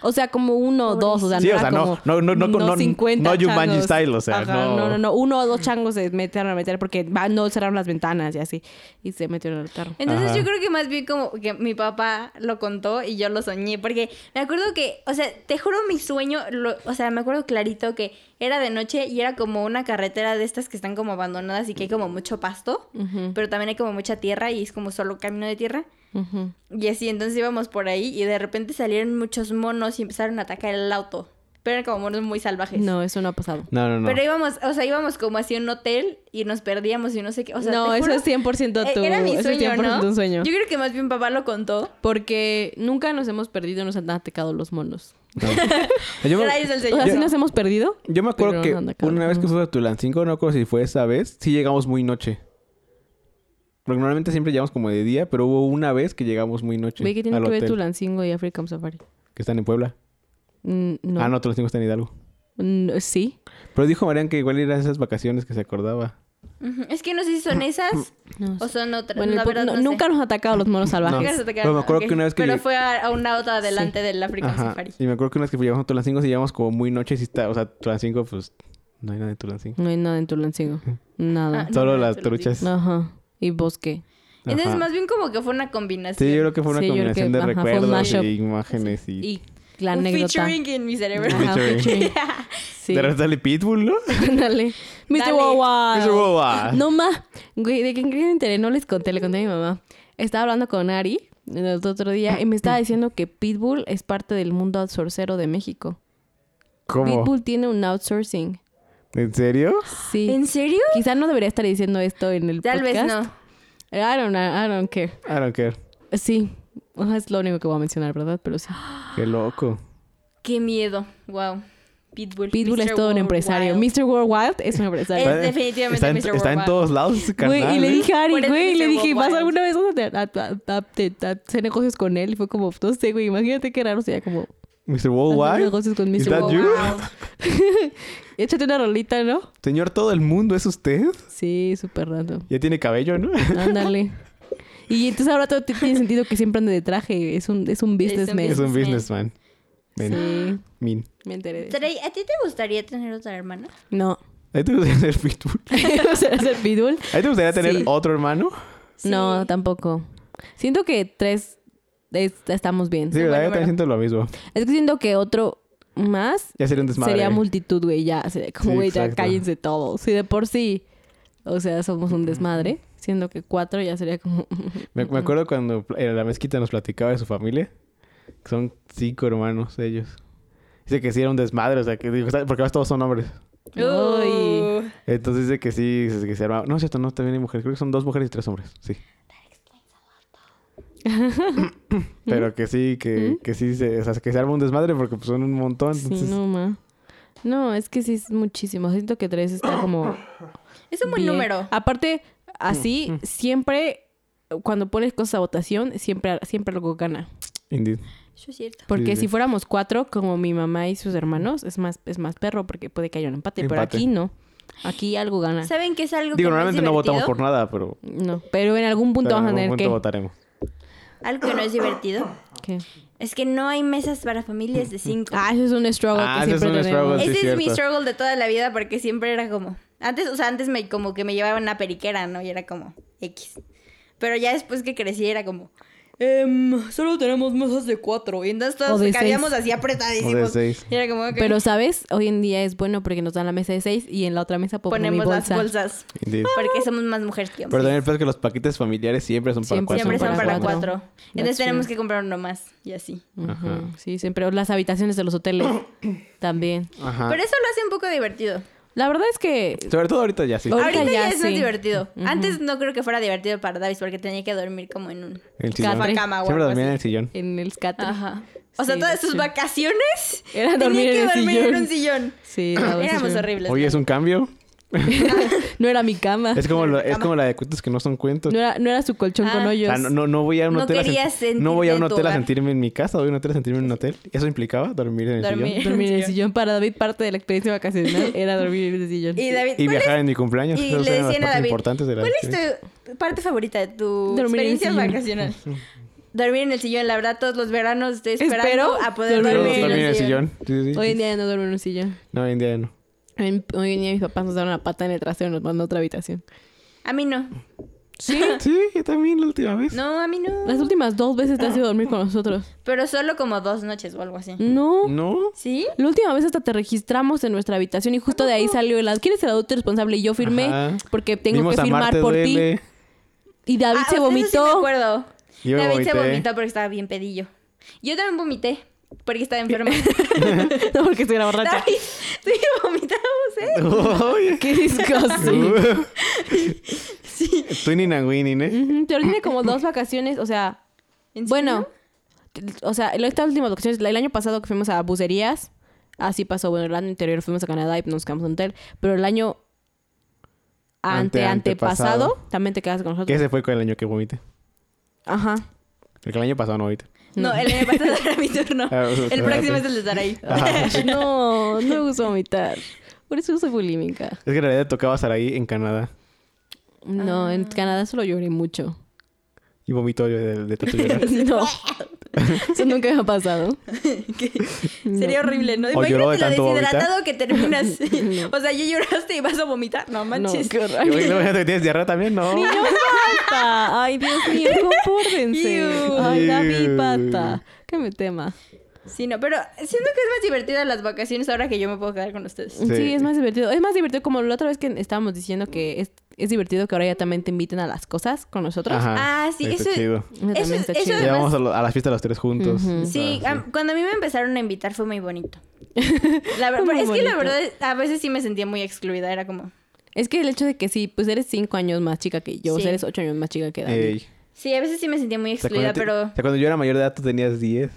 Speaker 2: O sea, como uno o dos. O sea,
Speaker 3: Sí,
Speaker 2: no
Speaker 3: o
Speaker 2: era
Speaker 3: sea, no-
Speaker 2: como
Speaker 3: no- no- no- no-
Speaker 2: 50
Speaker 3: no Jumanji
Speaker 2: changos.
Speaker 3: style, o sea,
Speaker 2: Ajá,
Speaker 3: no.
Speaker 2: no, no, no. Uno o dos changos se metieron a meter porque va, no cerraron las ventanas y así. Y se metieron al carro.
Speaker 1: Entonces
Speaker 3: Ajá.
Speaker 1: yo creo que más bien como que mi papá lo contó y yo lo soñé, porque me acuerdo que, o sea, te juro mi sueño, lo- o sea, me acuerdo clarito que era de noche y era como una carretera de estas que están como abandonadas y que hay como mucho pasto,
Speaker 2: Ujú.
Speaker 1: pero también hay como mucha tierra y es como solo camino de tierra.
Speaker 2: Ujú.
Speaker 1: Y así, entonces íbamos por ahí y de repente salieron muchos monos y empezaron a atacar el auto, pero eran como monos muy salvajes.
Speaker 2: No, eso no ha pasado.
Speaker 3: No, no, no.
Speaker 1: Pero íbamos, o sea, íbamos como hacia un hotel y nos perdíamos y no sé qué. O sea,
Speaker 2: no,
Speaker 1: te
Speaker 2: eso
Speaker 1: juro-
Speaker 2: es 100%
Speaker 1: Eh,
Speaker 2: tu,
Speaker 1: Era mi
Speaker 2: eso es
Speaker 1: sueño,
Speaker 2: 100%
Speaker 1: ¿no?
Speaker 2: un sueño.
Speaker 1: Yo creo que más bien papá lo contó.
Speaker 2: Porque nunca nos hemos perdido, nos han atacado los monos.
Speaker 3: Yo me-
Speaker 1: Gracias al
Speaker 2: O
Speaker 1: Señor.
Speaker 2: sea, sí nos hemos perdido.
Speaker 3: Yo me acuerdo
Speaker 2: Pero
Speaker 3: que
Speaker 2: no anda cabrón.
Speaker 3: una vez que fuimos a Tulancingo, no recuerdo si fue esa vez, sí llegamos muy noche. Porque normalmente siempre llegamos como de día, pero hubo una vez que llegamos muy noche.
Speaker 2: Ve que tiene
Speaker 3: al
Speaker 2: que ver
Speaker 3: hotel,
Speaker 2: Tulancingo y African Safari.
Speaker 3: Que están en Puebla.
Speaker 2: Mm, no.
Speaker 3: Ah, no, Tulancingo está en Hidalgo.
Speaker 2: Mm, Sí.
Speaker 3: Pero dijo Marian que igual eran esas vacaciones que se acordaba.
Speaker 1: Ujú. Es que no sé si son esas
Speaker 2: No
Speaker 1: o son otras.
Speaker 2: Bueno,
Speaker 1: la
Speaker 2: el po-
Speaker 1: verdad,
Speaker 2: no-
Speaker 1: no
Speaker 2: nunca
Speaker 1: sé.
Speaker 2: nos han atacado los monos salvajes.
Speaker 1: Nunca se tocaron.
Speaker 3: Pero me acuerdo
Speaker 1: Ok.
Speaker 3: que una vez que
Speaker 1: Pero
Speaker 3: llegué-
Speaker 1: fue a, a una otra adelante del African
Speaker 3: Ajá.
Speaker 1: Safari.
Speaker 3: Y me acuerdo que una vez que llegamos a Tulancingo, sí llegamos como muy noche. Sí está, o sea, Tulancingo, pues no hay nada de Tulancingo.
Speaker 2: No hay nada en Tulancingo. Nada.
Speaker 1: Ah,
Speaker 3: Solo
Speaker 1: no,
Speaker 3: las
Speaker 1: te lo digo.
Speaker 3: truchas.
Speaker 2: Ajá. Y bosque.
Speaker 1: Entonces,
Speaker 3: Ajá.
Speaker 1: más bien como que fue una combinación.
Speaker 3: Sí, yo creo que fue una
Speaker 2: Sí, yo creo que-
Speaker 3: combinación de
Speaker 2: ajá, fue un
Speaker 3: recuerdos
Speaker 2: mashup.
Speaker 3: y imágenes y...
Speaker 2: Y la
Speaker 1: Un
Speaker 2: anécdota.
Speaker 1: featuring en mi cerebro.
Speaker 2: Ajá,
Speaker 3: Featuring.
Speaker 2: featuring. Sí.
Speaker 3: De repente sale Pitbull, ¿no?
Speaker 2: Ándale. Mr.
Speaker 1: Dale.
Speaker 2: Wawa.
Speaker 3: Mr. Wawa.
Speaker 2: No más. Güey, ¿de qué creen que me enteré? No les conté, le conté a mi mamá. Estaba hablando con Ari el otro día y me estaba diciendo que Pitbull es parte del mundo outsourcero de México.
Speaker 3: ¿Cómo?
Speaker 2: Pitbull tiene un outsourcing.
Speaker 3: ¿En serio?
Speaker 2: Sí.
Speaker 1: ¿En serio?
Speaker 2: Quizás no debería estar diciendo esto en el
Speaker 1: Tal vez
Speaker 2: podcast.
Speaker 1: no.
Speaker 2: I don't, know, I don't care.
Speaker 3: I don't care.
Speaker 2: Sí. Ajá, Es lo único que voy a mencionar, ¿verdad? Pero sí.
Speaker 3: Qué loco.
Speaker 1: Qué miedo. Wow. Pitbull.
Speaker 2: Pitbull es
Speaker 1: Mr.
Speaker 2: todo un
Speaker 1: World
Speaker 2: empresario.
Speaker 1: Wild.
Speaker 2: Mr. Worldwide es un empresario.
Speaker 1: Es definitivamente
Speaker 3: está en,
Speaker 1: Mr.
Speaker 3: está en
Speaker 1: Worldwide.
Speaker 3: todos lados ese
Speaker 2: Güey,
Speaker 3: carnal,
Speaker 2: y le
Speaker 3: ¿eh?
Speaker 2: dije a Ari,
Speaker 1: Por eso
Speaker 2: güey, y le
Speaker 1: dice
Speaker 2: dije,
Speaker 1: Bob
Speaker 2: ¿vas
Speaker 1: Wilde.
Speaker 2: alguna vez a, a- a- te- a hacer negocios con él? Y fue como, no sé, güey, imagínate qué raro sería como
Speaker 3: Mr.
Speaker 2: hacer
Speaker 3: Worldwide.
Speaker 2: negocios con
Speaker 3: ¿Is
Speaker 2: Mr.
Speaker 3: that
Speaker 2: Bob
Speaker 3: you?
Speaker 2: Wilde. Échate una rolita, ¿no?
Speaker 3: Señor, todo el mundo es usted.
Speaker 2: Sí, súper random.
Speaker 3: Ya tiene cabello, ¿no?
Speaker 2: Ándale. Y entonces ahora todo t- tiene sentido que siempre ande de traje. Es un, es un businessman.
Speaker 3: es un
Speaker 1: Businessman.
Speaker 3: businessman. Ven,
Speaker 2: Sí,
Speaker 3: min.
Speaker 2: me enteré. de eso.
Speaker 1: Trey, ¿a ti te gustaría tener otra hermana?
Speaker 2: No.
Speaker 3: ¿Ahí te gustaría ser Pitbull?
Speaker 2: o sea, es el pitbull.
Speaker 3: ¿Ahí te gustaría tener
Speaker 2: Sí.
Speaker 3: otro hermano?
Speaker 2: No, tampoco. Siento que tres es- estamos bien.
Speaker 3: Sí, ¿verdad? Yo
Speaker 1: bueno.
Speaker 3: también siento lo mismo.
Speaker 2: Es que siento que otro más
Speaker 3: Ya sería un desmadre.
Speaker 2: sería multitud, güey, ya. Sería como,
Speaker 3: Sí,
Speaker 2: güey, ya
Speaker 3: exacto.
Speaker 2: cállense todos. Si de por sí, o sea, somos un desmadre, siendo que cuatro ya sería como...
Speaker 3: Me, me acuerdo cuando pl- en la mezquita nos platicaba de su familia. que Son cinco hermanos ellos. Dice que sí era un desmadre, o sea, que dijo, "Está- porque ahora todos son hombres.
Speaker 2: Uy.
Speaker 1: Uh.
Speaker 3: Entonces dice que sí, dice que se armaba. No, es cierto, no, también hay mujeres. Creo que son dos mujeres y tres hombres, sí. Pero que sí, que, que sí, se, o sea, que se arma un desmadre porque pues, son un montón.
Speaker 2: Sí,
Speaker 3: Entonces,
Speaker 2: no, ma. No, es que sí es muchísimo. Siento que tres está como...
Speaker 1: Es un buen
Speaker 2: bien. Ah.
Speaker 1: número.
Speaker 2: Aparte, así, siempre, cuando pones cosas a votación, siempre, siempre algo gana.
Speaker 3: indeed.
Speaker 1: Eso es cierto.
Speaker 2: Porque
Speaker 3: Sí, sí.
Speaker 2: si fuéramos cuatro, como mi mamá y sus hermanos, es más, es más perro porque puede que haya un empate. Pero
Speaker 3: Empate.
Speaker 2: aquí no. Aquí algo gana.
Speaker 1: ¿Saben qué es algo
Speaker 3: Digo,
Speaker 1: que
Speaker 3: normalmente
Speaker 1: no
Speaker 3: no
Speaker 1: es
Speaker 3: votamos
Speaker 1: divertido?
Speaker 3: por nada, pero
Speaker 2: No, pero en algún punto
Speaker 3: pero en
Speaker 2: vamos a
Speaker 3: algún
Speaker 2: tener
Speaker 3: punto
Speaker 2: que...
Speaker 3: votaremos.
Speaker 1: Algo que no es divertido
Speaker 2: que-
Speaker 1: es que no hay mesas para familias de cinco.
Speaker 2: Ah, eso es un struggle
Speaker 3: Ah,
Speaker 2: que
Speaker 3: ese es
Speaker 2: siempre
Speaker 3: un
Speaker 2: tenemos.
Speaker 3: struggle, sí,
Speaker 1: Ese es mi
Speaker 3: cierto.
Speaker 1: struggle de toda la vida porque siempre era como... Antes, o sea, antes me, como que me llevaban una periquera, ¿no? Y era como X. Pero ya después que crecí era como... "Em, solo tenemos mesas de cuatro. Y entonces
Speaker 2: O
Speaker 1: todos
Speaker 2: de
Speaker 1: cabíamos
Speaker 2: seis.
Speaker 1: así apretadísimos.
Speaker 3: O de seis.
Speaker 1: Y era como... ok,
Speaker 2: Pero, ¿sabes? Hoy en día es bueno porque nos dan la mesa de seis y en la otra mesa ponemos
Speaker 1: ponemos
Speaker 2: mi
Speaker 1: las
Speaker 2: bolsa.
Speaker 1: bolsas.
Speaker 3: Indeed.
Speaker 1: Porque somos más mujeres que
Speaker 3: Pero
Speaker 1: hombres.
Speaker 3: también el peor es que los paquetes familiares siempre son para
Speaker 2: Siempre
Speaker 3: cuatro.
Speaker 1: Siempre
Speaker 2: son
Speaker 1: son para
Speaker 2: para
Speaker 1: cuatro.
Speaker 2: cuatro. That's
Speaker 1: Entonces tenemos
Speaker 2: true.
Speaker 1: que comprar uno más. Y así.
Speaker 2: Ajá. Sí, siempre. O las habitaciones de los hoteles también.
Speaker 3: Ajá.
Speaker 1: Pero eso lo hace un poco divertido.
Speaker 2: La verdad es que...
Speaker 3: Sobre todo ahorita ya sí.
Speaker 2: Ahorita
Speaker 1: Ahorita, ya,
Speaker 2: ya
Speaker 1: es más
Speaker 2: sí.
Speaker 1: divertido. Antes no creo que fuera divertido para Davis porque tenía que dormir como en un
Speaker 3: El sillón.
Speaker 2: Catre.
Speaker 1: cama o
Speaker 3: Siempre
Speaker 1: algo
Speaker 3: dormía en el
Speaker 1: así.
Speaker 3: sillón.
Speaker 2: En el scat.
Speaker 1: Ajá. O sea,
Speaker 2: Sí,
Speaker 1: todas
Speaker 2: that's
Speaker 1: sus
Speaker 2: true.
Speaker 1: vacaciones
Speaker 2: Era
Speaker 1: tenía
Speaker 2: dormir
Speaker 1: que
Speaker 2: en el
Speaker 1: dormir en un
Speaker 2: sillón. Ah,
Speaker 1: sillón.
Speaker 2: Sí, la verdad es
Speaker 1: Éramos
Speaker 2: que-
Speaker 1: horribles.
Speaker 3: Oye, es un cambio.
Speaker 2: no era mi cama.
Speaker 3: Es como, lo- es
Speaker 1: Cama.
Speaker 3: como la de cuentos que no son cuentos.
Speaker 2: No era, no era su colchón
Speaker 1: Ah.
Speaker 2: con
Speaker 3: O
Speaker 2: hoyos.
Speaker 3: sea, no, no, no voy a un
Speaker 1: No
Speaker 3: hotel a
Speaker 1: querías
Speaker 3: sen- no voy a
Speaker 1: sentirte
Speaker 3: un
Speaker 1: en tu
Speaker 3: hotel a
Speaker 1: hogar.
Speaker 3: sentirme en mi casa, voy a un hotel a sentirme en un hotel. Eso implicaba dormir en el
Speaker 1: Dormir.
Speaker 3: sillón
Speaker 2: Dormir en el sillón. Para David, parte de la experiencia vacacional era dormir en el sillón.
Speaker 1: Y David, ¿cuál,
Speaker 3: y
Speaker 1: es,
Speaker 3: viajar en mi cumpleaños.
Speaker 1: y
Speaker 3: Esas
Speaker 1: le
Speaker 3: eran
Speaker 1: decían
Speaker 3: las
Speaker 1: a
Speaker 3: partes
Speaker 1: David,
Speaker 3: importantes de la
Speaker 1: cuál
Speaker 3: experiencia.
Speaker 1: es tu parte favorita de tu
Speaker 2: Dormir en el
Speaker 1: experiencia
Speaker 2: sillón.
Speaker 1: vacacional? Dormir en el sillón, la verdad, todos los veranos te
Speaker 2: Espero
Speaker 1: esperando a poder
Speaker 2: dormir
Speaker 1: dormir,
Speaker 2: en
Speaker 3: Pero
Speaker 2: el
Speaker 3: dormir en el sillón. Sí, sí, sí.
Speaker 2: Hoy en día no duermo en un sillón.
Speaker 3: No, hoy en día no.
Speaker 2: Hoy hoy en día mis papás nos daban la pata en el trasero y nos mandan a otra habitación.
Speaker 1: A mí no.
Speaker 2: Sí.
Speaker 3: Sí, yo también la última vez.
Speaker 1: No, a mí no.
Speaker 2: Las últimas dos veces te has ido a dormir con nosotros.
Speaker 1: Pero solo como dos noches o algo así.
Speaker 2: No.
Speaker 3: No.
Speaker 1: ¿Sí?
Speaker 2: La última vez hasta te registramos en nuestra habitación y justo de ahí salió el ¿Quién es el adulto responsable? Y yo firmé
Speaker 3: Ajá.
Speaker 2: porque tengo
Speaker 3: Vimos
Speaker 2: que
Speaker 3: a
Speaker 2: firmar
Speaker 3: Marte
Speaker 2: por ti.
Speaker 3: duele.
Speaker 2: Y David
Speaker 1: Ah,
Speaker 2: se
Speaker 1: eso sí me
Speaker 2: vomitó.
Speaker 1: acuerdo.
Speaker 3: Yo me
Speaker 1: David se
Speaker 3: vomité.
Speaker 1: vomitó porque estaba bien pedillo. Yo también vomité porque estaba enferma.
Speaker 2: no, porque estuviera borracha.
Speaker 1: David, tú y yo vomitamos, ¿eh?
Speaker 3: Oye.
Speaker 2: Qué disgusting.
Speaker 1: Sí.
Speaker 3: Tú ni nanguinin, ¿eh?
Speaker 2: Ujú, Pero tiene como dos vacaciones, o sea,
Speaker 1: ¿En
Speaker 2: bueno,
Speaker 1: serio?
Speaker 2: t- o sea, estas últimas vacaciones, el año pasado que fuimos a bucerías, así pasó, bueno, el año anterior fuimos a Canadá y nos quedamos en hotel, pero el año ante,
Speaker 3: Ante-
Speaker 2: antepasado,
Speaker 3: antepasado.
Speaker 2: también te quedas con
Speaker 3: Que
Speaker 2: nosotros.
Speaker 3: ese fue con el año que vomité.
Speaker 2: Ajá.
Speaker 3: Porque el año pasado no vomité.
Speaker 1: No, el año pasado era mi turno.
Speaker 3: Ah, o sea,
Speaker 1: El próximo
Speaker 3: espérate.
Speaker 1: es el de Saraí.
Speaker 3: Ajá.
Speaker 2: No, no me gusta vomitar. Por eso soy bulímica.
Speaker 3: Es que en realidad tocaba Saraí en Canadá.
Speaker 2: No, en Canadá solo lloré mucho.
Speaker 3: Y vomitó yo de, de tanto llorar.
Speaker 2: No. Eso nunca me ha pasado.
Speaker 1: Que Sería horrible, ¿no?
Speaker 3: O lloró de
Speaker 1: Imagínate
Speaker 3: tanto
Speaker 1: lo
Speaker 3: vomitar.
Speaker 1: deshidratado que terminas. O sea, yo lloraste y vas a vomitar. No manches.
Speaker 2: No, qué
Speaker 3: Y voy,
Speaker 2: horrible.
Speaker 3: no, fíjate, ¿Tienes diarrea también? No.
Speaker 2: ¡Niños pata! ¡Ay, Dios mío! ¡Compórtense!
Speaker 1: Ew.
Speaker 2: ¡Ay, David
Speaker 3: Ew.
Speaker 2: pata! ¿Qué me tema?
Speaker 1: Sí, no, pero siento que es más divertida las vacaciones ahora que yo me puedo quedar con ustedes.
Speaker 2: Sí. es más divertido. Es más divertido como la otra vez que estábamos diciendo que es, es divertido que ahora ya también te inviten a las cosas con nosotros.
Speaker 1: Ah, sí,
Speaker 3: está
Speaker 1: eso-
Speaker 3: chido.
Speaker 2: Eso
Speaker 1: Eso-
Speaker 2: también está
Speaker 1: eso-
Speaker 2: chido.
Speaker 3: Ya vamos a, lo- a las fiestas los tres juntos.
Speaker 2: Ujú.
Speaker 3: Ah,
Speaker 1: Sí, a- cuando a mí me empezaron a invitar fue muy bonito. La ver-
Speaker 2: Fue muy
Speaker 1: es que la
Speaker 2: bonito.
Speaker 1: verdad, a veces sí me sentía muy excluida. Era como,
Speaker 2: Es que el hecho de que sí, pues eres cinco años más chica que yo, o sea,
Speaker 1: Sí.
Speaker 2: eres ocho años más chica que David.
Speaker 3: Ey.
Speaker 1: sí, a veces sí me sentía muy
Speaker 3: O sea,
Speaker 1: excluida,
Speaker 3: cuando te-
Speaker 1: pero
Speaker 3: o sea, cuando yo era mayor de edad, tú tenías 10.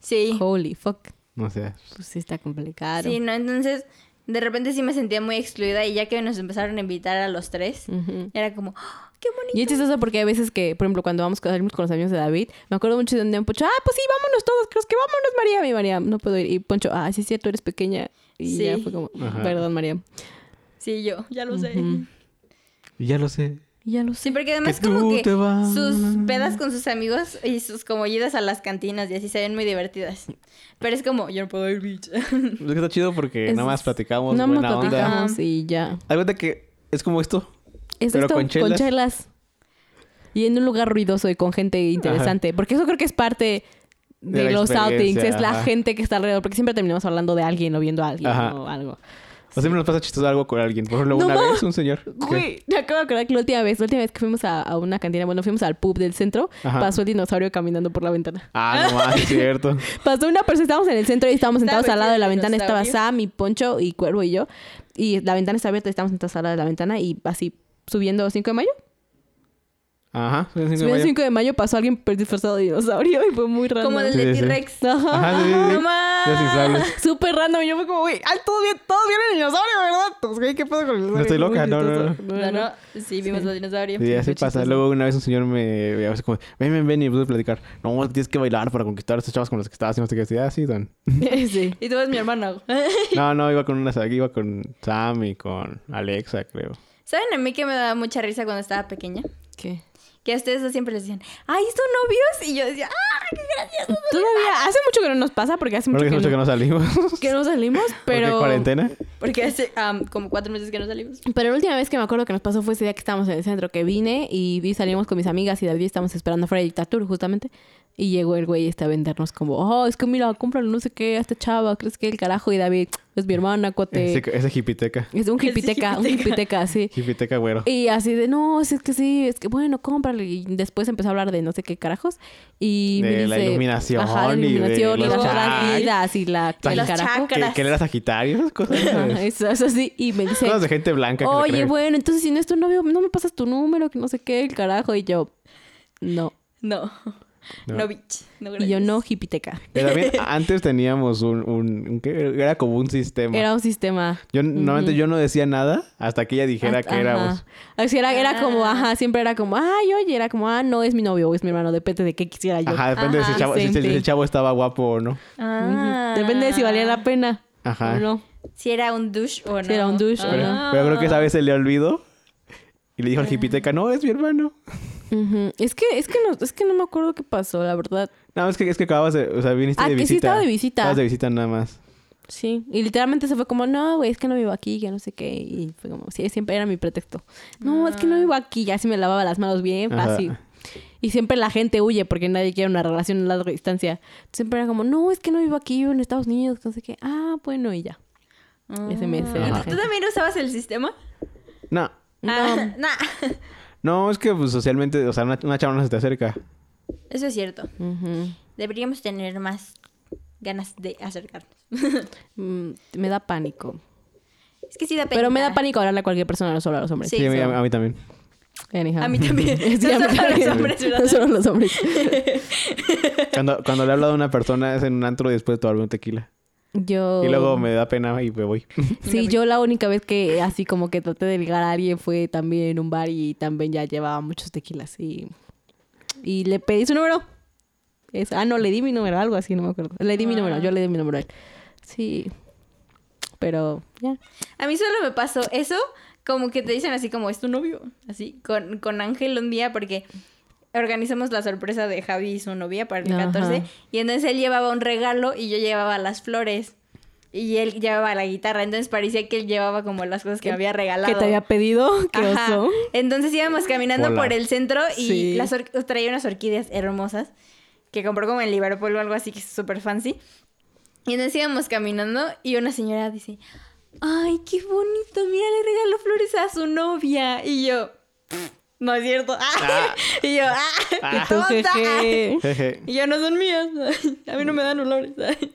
Speaker 1: sí.
Speaker 2: Holy fuck.
Speaker 3: No sé.
Speaker 2: Pues sí está complicado.
Speaker 1: Sí, no, entonces de repente sí me sentía muy excluida y ya que nos empezaron a invitar a los tres,
Speaker 2: Ujú.
Speaker 1: era como, ¡Ah, ¡qué bonito!
Speaker 2: Y es chistoso porque hay veces que, por ejemplo, cuando vamos a salimos con los amigos de David, me acuerdo mucho de un día un Poncho, ah, pues sí, vámonos todos, creo que vámonos, María. Mi María, no puedo ir. Y Poncho, ah, sí es cierto, eres pequeña. Y
Speaker 1: Sí.
Speaker 2: ya fue como,
Speaker 3: Ajá.
Speaker 2: perdón, María.
Speaker 1: Sí, yo, ya lo sé.
Speaker 2: Ujú.
Speaker 3: Y ya lo sé.
Speaker 2: Y ya lo sé.
Speaker 1: Sí, porque además
Speaker 3: Que
Speaker 1: como
Speaker 3: tú
Speaker 1: que
Speaker 3: te vas.
Speaker 1: sus pedas con sus amigos y sus como idas a las cantinas y así se ven muy divertidas. Pero es como, yo no puedo ir, bitch.
Speaker 3: Es que está chido porque
Speaker 2: Es-
Speaker 3: nada más platicamos.
Speaker 2: No
Speaker 3: buena
Speaker 2: más
Speaker 3: onda.
Speaker 2: platicamos y ya.
Speaker 3: Haz cuenta que es como esto.
Speaker 2: Es
Speaker 3: Pero
Speaker 2: esto,
Speaker 3: con chelas.
Speaker 2: chelas. Y en un lugar ruidoso y con gente interesante. Porque eso creo que es parte de,
Speaker 3: De la
Speaker 2: los outings.
Speaker 3: experiencia,
Speaker 2: Es la
Speaker 3: ajá.
Speaker 2: gente que está alrededor. Porque siempre terminamos hablando de alguien o viendo a alguien
Speaker 3: Ajá.
Speaker 2: o algo.
Speaker 3: O siempre nos pasa chistoso algo con alguien. Por ejemplo,
Speaker 2: No
Speaker 3: una
Speaker 2: ma-
Speaker 3: vez un señor. que-
Speaker 2: Güey, me acabo de acordar que la última vez, la última vez que fuimos a, a una cantina, bueno, fuimos al pub del centro,
Speaker 3: Ajá.
Speaker 2: pasó el dinosaurio caminando por la ventana.
Speaker 3: Ah, no más, es cierto.
Speaker 2: Pasó una persona, estábamos en el centro y estábamos
Speaker 1: Estaba
Speaker 2: sentados al lado de la
Speaker 1: vestido de
Speaker 2: ventana, estaba
Speaker 1: dinosaurio.
Speaker 2: Sam y Poncho y Cuervo y yo, y la ventana está abierta, y estábamos sentados al lado de la ventana y así subiendo 5 de mayo.
Speaker 3: Ajá. soy el cinco de
Speaker 2: Subiendo
Speaker 3: mayo.
Speaker 2: 5 de mayo pasó alguien per- disfrazado de dinosaurio y fue muy raro.
Speaker 1: como del
Speaker 3: Sí,
Speaker 1: de
Speaker 3: sí.
Speaker 1: T-Rex.
Speaker 2: Ajá.
Speaker 3: Ajá, sí, sí, sí.
Speaker 1: ¡No más!
Speaker 3: Ya sin sables.
Speaker 2: Súper random, y yo fue como, güey, Ah. ay, todos bien, todos vieron el dinosaurio, ¿verdad? Pues, güey, ¿qué pasa con el dinosaurio?
Speaker 3: estoy
Speaker 2: Muy
Speaker 3: loca, no, no,
Speaker 1: No,
Speaker 2: chistoso.
Speaker 1: no, sí, vimos los dinosaurios.
Speaker 3: Sí,
Speaker 2: fue
Speaker 3: así pasa.
Speaker 2: chistoso.
Speaker 3: Luego una vez un señor me... me hace como, ven, ven, ven y me puse a platicar. No, tienes que bailar para conquistar a estos chavos con los que estabas. Y no sé qué. Así, Ah, sí, don.
Speaker 2: sí.
Speaker 1: Y tú eres mi hermano.
Speaker 3: No, no, iba con una saga, iba con Sam y con Alexa, creo.
Speaker 1: ¿Saben a mí que me daba mucha risa cuando estaba pequeña?
Speaker 2: ¿Qué?
Speaker 1: Que a ustedes dos siempre les decían, ¡ay, son novios! Y yo decía, ¡ah, qué gracioso!
Speaker 2: Todavía hace mucho que no nos pasa porque hace mucho,
Speaker 3: Porque
Speaker 2: que,
Speaker 3: es mucho que
Speaker 2: no,
Speaker 3: no salimos.
Speaker 2: que no salimos, pero
Speaker 3: Porque cuarentena.
Speaker 1: Porque hace am, como cuatro meses que no salimos.
Speaker 2: pero la última vez que me acuerdo que nos pasó fue ese día que estábamos en el centro, que vine y vi salimos con mis amigas y David estábamos esperando afuera de Dictatur justamente y llegó el güey este a vendernos como, "Oh, es que mira, cómpralo no sé qué a esta chava, crees que el carajo" y David, "Es mi hermana, cuate."
Speaker 3: Ese, ese jipiteca.
Speaker 2: Es un
Speaker 1: Ese
Speaker 2: hipiteca, un
Speaker 1: jipiteca.
Speaker 2: hipiteca, sí.
Speaker 3: Jipiteca güero.
Speaker 2: Y así de, no, si es que sí, es que bueno, cómprale. Y después empezó a hablar de no sé qué carajos. Y me
Speaker 3: De la
Speaker 2: dice,
Speaker 3: iluminación
Speaker 2: Ajá, la
Speaker 3: y de
Speaker 2: iluminación y,
Speaker 3: los
Speaker 2: las otras
Speaker 3: chakras.
Speaker 2: vidas y la,
Speaker 1: Y
Speaker 2: el
Speaker 1: los
Speaker 2: carajo.
Speaker 1: chakras.
Speaker 3: Que, que él era Sagitario, esas cosas.
Speaker 2: Ajá, Eso, eso sí. Y me dice,
Speaker 3: Cosas de gente blanca. que se
Speaker 2: oye,
Speaker 3: creen.
Speaker 2: bueno, entonces si no es tu novio, no me pasas tu número, que no sé qué, el carajo. Y yo, no.
Speaker 1: No.
Speaker 3: No.
Speaker 1: No, bitch. No,
Speaker 2: Y
Speaker 1: gracias.
Speaker 2: yo no hipiteca.
Speaker 3: Pero también antes teníamos un, un, un- ¿qué? era como un sistema.
Speaker 2: Era un sistema.
Speaker 3: Yo normalmente
Speaker 2: Ujú.
Speaker 3: yo no decía nada hasta que ella dijera
Speaker 2: Hasta-
Speaker 3: que éramos.
Speaker 2: ajá. Así era, era como,
Speaker 1: Ah.
Speaker 2: ajá, siempre era como, ay, oye, era como, ah, no es mi novio o es mi hermano, depende de qué quisiera yo.
Speaker 3: Ajá, depende de si
Speaker 1: Ajá.
Speaker 3: el chavo, si- si- si el
Speaker 2: Decente.
Speaker 3: chavo estaba guapo o no.
Speaker 2: Ujú.
Speaker 1: Ah.
Speaker 2: Depende de si valía la pena
Speaker 3: Ajá.
Speaker 2: o no.
Speaker 1: Si era un douche o no.
Speaker 2: Si era un douche o
Speaker 3: Pero,
Speaker 2: Ah.
Speaker 3: pero creo que esa vez se le olvidó. Y le dijo al hipiteca, no, es mi hermano.
Speaker 2: Ujú. Es que, es que no, es que no me acuerdo qué pasó, la verdad.
Speaker 3: No, es que, es que acababas de... O sea, viniste
Speaker 2: Ah,
Speaker 3: de
Speaker 2: que sí
Speaker 3: visita.
Speaker 2: estaba de visita.
Speaker 3: Estabas de visita nada más.
Speaker 2: Sí. Y literalmente se fue como, no, güey, es que no vivo aquí, que no sé qué. Y fue como, sí, siempre era mi pretexto. No, es que
Speaker 1: Ah.
Speaker 2: no vivo aquí, ya sí me lavaba las manos bien
Speaker 3: Ajá.
Speaker 2: fácil. Y siempre la gente huye porque nadie quiere una relación a larga distancia. Siempre era como, no, es que no vivo aquí, vivo en Estados Unidos, que no sé qué. Ah, bueno, y ya. Ese me hace
Speaker 1: Ah.
Speaker 3: la
Speaker 1: ¿Tú
Speaker 2: gente.
Speaker 1: también usabas el sistema?
Speaker 3: No,
Speaker 1: Ah, nah.
Speaker 3: no, es que pues, socialmente, o sea, una, una chava no se te acerca.
Speaker 1: Eso es cierto.
Speaker 2: Ujú.
Speaker 1: Deberíamos tener más ganas de acercarnos.
Speaker 2: Mm, me da pánico.
Speaker 1: Es que sí da pena.
Speaker 2: Pero me da pánico hablarle a cualquier persona, no solo a los hombres.
Speaker 1: Sí,
Speaker 3: Sí, a, mí,
Speaker 1: sí.
Speaker 3: a mí también.
Speaker 2: Anyhow.
Speaker 1: A mí también.
Speaker 2: Sí,
Speaker 1: No solo
Speaker 2: a mí
Speaker 1: a los
Speaker 2: también.
Speaker 1: hombres, ¿verdad?
Speaker 2: No solo a los hombres.
Speaker 3: Cuando, cuando le hablo a una persona es en un antro y después de tomarme un tequila.
Speaker 2: Yo...
Speaker 3: Y luego me da pena y me voy.
Speaker 2: Sí, yo la única vez que así como que traté de ligar a alguien fue también en un bar y también ya llevaba muchos tequilas y, y le pedí su número. Es- ah, no, le di mi número, algo así, no me acuerdo. Le di mi número, yo le di mi número a él. Sí. Pero ya.
Speaker 1: A mí solo me pasó eso, como que te dicen así como, es tu novio, así, con, con Ángel un día, porque organizamos la sorpresa de Javi y su novia para el
Speaker 2: Ajá.
Speaker 1: 14, y entonces él llevaba un regalo y yo llevaba las flores, y él llevaba la guitarra, entonces parecía que él llevaba como las cosas que me había regalado.
Speaker 2: ¿Qué te había pedido? ¿Qué
Speaker 1: Ajá.
Speaker 2: oso?
Speaker 1: Entonces íbamos caminando
Speaker 3: Hola.
Speaker 1: por el centro y
Speaker 2: Sí.
Speaker 1: las or- traía unas orquídeas hermosas que compró como en Liverpool o algo así que es súper fancy. Y entonces íbamos caminando y una señora dice, ay, qué bonito, mira, le regaló flores a su novia. Y yo, no es cierto. Ah. Y yo, ah,
Speaker 2: Y tú,
Speaker 1: tonta.
Speaker 2: jeje.
Speaker 3: Jeje.
Speaker 1: Y yo, no son mías. A mí no me dan olores.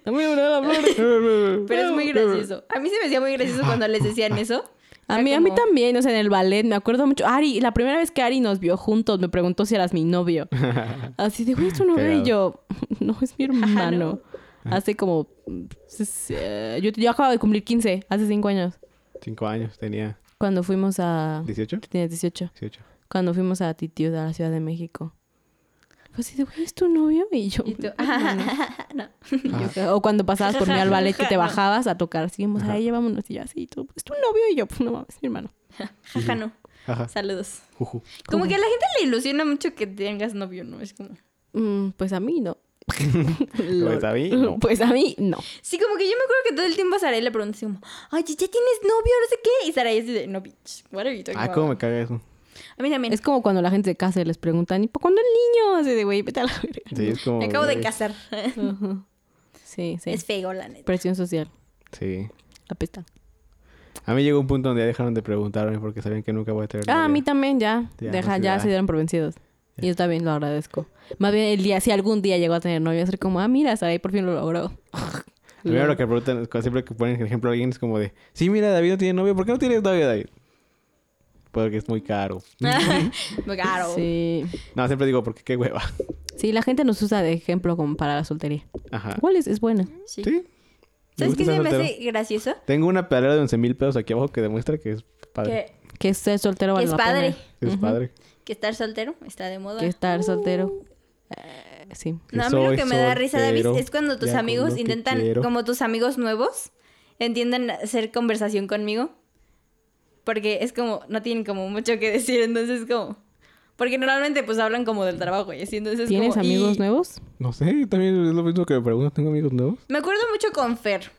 Speaker 2: A mí me da la flor.
Speaker 1: Pero es muy gracioso. A mí se me hacía muy gracioso cuando les decían eso.
Speaker 2: A
Speaker 1: Era
Speaker 2: mí, a mí
Speaker 1: como-
Speaker 2: también, o sea, en el ballet, me acuerdo mucho. Ari, la primera vez que Ari nos vio juntos, me preguntó si eras mi novio. Así de, güey, es tu novio. Y
Speaker 3: Cagado.
Speaker 2: yo, no, es mi hermano. Hace como. s- eh, Yo, yo acabo de cumplir 15, hace 5 años.
Speaker 3: Cinco años, tenía
Speaker 2: Cuando fuimos a.
Speaker 3: 18.
Speaker 2: Tienes 18.
Speaker 3: 18.
Speaker 2: Cuando fuimos a Titius, a la Ciudad de México. Fue así de, güey, ¿es tu novio? Y yo.
Speaker 1: Y tú, no.
Speaker 2: Y yo, o cuando pasabas por mí al ballet que te
Speaker 1: No.
Speaker 2: bajabas a tocar, sí, vamos,
Speaker 3: Ajá.
Speaker 2: ahí llevámonos. Y yo, así, y tú, ¿es tu novio? Y yo, pues no mames, mi hermano.
Speaker 1: Jaja, no.
Speaker 3: Ajá.
Speaker 1: Saludos.
Speaker 3: Juju.
Speaker 1: Como que a la gente le ilusiona mucho que tengas novio, ¿no? Es como...
Speaker 2: Mm, pues a mí no.
Speaker 3: Pues a mí, no.
Speaker 2: Pues a mí no.
Speaker 1: Sí, como que yo me acuerdo que todo el tiempo a Saray le pregunté así como, oye, ¿ya tienes novio? No sé qué. Y Saray así de, no, bitch, what are you talking
Speaker 3: Ah,
Speaker 1: about?"
Speaker 3: cómo me caga eso.
Speaker 1: A mí también.
Speaker 2: Es como cuando la gente se casa y les preguntan, ¿y por cuándo el niño? Así de, güey, vete a la verga.
Speaker 3: Sí, es como...
Speaker 1: Me acabo de casar.
Speaker 2: Ajá. Sí, sí.
Speaker 1: Es feo, la neta.
Speaker 2: Presión social.
Speaker 3: Sí.
Speaker 2: La pesta.
Speaker 3: A mí llegó un punto donde ya dejaron de preguntarme porque sabían que nunca voy a tener
Speaker 2: Ah, a
Speaker 3: novia.
Speaker 2: mí también ya.
Speaker 3: Ya,
Speaker 2: Deja,
Speaker 3: no sé,
Speaker 2: ya
Speaker 3: ya.
Speaker 2: se dieron por vencidos. Y yo también lo agradezco. Más bien el día, si algún día llegó a tener novio, ser como, ah, mira, Saray por fin lo logró.
Speaker 3: A mí ahora lo que preguntan, es cuando siempre que ponen el ejemplo a alguien es como de, sí, mira, David no tiene novio, ¿por qué no tienes novio, David? Porque es muy caro.
Speaker 1: Muy caro.
Speaker 2: Sí.
Speaker 3: No, siempre digo, porque qué hueva.
Speaker 2: Sí, la gente nos usa de ejemplo como para la soltería.
Speaker 3: Ajá.
Speaker 2: Igual es, es buena.
Speaker 1: Sí.
Speaker 3: Sí. Me
Speaker 1: ¿Sabes
Speaker 3: gusta
Speaker 1: qué
Speaker 3: estar
Speaker 1: se me
Speaker 3: soltero.
Speaker 1: hace gracioso?
Speaker 3: Tengo una palabra de 11 mil pesos aquí abajo que demuestra que es padre.
Speaker 1: Que,
Speaker 2: Que ser soltero
Speaker 1: que
Speaker 2: vale
Speaker 1: es
Speaker 2: la pena.
Speaker 1: padre.
Speaker 3: Es padre.
Speaker 1: Que estar soltero está de moda.
Speaker 2: Que estar soltero.
Speaker 1: Uh.
Speaker 2: Eh, sí.
Speaker 1: No, a mí lo
Speaker 3: Soy
Speaker 1: que me da risa, David,
Speaker 3: soltero,
Speaker 1: es cuando tus
Speaker 3: ya con lo
Speaker 1: amigos
Speaker 3: que
Speaker 1: intentan,
Speaker 3: quiero.
Speaker 1: como tus amigos nuevos, entienden hacer conversación conmigo. Porque es como, no tienen como mucho que decir, entonces como... Porque normalmente pues hablan como del trabajo y así, entonces
Speaker 2: ¿Tienes
Speaker 1: como,
Speaker 2: amigos
Speaker 1: y-
Speaker 2: nuevos?
Speaker 3: No sé, también es lo mismo que me preguntan, ¿tengo amigos nuevos?
Speaker 1: Me acuerdo mucho con Fer.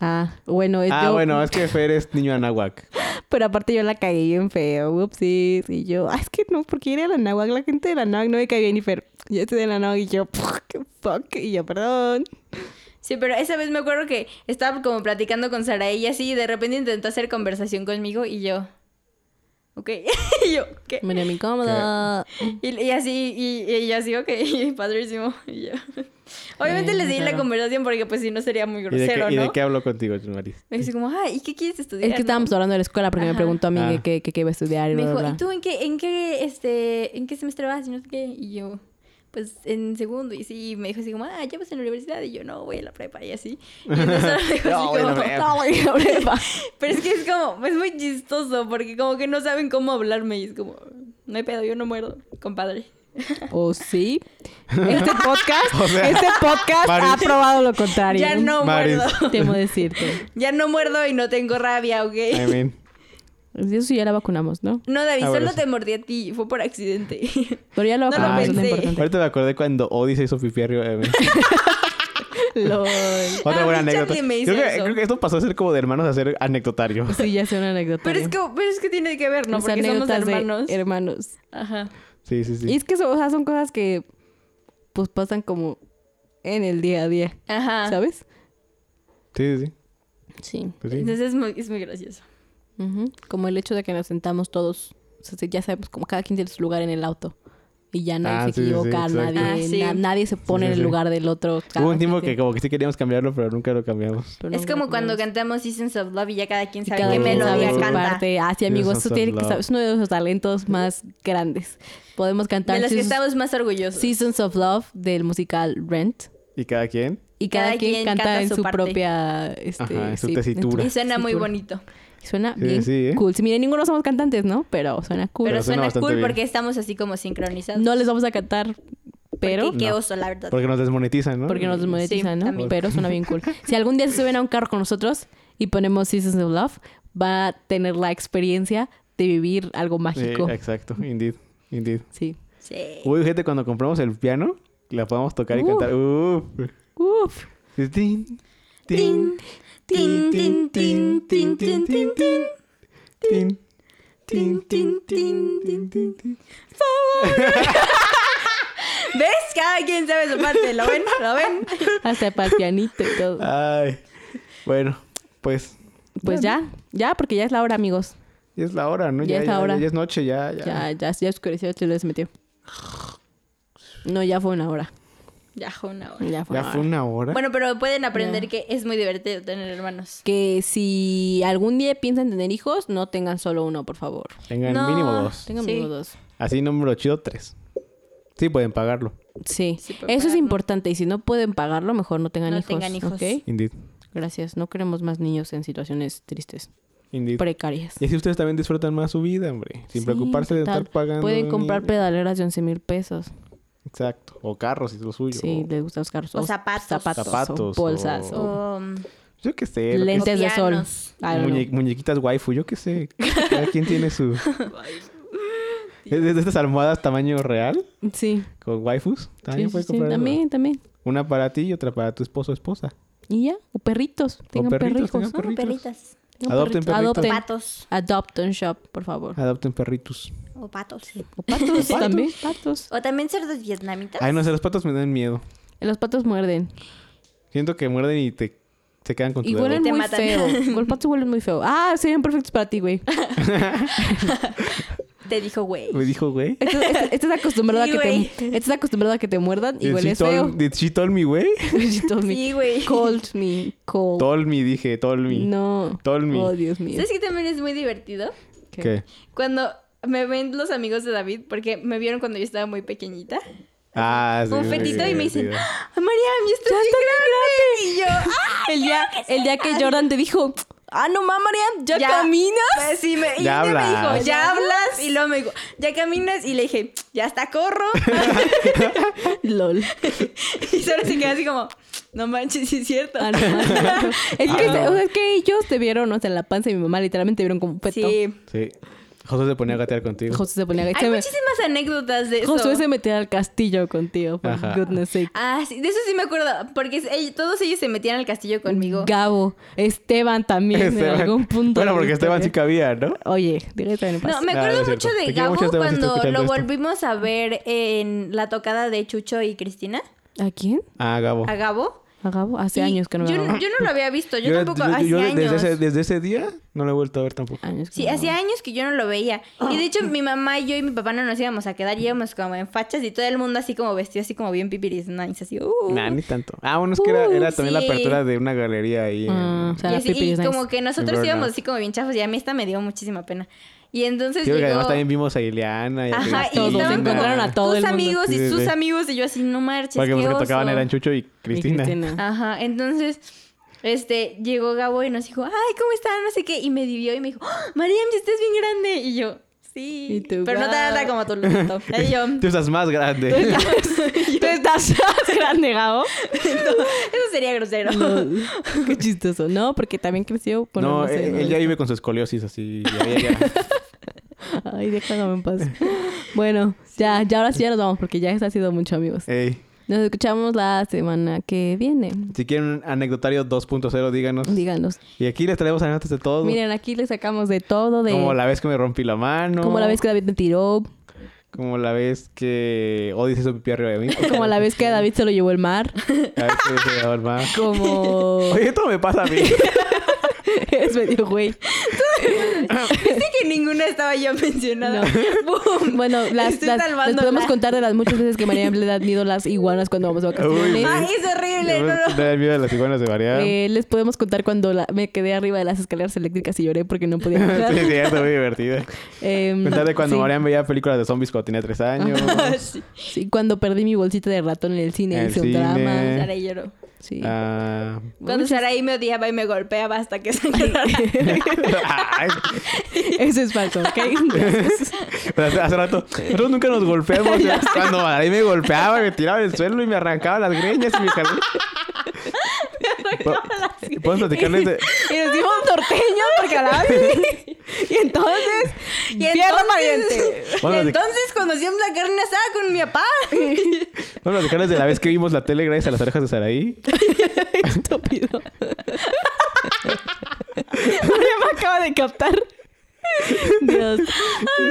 Speaker 2: Ah, bueno, es
Speaker 3: Ah,
Speaker 2: yo-
Speaker 3: bueno, es que Fer es niño anáhuac.
Speaker 2: Pero aparte yo la cagué bien feo, whoopsies. Y yo, "Ah, es que no, porque ir a la náhuac, la gente de la náhuac no me cae bien. Y Fer, yo estoy de la náhuac y yo, "Puf, qué fuck. Y yo, perdón.
Speaker 1: Sí, pero esa vez me acuerdo que estaba como platicando con Saraí y así, y de repente intentó hacer conversación conmigo y yo... Ok, y yo, ¿qué?
Speaker 2: Me mi incómoda.
Speaker 1: Y, y así, y, y yo así, ok, padrísimo. Y yo. Obviamente
Speaker 2: Bien,
Speaker 1: les di la
Speaker 2: claro.
Speaker 1: conversación porque pues si no sería muy
Speaker 3: Mm, ¿Y de, qué,
Speaker 1: grosero,
Speaker 3: y de
Speaker 1: ¿no?
Speaker 3: qué hablo contigo, Maris?
Speaker 1: Me dice como, ay, ¿y qué quieres estudiar?
Speaker 2: Es que
Speaker 1: no?
Speaker 2: estábamos hablando de la escuela porque me
Speaker 1: Ajá.
Speaker 2: preguntó a mí
Speaker 3: Ah.
Speaker 2: que- que, que, que iba a estudiar y
Speaker 1: Me
Speaker 2: bla,
Speaker 1: dijo,
Speaker 2: bla,
Speaker 1: ¿y
Speaker 2: bla.
Speaker 1: tú en qué, en qué, este, en qué semestre vas? Y no sé qué. Y yo, pues en segundo y sí, me dijo así como, ah, ya vas en la universidad y yo no, voy a la prepa y así. Y entonces ahora me dijo así
Speaker 3: No, voy a la
Speaker 1: como,
Speaker 3: prepa.
Speaker 2: No, güey, la prepa.
Speaker 1: Pero es que es como, es muy chistoso porque como que no saben cómo hablarme y es como, no hay pedo, yo no muerdo, compadre.
Speaker 2: ¿O Oh, sí? Este podcast,
Speaker 3: O sea,
Speaker 2: este podcast ha
Speaker 3: Maris.
Speaker 2: probado lo contrario.
Speaker 1: Ya no
Speaker 3: Maris.
Speaker 1: muerdo.
Speaker 2: Temo decirte.
Speaker 1: Ya no muerdo y no tengo rabia, ¿ok?
Speaker 3: I mean,
Speaker 2: Eso ya la vacunamos, ¿no?
Speaker 1: No, David,
Speaker 3: Ah, bueno,
Speaker 1: solo
Speaker 3: sí.
Speaker 1: te mordí a ti, fue por accidente.
Speaker 2: Pero ya
Speaker 1: No
Speaker 2: lo
Speaker 1: lo
Speaker 3: Ah,
Speaker 2: vacunamos, es lo
Speaker 1: pensé.
Speaker 2: importante.
Speaker 3: ahorita me acordé cuando Odi se hizo pipí arriba de mí.
Speaker 2: LOL.
Speaker 3: Otra
Speaker 1: Ah,
Speaker 3: buena
Speaker 1: Charlie
Speaker 3: anécdota.
Speaker 1: me hizo
Speaker 3: Creo que,
Speaker 1: eso.
Speaker 3: creo que esto pasó a ser como de hermanos a ser anecdotario.
Speaker 2: Sí, ya sé una anécdota.
Speaker 1: Pero es que, pero es que tiene que ver, ¿no?
Speaker 2: Mis
Speaker 1: Porque somos
Speaker 2: anécdotas de
Speaker 1: hermanos.
Speaker 2: hermanos.
Speaker 1: Ajá.
Speaker 3: Sí, sí,
Speaker 2: Y
Speaker 3: sí.
Speaker 2: es que son, o sea, son cosas que pues pasan como en el día a día,
Speaker 1: Ajá.
Speaker 2: ¿sabes?
Speaker 3: Sí, sí, sí.
Speaker 2: Ah. Sí.
Speaker 3: Pues sí.
Speaker 1: Entonces es muy, es muy gracioso.
Speaker 2: Como el hecho de que nos sentamos todos, o sea, ya sabemos como cada quien tiene su lugar en el auto. Y ya nadie
Speaker 3: Ah,
Speaker 2: se
Speaker 3: sí, sí, sí,
Speaker 2: equivoca,
Speaker 3: exacto.
Speaker 2: nadie,
Speaker 1: Ah, sí.
Speaker 2: na- nadie se pone
Speaker 3: Sí, sí,
Speaker 2: en el
Speaker 3: sí.
Speaker 2: lugar del otro.
Speaker 3: Hubo un tiempo que como que sí queríamos cambiarlo, pero nunca lo cambiamos.
Speaker 1: es como cuando cantamos Seasons of Love y ya cada quien sabe
Speaker 3: cada
Speaker 1: qué
Speaker 3: quien
Speaker 1: melodía
Speaker 3: sabe su
Speaker 1: canta.
Speaker 2: Ah, sí, amigos,
Speaker 3: Eso
Speaker 2: eso tiene
Speaker 3: es
Speaker 2: que
Speaker 3: love.
Speaker 2: saber- es uno de los talentos más grandes. Podemos cantar
Speaker 1: De las que
Speaker 2: Seasons-
Speaker 1: estamos más orgullosos.
Speaker 2: Seasons of Love del musical Rent.
Speaker 3: ¿Y cada quien?
Speaker 2: Y cada,
Speaker 1: Cada
Speaker 2: quien,
Speaker 1: quien
Speaker 2: canta,
Speaker 1: canta
Speaker 2: en
Speaker 1: su
Speaker 2: su,
Speaker 1: parte.
Speaker 2: propia este,
Speaker 3: Ajá, en su
Speaker 2: sí,
Speaker 3: tesitura.
Speaker 1: Y suena muy
Speaker 2: tesitura.
Speaker 1: bonito.
Speaker 2: Y Suena
Speaker 3: Sí,
Speaker 2: bien
Speaker 3: sí, ¿eh?
Speaker 2: cool. Si miren, ninguno somos cantantes, ¿no? Pero suena cool.
Speaker 1: Pero,
Speaker 3: Pero suena
Speaker 1: suena,
Speaker 3: bastante
Speaker 1: cool
Speaker 3: bien.
Speaker 1: porque estamos así como sincronizados.
Speaker 2: no les vamos a cantar, pero
Speaker 1: Porque qué
Speaker 3: No.
Speaker 1: oso, la verdad.
Speaker 3: Porque nos desmonetizan, ¿no?
Speaker 2: porque nos desmonetizan,
Speaker 1: Sí,
Speaker 2: ¿no?
Speaker 1: también.
Speaker 2: Pero suena bien cool. Si algún día se suben a un carro con nosotros y ponemos Seasons of Love, va a tener la experiencia de vivir algo
Speaker 3: Sí,
Speaker 2: mágico.
Speaker 3: exacto. Indeed. Indeed.
Speaker 2: Sí.
Speaker 1: Sí.
Speaker 3: Uy, gente, cuando compramos el piano, la podemos tocar y
Speaker 2: Uh.
Speaker 3: cantar. Uf.
Speaker 2: Uf.
Speaker 3: Es tin,
Speaker 1: Tin,
Speaker 3: tin, tin, tin, tin, tin, tin, tin, tin, tin, tin, tin, tin, tin, tin, tin.
Speaker 1: ¿Ves? Cada quien sabe su parte. ¿Lo ven? ¿Lo ven?
Speaker 2: Hasta para el pianito y todo.
Speaker 3: Ay. Bueno, pues
Speaker 2: Pues ya, ya, porque ya es la hora, amigos.
Speaker 3: ya es la hora, ¿no?
Speaker 2: Ya es la hora.
Speaker 3: Ya es noche, ya, ya.
Speaker 2: Ya, ya, ya oscureció, se lo desmetió. No, ya fue una hora.
Speaker 1: Ya, fue una hora.
Speaker 2: Ya fue
Speaker 3: Ya
Speaker 2: una
Speaker 3: fue
Speaker 2: hora.
Speaker 3: una hora.
Speaker 1: Bueno, pero pueden aprender
Speaker 2: Ya.
Speaker 1: que es muy divertido tener hermanos.
Speaker 2: Que si algún día piensan tener hijos, no tengan solo uno, por favor.
Speaker 3: Tengan
Speaker 1: no.
Speaker 3: mínimo dos.
Speaker 2: Tengan
Speaker 1: Sí.
Speaker 2: mínimo dos.
Speaker 3: Así número chido, tres. Sí, pueden pagarlo.
Speaker 2: Sí.
Speaker 1: Sí, pero
Speaker 2: Eso es
Speaker 1: pagarlo.
Speaker 2: importante. Y si no pueden pagarlo, mejor no tengan
Speaker 1: No
Speaker 2: hijos.
Speaker 1: tengan hijos.
Speaker 2: ¿ok?
Speaker 3: Indeed.
Speaker 2: Gracias. No queremos más niños en situaciones tristes,
Speaker 3: Indeed.
Speaker 2: precarias.
Speaker 3: Y así ustedes también disfrutan más su vida, hombre. Sin
Speaker 2: Sí,
Speaker 3: preocuparse de
Speaker 2: total.
Speaker 3: estar pagando.
Speaker 2: Pueden comprar
Speaker 3: ni-
Speaker 2: pedaleras de 11 mil pesos.
Speaker 3: Exacto. O carros, si es lo suyo.
Speaker 2: Sí,
Speaker 3: O-
Speaker 2: les gustan los carros.
Speaker 1: O zapatos.
Speaker 2: Zapatos. o
Speaker 3: Zapatos,
Speaker 2: bolsas.
Speaker 3: o-
Speaker 2: o
Speaker 1: O, um,
Speaker 3: Yo qué sé. lo que
Speaker 2: lentes de sol.
Speaker 1: pianos.
Speaker 2: I don't know.
Speaker 3: Muñe- muñequitas waifu, yo qué sé. Cada quien tiene su. ¿Es de estas almohadas tamaño real?
Speaker 2: Sí.
Speaker 3: Con waifus. También
Speaker 2: Sí, sí,
Speaker 3: puedes
Speaker 2: sí.
Speaker 3: comprar.
Speaker 2: También, también.
Speaker 3: Una para ti y otra para tu esposo o esposa.
Speaker 2: Y ya, o perritos, tengan
Speaker 3: perritos,
Speaker 2: perrijos.
Speaker 3: tengan perri-
Speaker 1: No, perritas.
Speaker 2: Tengan
Speaker 3: Adopten perritos.
Speaker 2: Adopten.
Speaker 1: Patos.
Speaker 2: Adopt and shop, por favor.
Speaker 3: Adopten perritos.
Speaker 1: O patos.
Speaker 2: O patos también, patos.
Speaker 1: O también cerdos vietnamitas.
Speaker 3: Ay, no sé, los patos me dan miedo.
Speaker 2: Los patos muerden.
Speaker 3: Siento que muerden y te se quedan con tu
Speaker 2: Y
Speaker 3: dedo.
Speaker 2: huelen
Speaker 1: Te
Speaker 2: muy
Speaker 1: matan.
Speaker 2: feo. Los patos huelen muy feo. Ah, serían perfectos para ti, güey.
Speaker 1: Te dijo, güey.
Speaker 3: Me dijo, güey.
Speaker 2: Estás, estás- estás acostumbrado a
Speaker 1: Sí,
Speaker 2: que te,
Speaker 1: güey.
Speaker 2: estás acostumbrado a que te muerdan y
Speaker 3: Did she
Speaker 2: hueles
Speaker 3: told-
Speaker 2: feo.
Speaker 3: Did she told me, güey?
Speaker 2: She told me.
Speaker 1: Sí, güey.
Speaker 2: Cold me. Cold.
Speaker 3: Told me, dije, told me.
Speaker 2: No.
Speaker 3: Told me.
Speaker 2: Oh, Dios mío.
Speaker 1: ¿Sabes que también es muy divertido?
Speaker 2: ¿Qué?
Speaker 3: ¿Qué?
Speaker 1: Cuando me ven los amigos de David, porque me vieron cuando yo estaba muy pequeñita.
Speaker 3: Ah, sí.
Speaker 1: un
Speaker 3: muy
Speaker 1: fetito y me dicen,
Speaker 3: divertido.
Speaker 1: ¡Ah, María, mi estás bien grande. Y yo, ¡ah!
Speaker 2: El día, el día que Jordan te dijo, ah, no, mamá, Mariam, ¿ya, caminas.
Speaker 1: Pues sí, me, y
Speaker 3: Ya
Speaker 1: un día me dijo,
Speaker 3: hablas.
Speaker 1: ya hablas. Y luego me dijo, ya caminas. Y le dije, ya hasta corro.
Speaker 2: LOL.
Speaker 1: y solo se quedó así como, no manches, sí es cierto.
Speaker 2: Ah, no, Ah, no. es, que, o sea, es que ellos te vieron, o sea, en la panza de mi mamá, literalmente vieron como un feto.
Speaker 1: sí.
Speaker 3: Sí. José se ponía a gatear contigo.
Speaker 2: José se ponía
Speaker 1: Hay
Speaker 2: se Este me-
Speaker 1: muchísimas anécdotas de eso.
Speaker 2: Josué se metía al castillo contigo, por
Speaker 3: Ajá.
Speaker 2: goodness sake.
Speaker 1: Ah, sí, de eso sí me acuerdo, porque ell- todos ellos se metían al castillo Ah, conmigo.
Speaker 2: Gabo, Esteban también en
Speaker 3: Esteban.
Speaker 2: algún punto.
Speaker 3: Bueno,
Speaker 2: de
Speaker 3: porque
Speaker 2: la
Speaker 3: Esteban sí
Speaker 2: historia.
Speaker 3: cabía, ¿no?
Speaker 2: Oye, déjame en paz.
Speaker 1: No, me
Speaker 3: Nada,
Speaker 1: acuerdo
Speaker 3: no es
Speaker 1: mucho
Speaker 3: cierto.
Speaker 1: de
Speaker 3: Te quiero
Speaker 1: Gabo
Speaker 3: mucho, Esteban, si
Speaker 1: cuando
Speaker 3: estás
Speaker 1: lo
Speaker 3: escuchando esto.
Speaker 1: volvimos a ver en la tocada de Chucho y Cristina,
Speaker 2: ¿A quién?
Speaker 3: Ah, Gabo.
Speaker 1: a Gabo.
Speaker 2: ¿A Gabo? Hace
Speaker 1: Y
Speaker 2: años que no me
Speaker 1: yo,
Speaker 2: veo.
Speaker 1: yo no lo había visto, yo, tampoco,
Speaker 3: yo-
Speaker 1: hacía
Speaker 3: yo
Speaker 1: años.
Speaker 3: desde, ese, desde ese día no lo he vuelto a ver tampoco.
Speaker 2: Años que
Speaker 1: Sí,
Speaker 2: no me
Speaker 1: hacía
Speaker 2: veo.
Speaker 1: años que yo no lo veía. Y de hecho, mi mamá y yo y mi papá no nos íbamos a quedar, íbamos como en fachas y todo el mundo así como vestido, así como bien pipiris nice, así. Uh.
Speaker 3: Nah, ni tanto. Ah, bueno, es que era, era
Speaker 1: Uh,
Speaker 3: también la
Speaker 1: sí.
Speaker 3: apertura de una galería ahí. en-
Speaker 2: Ah, o sea,
Speaker 1: y así,
Speaker 2: Pipi
Speaker 1: y
Speaker 2: is nice.
Speaker 1: como que nosotros
Speaker 3: Burnout.
Speaker 1: íbamos así como bien chafos y a mí esta me dio muchísima pena. Y entonces
Speaker 3: Creo que
Speaker 1: llegó-
Speaker 3: además también vimos a Ileana y a
Speaker 1: Ajá, y
Speaker 2: todos
Speaker 3: Cristina.
Speaker 1: estaban como
Speaker 2: encontraron a
Speaker 1: tus
Speaker 2: todo el mundo.
Speaker 1: amigos
Speaker 3: Sí,
Speaker 1: y
Speaker 3: sí,
Speaker 1: sus
Speaker 3: sí.
Speaker 1: amigos y yo así, no marches,
Speaker 3: Porque los
Speaker 1: qué
Speaker 3: que
Speaker 1: oso".
Speaker 3: tocaban eran Chucho y Cristina.
Speaker 1: Ajá, entonces, este, llegó Gabo y nos dijo, ay, ¿cómo están? No sé qué, y me divió y me dijo, ¡Ah, Mariam, si estás bien grande, y yo, sí,
Speaker 2: Y tú,
Speaker 1: pero no
Speaker 2: "Guau".
Speaker 1: tan alta como tu Lupito, y yo,
Speaker 3: Tú estás más grande.
Speaker 2: Tú estás más grande, Gabo.
Speaker 1: eso sería grosero.
Speaker 2: Qué chistoso. No, porque también creció. bueno,
Speaker 3: no,
Speaker 2: sé,
Speaker 3: él, él ya vive con su escoliosis así. ya- ya- ya.
Speaker 2: Ay, déjame en paz. Bueno, ya, ya ahora sí ya nos vamos porque ya ha sido mucho, amigos.
Speaker 3: Ey,
Speaker 2: Nos escuchamos la semana que viene.
Speaker 3: si quieren un anecdotario 2.0, díganos.
Speaker 2: Díganos.
Speaker 3: Y aquí les traemos anécdotas de todo.
Speaker 2: Miren, aquí le sacamos de todo, de
Speaker 3: Como la vez que me rompí la mano.
Speaker 2: como la vez que David me tiró,
Speaker 3: Como la vez que Odyssey hizo pipí arriba de mí.
Speaker 2: como la vez que David se lo llevó el mar,
Speaker 3: La vez que se llevó el mar.
Speaker 2: como
Speaker 3: Oye, esto me pasa a mí.
Speaker 2: es medio güey.
Speaker 1: Viste que ninguna estaba yo mencionada. ¡Bum!
Speaker 2: Bueno, las,
Speaker 1: Estoy
Speaker 2: las- les
Speaker 1: salvándola.
Speaker 2: podemos contar de las muchas veces que María le da miedo las iguanas cuando vamos a
Speaker 3: Uy,
Speaker 2: vacaciones.
Speaker 1: Ay, es horrible, no, no.
Speaker 3: Da el miedo de las iguanas de variar.
Speaker 2: Eh, les podemos contar cuando la- me quedé arriba de las escaleras eléctricas y lloré porque no podía bajar.
Speaker 3: Sí, sí, es muy divertido.
Speaker 2: Em,
Speaker 3: Contarle cuando
Speaker 2: sí,
Speaker 3: Marian veía películas de zombies cuando tenía tres años.
Speaker 1: Sí,
Speaker 2: sí, cuando perdí mi bolsita de ratón en el cine,
Speaker 3: En el
Speaker 2: hice un
Speaker 3: cine.
Speaker 2: drama.
Speaker 1: Sarai lloró.
Speaker 2: Sí.
Speaker 3: Ah.
Speaker 1: Cuando Sarai me odiaba y me golpeaba hasta que sangrara.
Speaker 3: Ay,
Speaker 2: Eso es falso, ¿ok? Gracias.
Speaker 3: hace, hace rato, nosotros nunca nos golpeamos. cuando Marian me golpeaba, me tiraba del suelo y me arrancaba las greñas y me jalaba. ¿Puedes platicarles de,
Speaker 2: Y nos dimos norteño porque hablaba así. Y entonces,
Speaker 1: Y
Speaker 2: tierra pariente.
Speaker 1: entonces,
Speaker 3: Bueno,
Speaker 1: y
Speaker 3: de-
Speaker 1: entonces conocimos la carne asada con mi papá.
Speaker 3: ¿puedo platicarles de la vez que vimos la tele gracias a las orejas de Saraí?
Speaker 2: Estúpido. María me acaba de captar. Dios.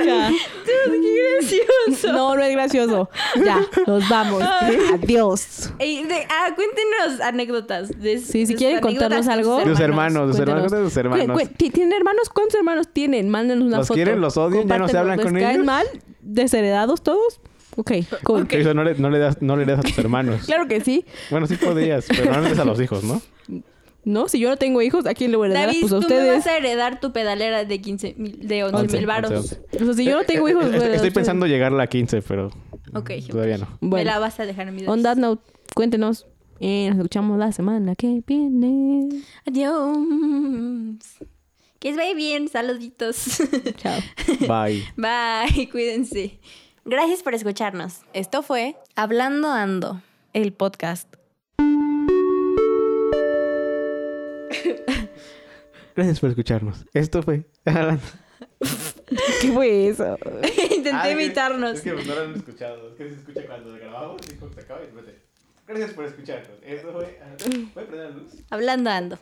Speaker 2: Ya.
Speaker 1: ¡Qué gracioso!
Speaker 2: No, no es gracioso. Ya, nos vamos. Adiós.
Speaker 1: Ey, de- ah, cuéntenos anécdotas. de-
Speaker 2: Sí, si
Speaker 1: de
Speaker 2: quieren
Speaker 1: sus anécdotas
Speaker 2: contarnos
Speaker 1: de sus
Speaker 2: algo.
Speaker 3: Tus hermanos, tus hermanos,
Speaker 2: cuéntanos.
Speaker 3: tus hermanos.
Speaker 2: Cu- cu- ti- ¿Tienen hermanos? ¿Cuántos hermanos tienen? Mándenos una
Speaker 3: ¿Los
Speaker 2: foto.
Speaker 3: quieren? ¿Los odian? ¿Ya no se
Speaker 2: Compártenos.
Speaker 3: hablan con
Speaker 2: ¿Les
Speaker 3: ellos?
Speaker 2: caen mal? ¿Desheredados todos? Ok, cool.
Speaker 3: Eso no le, no, le das, no le das a tus hermanos.
Speaker 2: Claro que sí.
Speaker 3: Bueno, sí podías, pero no le das a los hijos, ¿no?
Speaker 2: No, si yo no tengo hijos, ¿a quién le voy a heredar?
Speaker 1: David,
Speaker 2: pues a
Speaker 1: tú me vas
Speaker 2: ustedes.
Speaker 1: a heredar tu pedalera de 15 mil, de 11
Speaker 3: Once,
Speaker 1: mil
Speaker 3: once,
Speaker 1: varos.
Speaker 3: once.
Speaker 2: O sea, si yo no tengo hijos, pues,
Speaker 3: Eh,
Speaker 2: voy a heredar a
Speaker 3: eh, Estoy
Speaker 2: ustedes.
Speaker 3: pensando llegarla a 15, pero
Speaker 1: Ok.
Speaker 3: todavía no.
Speaker 1: Me
Speaker 2: Bueno,
Speaker 1: la vas a dejar en mi
Speaker 2: pues, on that note, cuéntenos. Eh, nos escuchamos la semana que viene.
Speaker 1: Adiós. Que os vaya bien. Saluditos.
Speaker 2: Chao.
Speaker 3: Bye.
Speaker 1: Bye. Cuídense. Gracias por escucharnos.
Speaker 4: Esto fue
Speaker 1: Hablando Ando.
Speaker 4: el podcast.
Speaker 3: Gracias por escucharnos. Esto fue.
Speaker 2: ¿Qué fue eso?
Speaker 1: Intenté
Speaker 3: Ah,
Speaker 1: imitarnos.
Speaker 3: no lo han escuchado. Es que se escucha cuando grabamos y cuando se acaba y Gracias por escucharnos. Esto fue. ¿Voy a ah, prender la luz?
Speaker 1: Hablando Ando.